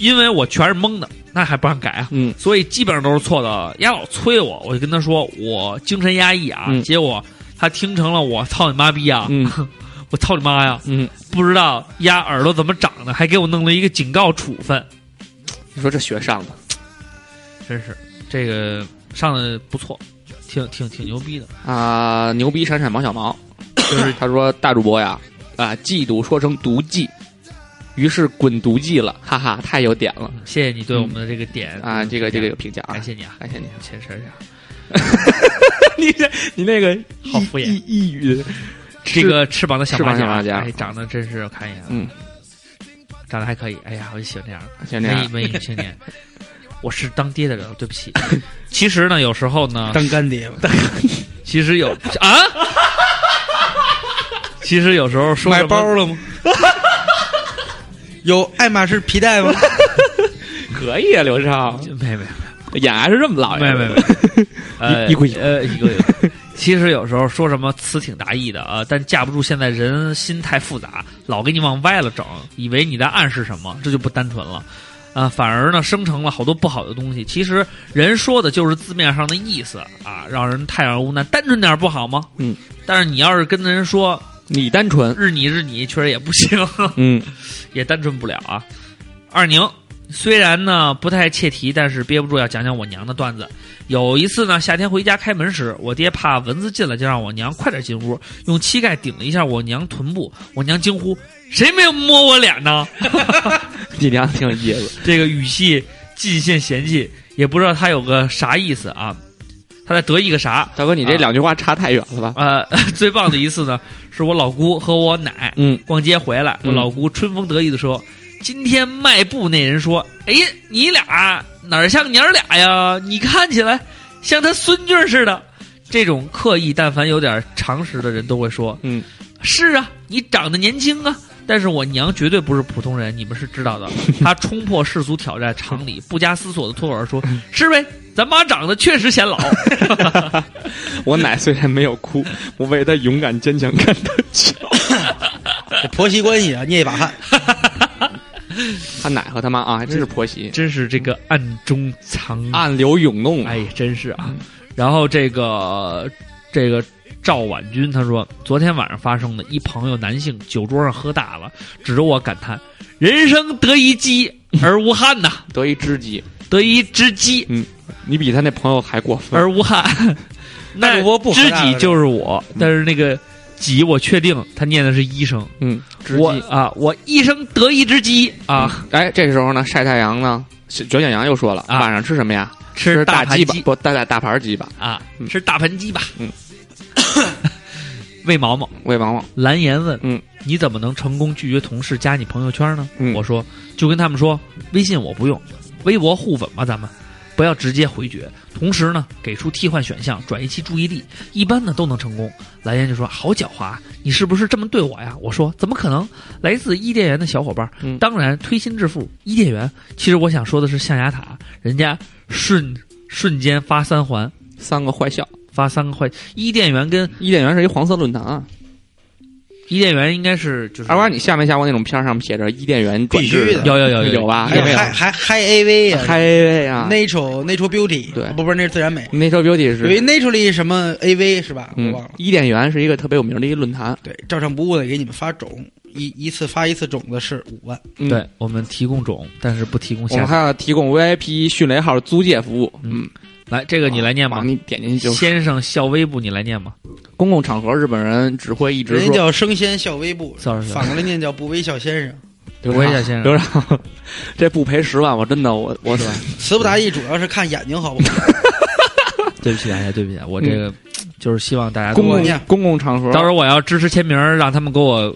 S7: 因为我全是蒙的，那还不让改啊？
S6: 嗯，
S7: 所以基本上都是错的。丫老催我，我就跟他说我精神压抑啊，
S6: 嗯
S7: 结果他听成了我操你妈逼啊，
S6: 嗯
S7: 我操你妈呀，
S6: 嗯，
S7: 不知道丫耳朵怎么长的，还给我弄了一个警告处分，
S6: 你说这学上的，
S7: 真是这个上的不错，挺挺挺牛逼的。
S6: 啊、牛逼闪闪毛小毛，就是他说大主播呀，啊、嫉妒说成毒计，于是滚毒计了，哈哈，太有点了
S7: 嗯谢谢你对我们的这个嗯点
S6: 啊、这个这个有评价啊
S7: 感，谢你啊，
S6: 感谢你，
S7: 谢谢啊，
S6: 你这你那个
S7: 好敷衍
S6: 抑抑郁，
S7: 这个翅膀的小
S6: 翅膀
S7: 马甲，
S6: 小马甲
S7: 哎，长得真是我看一眼，啊
S6: 嗯，
S7: 长得还可以。哎呀，我就喜欢这样的
S6: 像这
S7: 文
S6: 样
S7: 艺文艺青年。 我是当爹的人，对不起。 其实呢，有时候呢，
S8: 当干爹 吧，
S7: 其实有啊， 其实有时候说
S8: 买
S7: 什么
S8: 包了 吗？有爱马仕皮 带吗？
S6: 可以啊，刘畅
S7: 没有没
S6: 演还是这么老
S7: 有没
S6: 哎呀，
S7: 有没有没有，呃，
S6: 一一股一股
S7: 呃一股一股。其实有时候说什么词挺达意的啊，但架不住现在人心太复杂，老给你往歪了整，以为你在暗示什么，这就不单纯了。啊，反而呢，生成了好多不好的东西。其实人说的就是字面上的意思啊，让人太让人无奈。单纯点儿不好吗？
S6: 嗯。
S7: 但是你要是跟人说
S6: 你单纯，
S7: 日你日你，确实也不行，
S6: 嗯
S7: 也单纯不了啊。二宁虽然呢不太切题，但是憋不住要讲讲我娘的段子。有一次呢，夏天回家开门时，我爹怕蚊子进来，就让我娘快点进屋，用膝盖顶了一下我娘臀部。我娘惊呼：“谁没有摸我脸呢？”
S6: 你娘挺有意思，
S7: 这个语气尽显嫌弃，也不知道他有个啥意思啊。他在得意个啥？
S6: 大哥，你这
S7: 啊
S6: 两句话差太远了吧？
S7: 呃， 最棒的一次呢，是我老姑和我奶
S6: 嗯，
S7: 逛街回来，我
S6: 嗯
S7: 老姑春风得意的说：“今天卖布那人说，哎，你俩哪儿像娘儿俩呀？你看起来像他孙女儿似的。”这种刻意，但凡有点常识的人都会说：“
S6: 嗯，
S7: 是啊，你长得年轻啊。”但是我娘绝对不是普通人，你们是知道的。她冲破世俗挑战，常理，不加思索的脱口而出：“是呗，咱妈长得确实显老。”
S6: 我奶虽然没有哭，我为她勇敢坚强感到骄傲。
S8: 这婆媳关系啊，捏一把汗。
S6: 他奶和他妈啊，还真是婆媳，
S7: 真是这个暗中藏，
S6: 暗流涌动啊。
S7: 哎，真是啊。然后这个这个赵婉君她说，昨天晚上发生的一朋友男性酒桌上喝大了，指着我感叹：“人生得一饥而无憾呐，
S6: 得一知己，
S7: 得一知饥
S6: 你比他那朋友还过分。
S7: 而无憾。” 那
S8: 主播不喝
S7: 知
S8: 大
S7: 己
S8: 了
S7: 就是我，
S6: 嗯
S7: 但是那个己我确定他念的是医生，
S6: 嗯，知
S7: 我
S6: 己
S7: 啊，我一生得一只鸡啊，
S6: 嗯哎，这时候呢，晒太阳呢，卷卷羊又说了，
S7: 啊
S6: 晚上吃什么呀？
S7: 吃
S6: 大
S7: 盘
S6: 鸡巴
S7: 鸡，
S6: 不，大大大盘鸡巴。
S7: 啊
S6: 嗯，
S7: 吃大盘鸡吧。
S6: 嗯，
S7: 魏毛毛
S6: 喂，王王，
S7: 蓝颜问：“
S6: 嗯，
S7: 你怎么能成功拒绝同事加你朋友圈呢？”
S6: 嗯
S7: 我说：“就跟他们说，微信我不用，微博互粉吧，咱们不要直接回绝。同时呢，给出替换选项，转移其注意力，一般呢都能成功。”蓝颜就说：“好狡猾，你是不是这么对我呀？”我说：“怎么可能？来自伊甸园的小伙伴，
S6: 嗯
S7: 当然推心置腹。伊甸园，其实我想说的是象牙塔，人家瞬瞬间发三环。”
S6: 三个坏笑。
S7: 发三个坏。伊甸园跟
S6: 伊甸园是一黄色论坛啊。
S7: 伊甸园应该是就是
S6: 二瓜，你下没下过那种片儿上写着伊甸园转
S8: 必
S6: 制
S8: 须的
S7: 有有有
S6: 有？吧？
S8: 啊还有
S6: 没有？
S8: 还还还 AV 呀、
S6: 嗨喂啊！
S8: Natural Natural Beauty，
S6: 对
S8: 不不是那是自然美，
S6: 那 a Beauty
S8: 有一
S6: 是，
S8: Naturally 什么 AV 是吧？我
S6: 嗯
S8: 忘了，。
S6: 伊甸园是一个特别有名的一个论坛。
S8: 对，照常不误的给你们发种，一一次发一次种子是五万。
S6: 嗯
S7: 对，我们提供种，但是不提供
S6: 我们
S7: 下载。
S6: 还要提供 VIP 迅雷号租借服务。嗯，
S7: 来，这个你来念吧
S6: 啊。你点进去就是
S7: 先生校微部，你来念吧。
S6: 公共场合，日本人只会一直
S8: 人家
S6: 说
S8: 叫生鲜笑微步，
S7: sorry，sorry
S8: 反过来念叫不微笑先生。
S6: 刘
S7: 我也
S6: 畅
S7: 想先生
S6: 刘畅， 这不赔十万，我真的我我
S8: 词不达意，主要是看眼睛好不 好。
S7: 对不起大家，对不起，哎我这个就是希望大家
S6: 嗯公
S7: 多
S6: 共
S8: 念
S6: 公共场合
S7: 到时候我要支持签名，让他们给我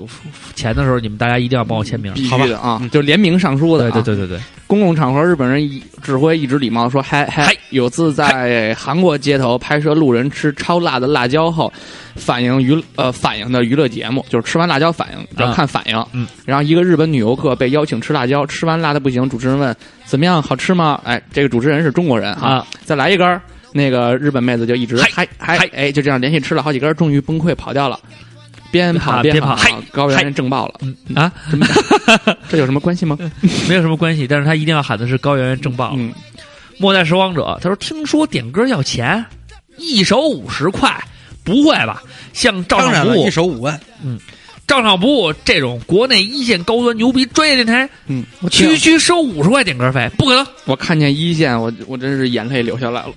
S7: 钱的时候，你们大家一定要帮我签名。
S6: 必
S7: 好吧嗯
S6: 须？的啊，就联名上书的
S7: 对
S6: 啊。
S7: 对对对对，
S6: 公共场合，日本人一只会一直礼貌说嗨嗨
S7: 嗨。
S6: 有次在韩国街头拍摄路人吃超辣的辣椒后，反映娱呃反映的娱乐节目，就是吃完辣椒反应要看反应。
S7: 嗯，
S6: 然后一个日本女游客被邀请吃辣椒，吃完辣的不行，主持人问怎么样好吃吗？哎，这个主持人是中国人啊，
S7: 啊，
S6: 再来一根儿。那个日本妹子就一直
S7: 嗨
S6: 嗨嗨
S7: 嗨
S6: 哎，就这样连续吃了好几根儿，终于崩溃跑掉了。边
S7: 啊
S6: 跑
S7: 边
S6: 跑
S7: 跑嗨，
S6: 高原
S7: 嗨
S6: 人震爆了
S7: 嗯啊，
S6: 真的这有什么关系吗？
S7: 没有什么关系，但是他一定要喊的是高圆圆正爆。
S6: 嗯，
S7: 末代拾荒者，他说：“听说点歌要钱，一首五十块，不会吧？像照
S8: 当
S7: 常
S8: 然
S7: 不
S8: 了，
S7: 误
S8: 一，手五万，
S7: 照常不误这种国内一线高端牛逼专业电台，
S6: 嗯，
S7: 我区区收五十块点歌费，不可能。
S6: 我看见一线，我我真是眼泪流下来了。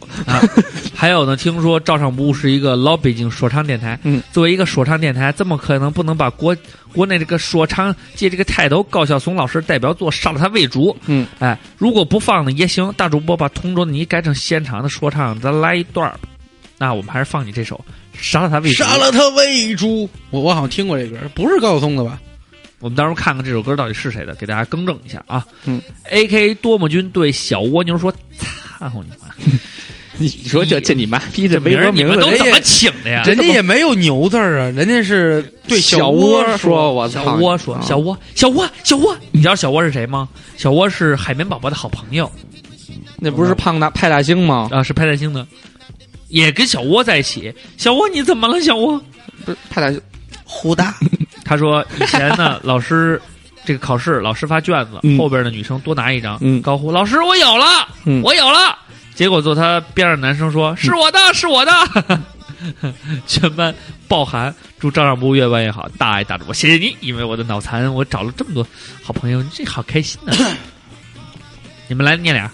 S7: 还有呢，听说照常不误是一个老北京说唱电台，
S6: 嗯，
S7: 作为一个说唱电台，怎么可能不能把国国内这个说唱界这个泰斗高晓松老师代表作杀了他为主？
S6: 嗯，
S7: 哎，如果不放呢也行，大主播把《同桌的你》改成现场的说唱，咱来一段儿那我们还是放你这首《杀了他为主》。
S8: 杀了他喂猪。我我好像听过这歌，不是高晓松的吧？
S7: 我们到时候看看这首歌到底是谁的，给大家更正一下啊。
S6: 嗯
S7: ，A K 多么君对小蜗牛说：“操你妈！
S6: 你说这这你妈逼这微
S7: 名
S6: 博
S7: 儿你
S6: 名
S7: 们
S6: 字
S7: 都
S8: 人
S7: 怎
S8: 家
S7: 么请的呀？”
S8: 人家也没有牛字儿啊，人家是哎对
S6: 小
S8: 窝
S6: 窝
S8: 说。
S6: 我操，
S7: 小窝说：“小窝，小窝，小窝，你知道小窝是谁吗？小窝是海绵宝宝的好朋友
S6: 哦那不是胖大派大星吗？
S7: 啊，是派大星的，也跟小窝在一起。小窝，你怎么了？小窝？
S6: 不是派大星，
S8: 胡 大，
S7: 他说以前 呢，老师这个考试，老师发卷子，
S6: 嗯
S7: 后边的女生多拿一张，
S6: 嗯
S7: 高呼：‘老师，我有了，
S6: 嗯
S7: 我有了！’结果坐他边上的男生说：‘是我的，是我的。’ 全班爆寒，祝照常不误越办越好，大爱大主 播，谢谢你，因为我的脑残，我找了这么多好朋友，这好开心呢、你们来念俩，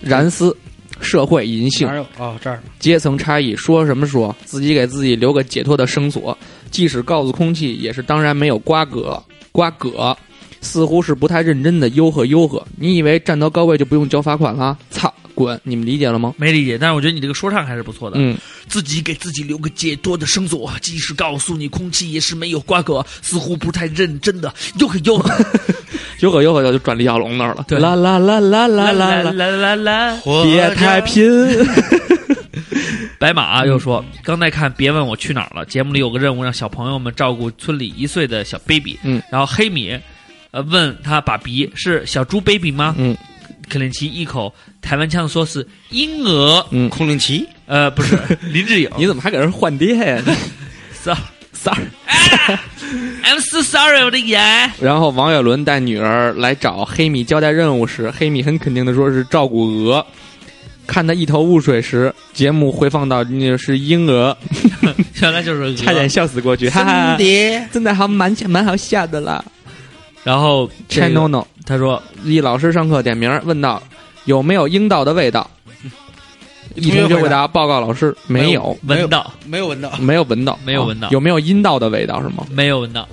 S6: 燃私、社会、银杏
S8: 哪、有？哦，这儿
S6: 阶层差异，说什么说？自己给自己留个解脱的绳索，即使告诉空气，也是当然没有瓜葛。瓜葛似乎是不太认真的悠呵悠呵。你以为站到高位就不用交罚款了？操，滚！你们理解了吗？
S7: 没理解，但是我觉得你这个说唱还是不错的。
S6: 嗯，
S7: 自己给自己留个解脱的绳索，即使告诉你空气也是没有瓜葛，似乎不太认真的，又可又可
S6: 悠呵悠呵就转李小龙那儿了。
S7: 对
S6: 啦啦啦啦啦啦 啦，
S7: 啦啦啦！
S6: 别太 拼。
S7: 白马啊又说，刚才看《别问我去哪儿了》节目里有个任务，让小朋友们照顾村里一岁的小 baby。
S6: 嗯，
S7: 然后黑米，呃，问他爸比是小猪 baby 吗？
S6: 嗯
S7: 克林奇一口台湾腔说是婴儿，
S6: 嗯，
S8: 孔令奇，
S7: 呃，不是林志 颖。
S6: 你怎么还给人换爹呀？
S7: So 哎
S6: 三儿。
S7: I'm so sorry，我的眼。
S6: 然后王岳伦带女儿来找黑米交代任务时，黑米很肯定的说是照顾鹅。看他一头雾水时，节目回放到那是婴儿，
S7: 原来就是鹅
S6: 差点笑死过 去，哈哈，真的还蛮蛮好笑的啦。
S7: 然后这
S6: c h
S7: 个
S6: a n o n o
S7: 他说
S6: 易老师上课点名问道有没有樱道的味道，一同学回答报告老师没有，
S7: 闻到
S8: 没有闻到。
S6: 没有闻到，
S7: 没有闻到
S6: 啊有没有阴道的味道是吗？
S7: 没有闻到，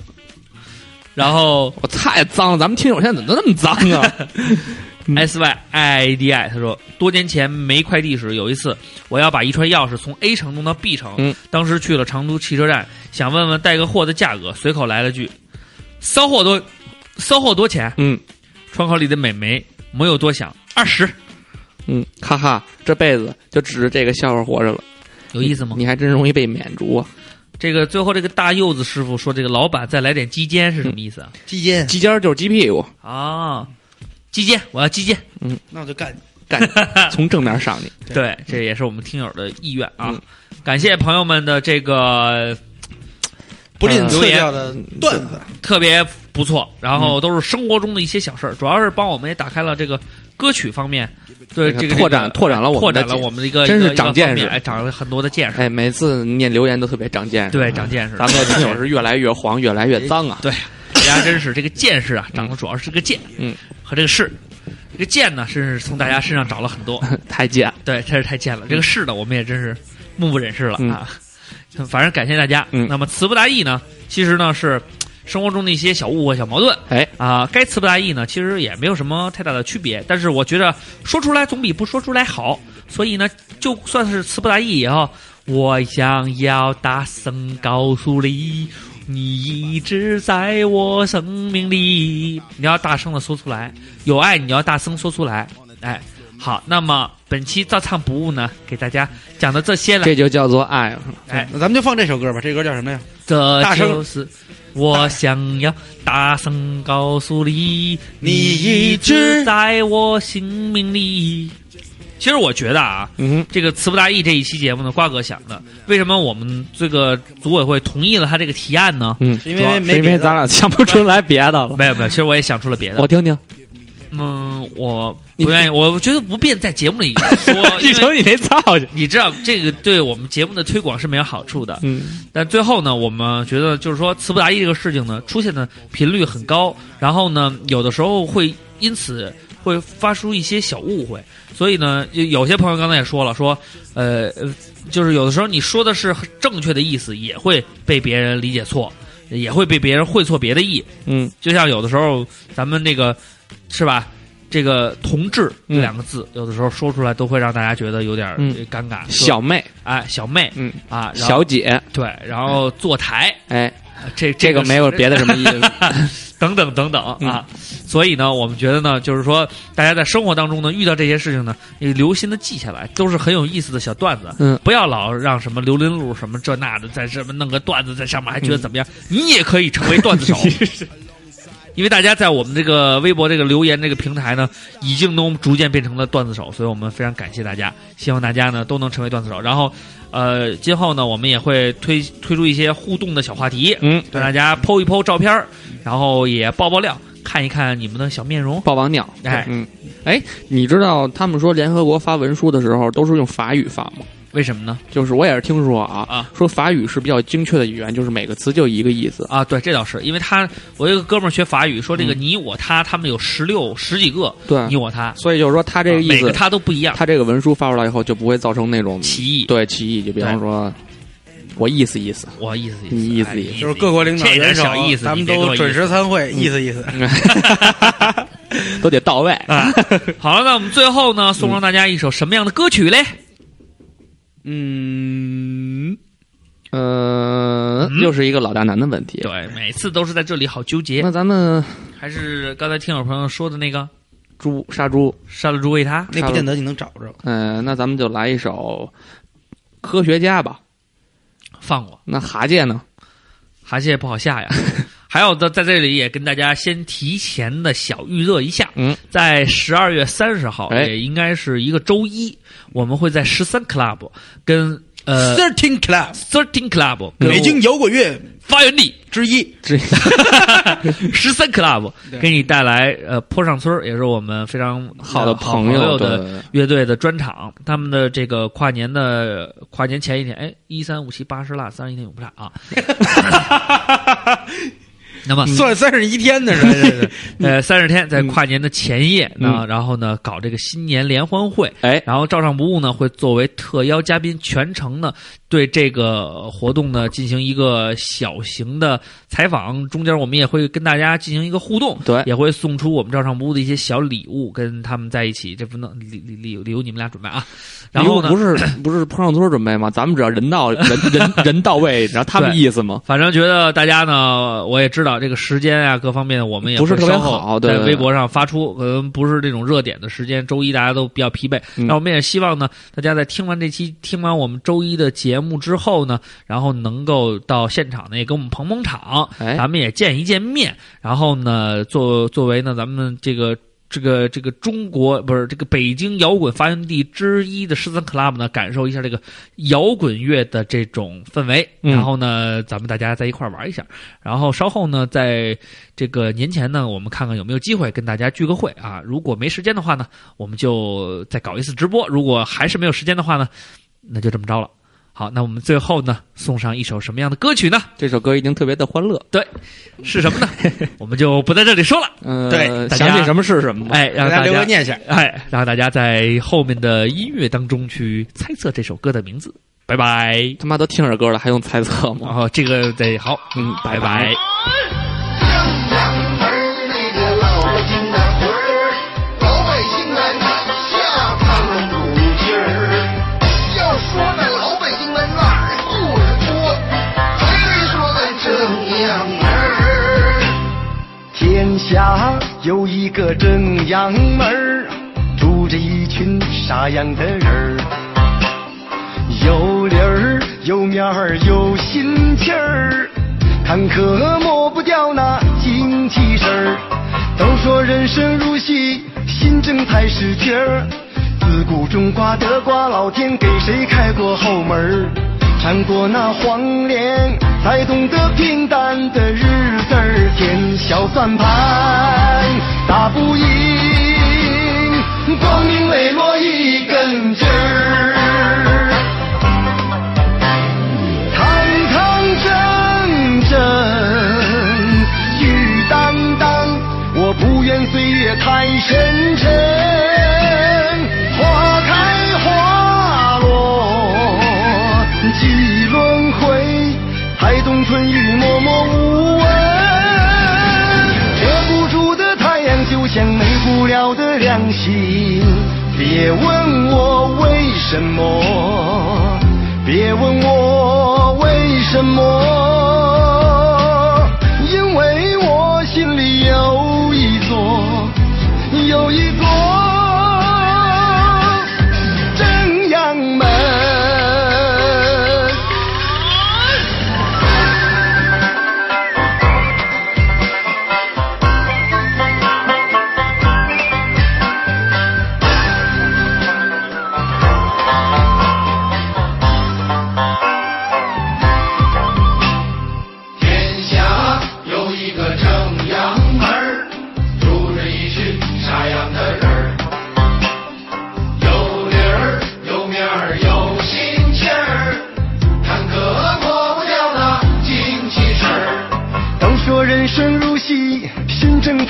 S7: 然后
S6: 我太脏了，咱们听友现在怎么都那么脏 啊？嗯
S7: S Y I D I，他说多年前没快递时，有一次我要把一串钥匙从 A 城弄到 B 城，
S6: 嗯
S7: 当时去了长途汽车站，想问问带个货的价格，随口来了句：“骚货多，骚货多钱
S6: 嗯？”
S7: 窗口里的美眉没有多想，二十，
S6: 嗯，哈哈，这辈子就指着这个笑话活着了。
S7: 有意思吗？
S6: 你还真容易被免逐啊！
S7: 这个最后这个大柚子师傅说，这个老板再来点鸡尖是什么意思啊？
S8: 鸡奸，
S6: 鸡尖儿就是鸡屁股，
S7: 啊，鸡尖，我要鸡尖。
S8: 那我就干。
S6: 干从正面上你。
S7: 对，这也是我们听友的意愿啊。
S6: 嗯
S7: 感谢朋友们的这个
S8: 不吝
S7: 呃
S8: 赐
S7: 留言
S8: 教的段子，
S7: 特别不错，然
S6: 嗯
S7: 后都是生活中的一些小事儿，主要是帮我们也打开了这个歌曲方面，对
S6: 这
S7: 这
S6: 个
S7: 个
S6: 拓展
S7: 这个
S6: 拓展了我
S7: 拓
S6: 们的
S7: 展了
S6: 见
S7: 我们的一个
S6: 真是
S7: 一个
S6: 长
S7: 一个
S6: 见
S7: 方面
S6: 识
S7: 哎，长了很多的见识，
S6: 哎，每次念留言都特别长见识，啊
S7: 对，长见识，
S6: 咱们的听友是越来越黄，越来越脏啊！
S7: 对，人家真是这个见识啊，长得主要是这个见，
S6: 嗯，
S7: 和这个势，这个见呢，真是从大家身上找了很多，
S6: 太贱，
S7: 对，真是太贱了。这个是的，我们也真是目不忍视了啊！ 反正感谢大家。
S6: 嗯
S7: 那么词不达意呢，其实呢是生活中的一些小误会、小矛盾。
S6: 哎
S7: 啊，该词不达意呢，其实也没有什么太大的区别。但是我觉得说出来总比不说出来好，所以呢，就算是词不达意也好，我想要大声告诉你。你一直在我生命里，你要大声的说出来，有爱你要大声说出来，哎，好，那么本期照唱不误呢，给大家讲的这些了，
S6: 这就叫做爱啊。
S7: 哎，
S8: 那咱们就放这首歌吧。这歌叫什么呀？
S7: 这
S8: 大声
S7: 就是我想要大声告诉你，
S8: 你
S7: 一
S8: 一
S7: 直
S8: 直
S7: 在我心命里。其实我觉得啊，
S6: 嗯
S7: 这个词不达意这一期节目呢，瓜哥想的，为什么我们这个组委会同意了他这个提案呢？
S6: 嗯，
S8: 因
S6: 主要
S8: 为
S6: 是
S8: 没
S6: 因
S8: 别
S6: 为
S8: 的
S6: 咱俩想不出来别的了。
S7: 没有没有，其实我也想出了别的哦
S6: 我。听听，
S7: 嗯，我不愿意，我觉得不便在节目里说，
S6: 一
S7: 因为
S6: 瞅你那造型，
S7: 你知道这个对我们节目的推广是没有好处的。
S6: 嗯，
S7: 但最后呢，我们觉得就是说词不达意这个事情呢，出现的频率很高，然后呢，有的时候会因此会发出一些小误会，所以呢，有有些朋友刚才也说了，说呃，呃就是有的时候你说的是正确的意思，也会被别人理解错，也会被别人会错别的意，
S6: 嗯，
S7: 就像有的时候咱们那个是吧？这个“同志”
S6: 嗯
S7: 这两个字，有的时候说出来都会让大家觉得有点儿
S6: 嗯
S7: 呃尴尬。
S6: 小妹，
S7: 哎，小妹，
S6: 嗯，
S7: 啊，然后
S6: 小姐，
S7: 对，然后坐台，
S6: 哎，
S7: 这
S6: 这个没有别
S7: 的，
S6: 的什么意 思。
S7: 等等等等啊。所以呢，我们觉得呢，就是说，大家在生活当中呢，遇到这些事情呢，你留心的记下来，都是很有意思的小段子。
S6: 嗯
S7: 不要老让什么刘林路什么这那的，在什么弄个段子在上面，还觉得怎么样？你也可以成为段子手。 因为大家在我们这个微博这个留言这个平台呢，已经都逐渐变成了段子手，所以我们非常感谢大家，希望大家呢都能成为段子手。然后，呃，今后呢，我们也会推推出一些互动的小话题，
S6: 嗯，
S7: 让大家剖一剖照片儿，然后也爆爆料，看一看你们的小面容。
S6: 霸王鸟，
S7: 哎
S6: 嗯，哎，你知道他们说联合国发文书的时候都是用法语发吗？
S7: 为什么呢？
S6: 就是我也是听说啊，
S7: 啊
S6: 说法语是比较精确的语言，就是每个词就一个意思。
S7: 啊，对，这倒是，因为他我有一个哥们儿学法语，说这个
S6: 嗯
S7: 你我他，他们有十六十几个
S6: 对
S7: 你我他，啊
S6: 所以就是说，他这个意
S7: 每嗯
S6: 思，
S7: 个他都不一样，
S6: 他这个文书发出来以后，就不会造成那种
S7: 歧义。
S6: 对歧义。就比方说，我意思 意思，
S7: 我意思意思，
S6: 你意思
S7: 哎
S6: 意思
S7: 你
S8: 就是各国领导
S7: 这点
S8: 元首
S7: 小意，思，
S8: 咱
S7: 你
S8: 们
S7: 别跟
S8: 都
S7: 我
S8: 准
S7: 意思
S8: 时参会，意思意思。
S6: 都得到位。
S7: 啊。好了，那我们最后呢，送上大家一首什么样的歌曲嘞？
S6: 嗯，呃，
S7: 嗯
S6: 又是一个老大难的问题。
S7: 对，每次都是在这里好纠结
S6: 那。咱们
S7: 还是刚才听友朋友说的那个
S6: 猪杀猪，
S7: 杀了猪喂他，
S8: 那不见得你能找着。
S6: 嗯，那咱们就来一首科学家吧。
S7: 放过。
S6: 那哈界呢？
S7: 螃蟹不好下呀。 还有的，在这里也跟大家先提前的小预热一下，
S6: 嗯，
S7: 在十二月三十号，
S6: 哎
S7: 也应该是一个周一，我们会在十三 club 跟
S8: 嗯
S7: 呃
S8: Thirteen Club，
S7: thirteen club 跟
S8: 北京摇滚乐
S7: 发源地
S8: 之一。
S6: 这
S7: 十三 club
S8: 对
S7: 给你带来呃坡上村儿，也是我们非常
S6: 好
S7: 的
S6: 的
S7: 朋
S6: 朋友
S7: 的
S6: 对
S7: 乐队的专场，他们的这个跨年的跨年前一天，哎，一三五七八十辣，三十一天永不差 啊。那么
S8: 算三十一 天的是，
S7: 呃，三十天在跨年的前夜
S6: 嗯
S7: 呢，然后呢搞这个新年联欢会，
S6: 哎
S7: 然后照常不误呢会作为特邀嘉宾，全程呢对这个活动呢进行一个小型的采访，中间我们也会跟大家进行一个互动，
S6: 对
S7: 也会送出我们照常不误的一些小礼物，跟他们在一起，这不能礼礼礼礼物你们俩准备啊，然后呢
S6: 不。是 不是坡上村准备吗？咱们只要人到人人人到位，然后他们
S7: 对
S6: 意思吗？
S7: 反正觉得大家呢，我也知道这个时间啊，各方面我们也
S6: 不是
S7: 会
S6: 特别
S7: 稍后
S6: 好对
S7: 在
S6: 对
S7: 微
S6: 对
S7: 博上发出，可能不是这种热点的时间。周一大家都比较疲惫，
S6: 嗯
S7: 那我们也希望呢，大家在听完这期、听完我们周一的节目之后呢，然后能够到现场呢，也给我们捧捧场，
S6: 哎
S7: 咱们也见一见面。然后呢，作作为呢，咱们这个。这个这个中国不是这个北京摇滚发源地之一的十三 club 呢，感受一下这个摇滚乐的这种氛围，
S6: 嗯
S7: 然后呢，咱们大家在一块儿玩一下，然后稍后呢，在这个年前呢，我们看看有没有机会跟大家聚个会啊。如果没时间的话呢，我们就再搞一次直播；如果还是没有时间的话呢，那就这么着了。好，那我们最后呢，送上一首什么样的歌曲呢？
S6: 这首歌一定特别的欢乐。
S7: 对，是什么 呢？我们就不在这里说了。
S6: 嗯，
S8: 对
S6: 想
S7: 呃大家
S6: 起什么是什么吧。
S7: 哎，让
S8: 大
S7: 大
S8: 家留个
S7: 家
S8: 念想。
S7: 哎，让大家在后面的音乐当中去猜测这首歌的名字。拜拜。
S6: 他妈都听着歌了，还用猜测
S7: 然
S6: 吗？
S7: 后哦这个得好，
S6: 嗯
S7: 拜
S6: 拜拜
S11: 天下有一个正阳门儿，住着一群傻样的人儿。有理儿，有面儿，有心气儿，坎坷抹不掉那精气神儿。都说人生如戏，心正才是角儿。自古种瓜得瓜，老天给谁开过后门儿？尝过那黄连，才懂得平淡的日子儿。甜小算盘打不赢，光明磊落一根筋儿。堂堂正正，雨当当，我不愿岁月太深沉。花开花落，几轮回，才懂春雨默默无闻。遮不住的太阳，就像没不了的良心。别问我为什么，别问我为什么，因为我心里有一座，有一座正阳门。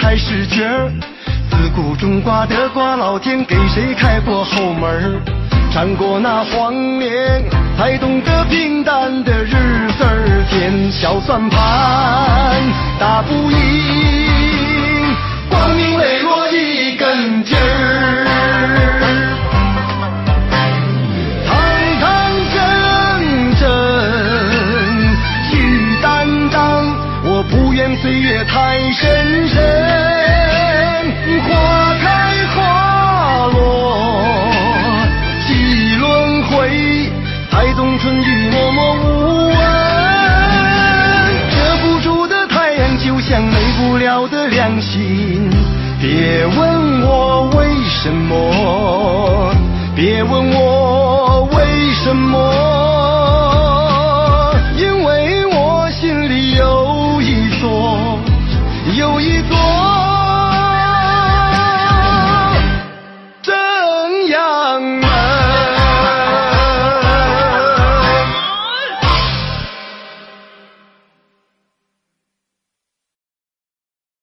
S11: 开始角儿。自古种瓜得瓜，老天给谁开过后门儿？尝过那黄连，才懂得平淡的日子儿甜。小算盘打不赢，光明磊落一根筋儿。堂堂正正，去担当，我不愿岁月太深深。花开花落，几轮回，才懂春雨默默无闻。遮不住的太阳，就像没不了的良心。别问我为什么，别问我。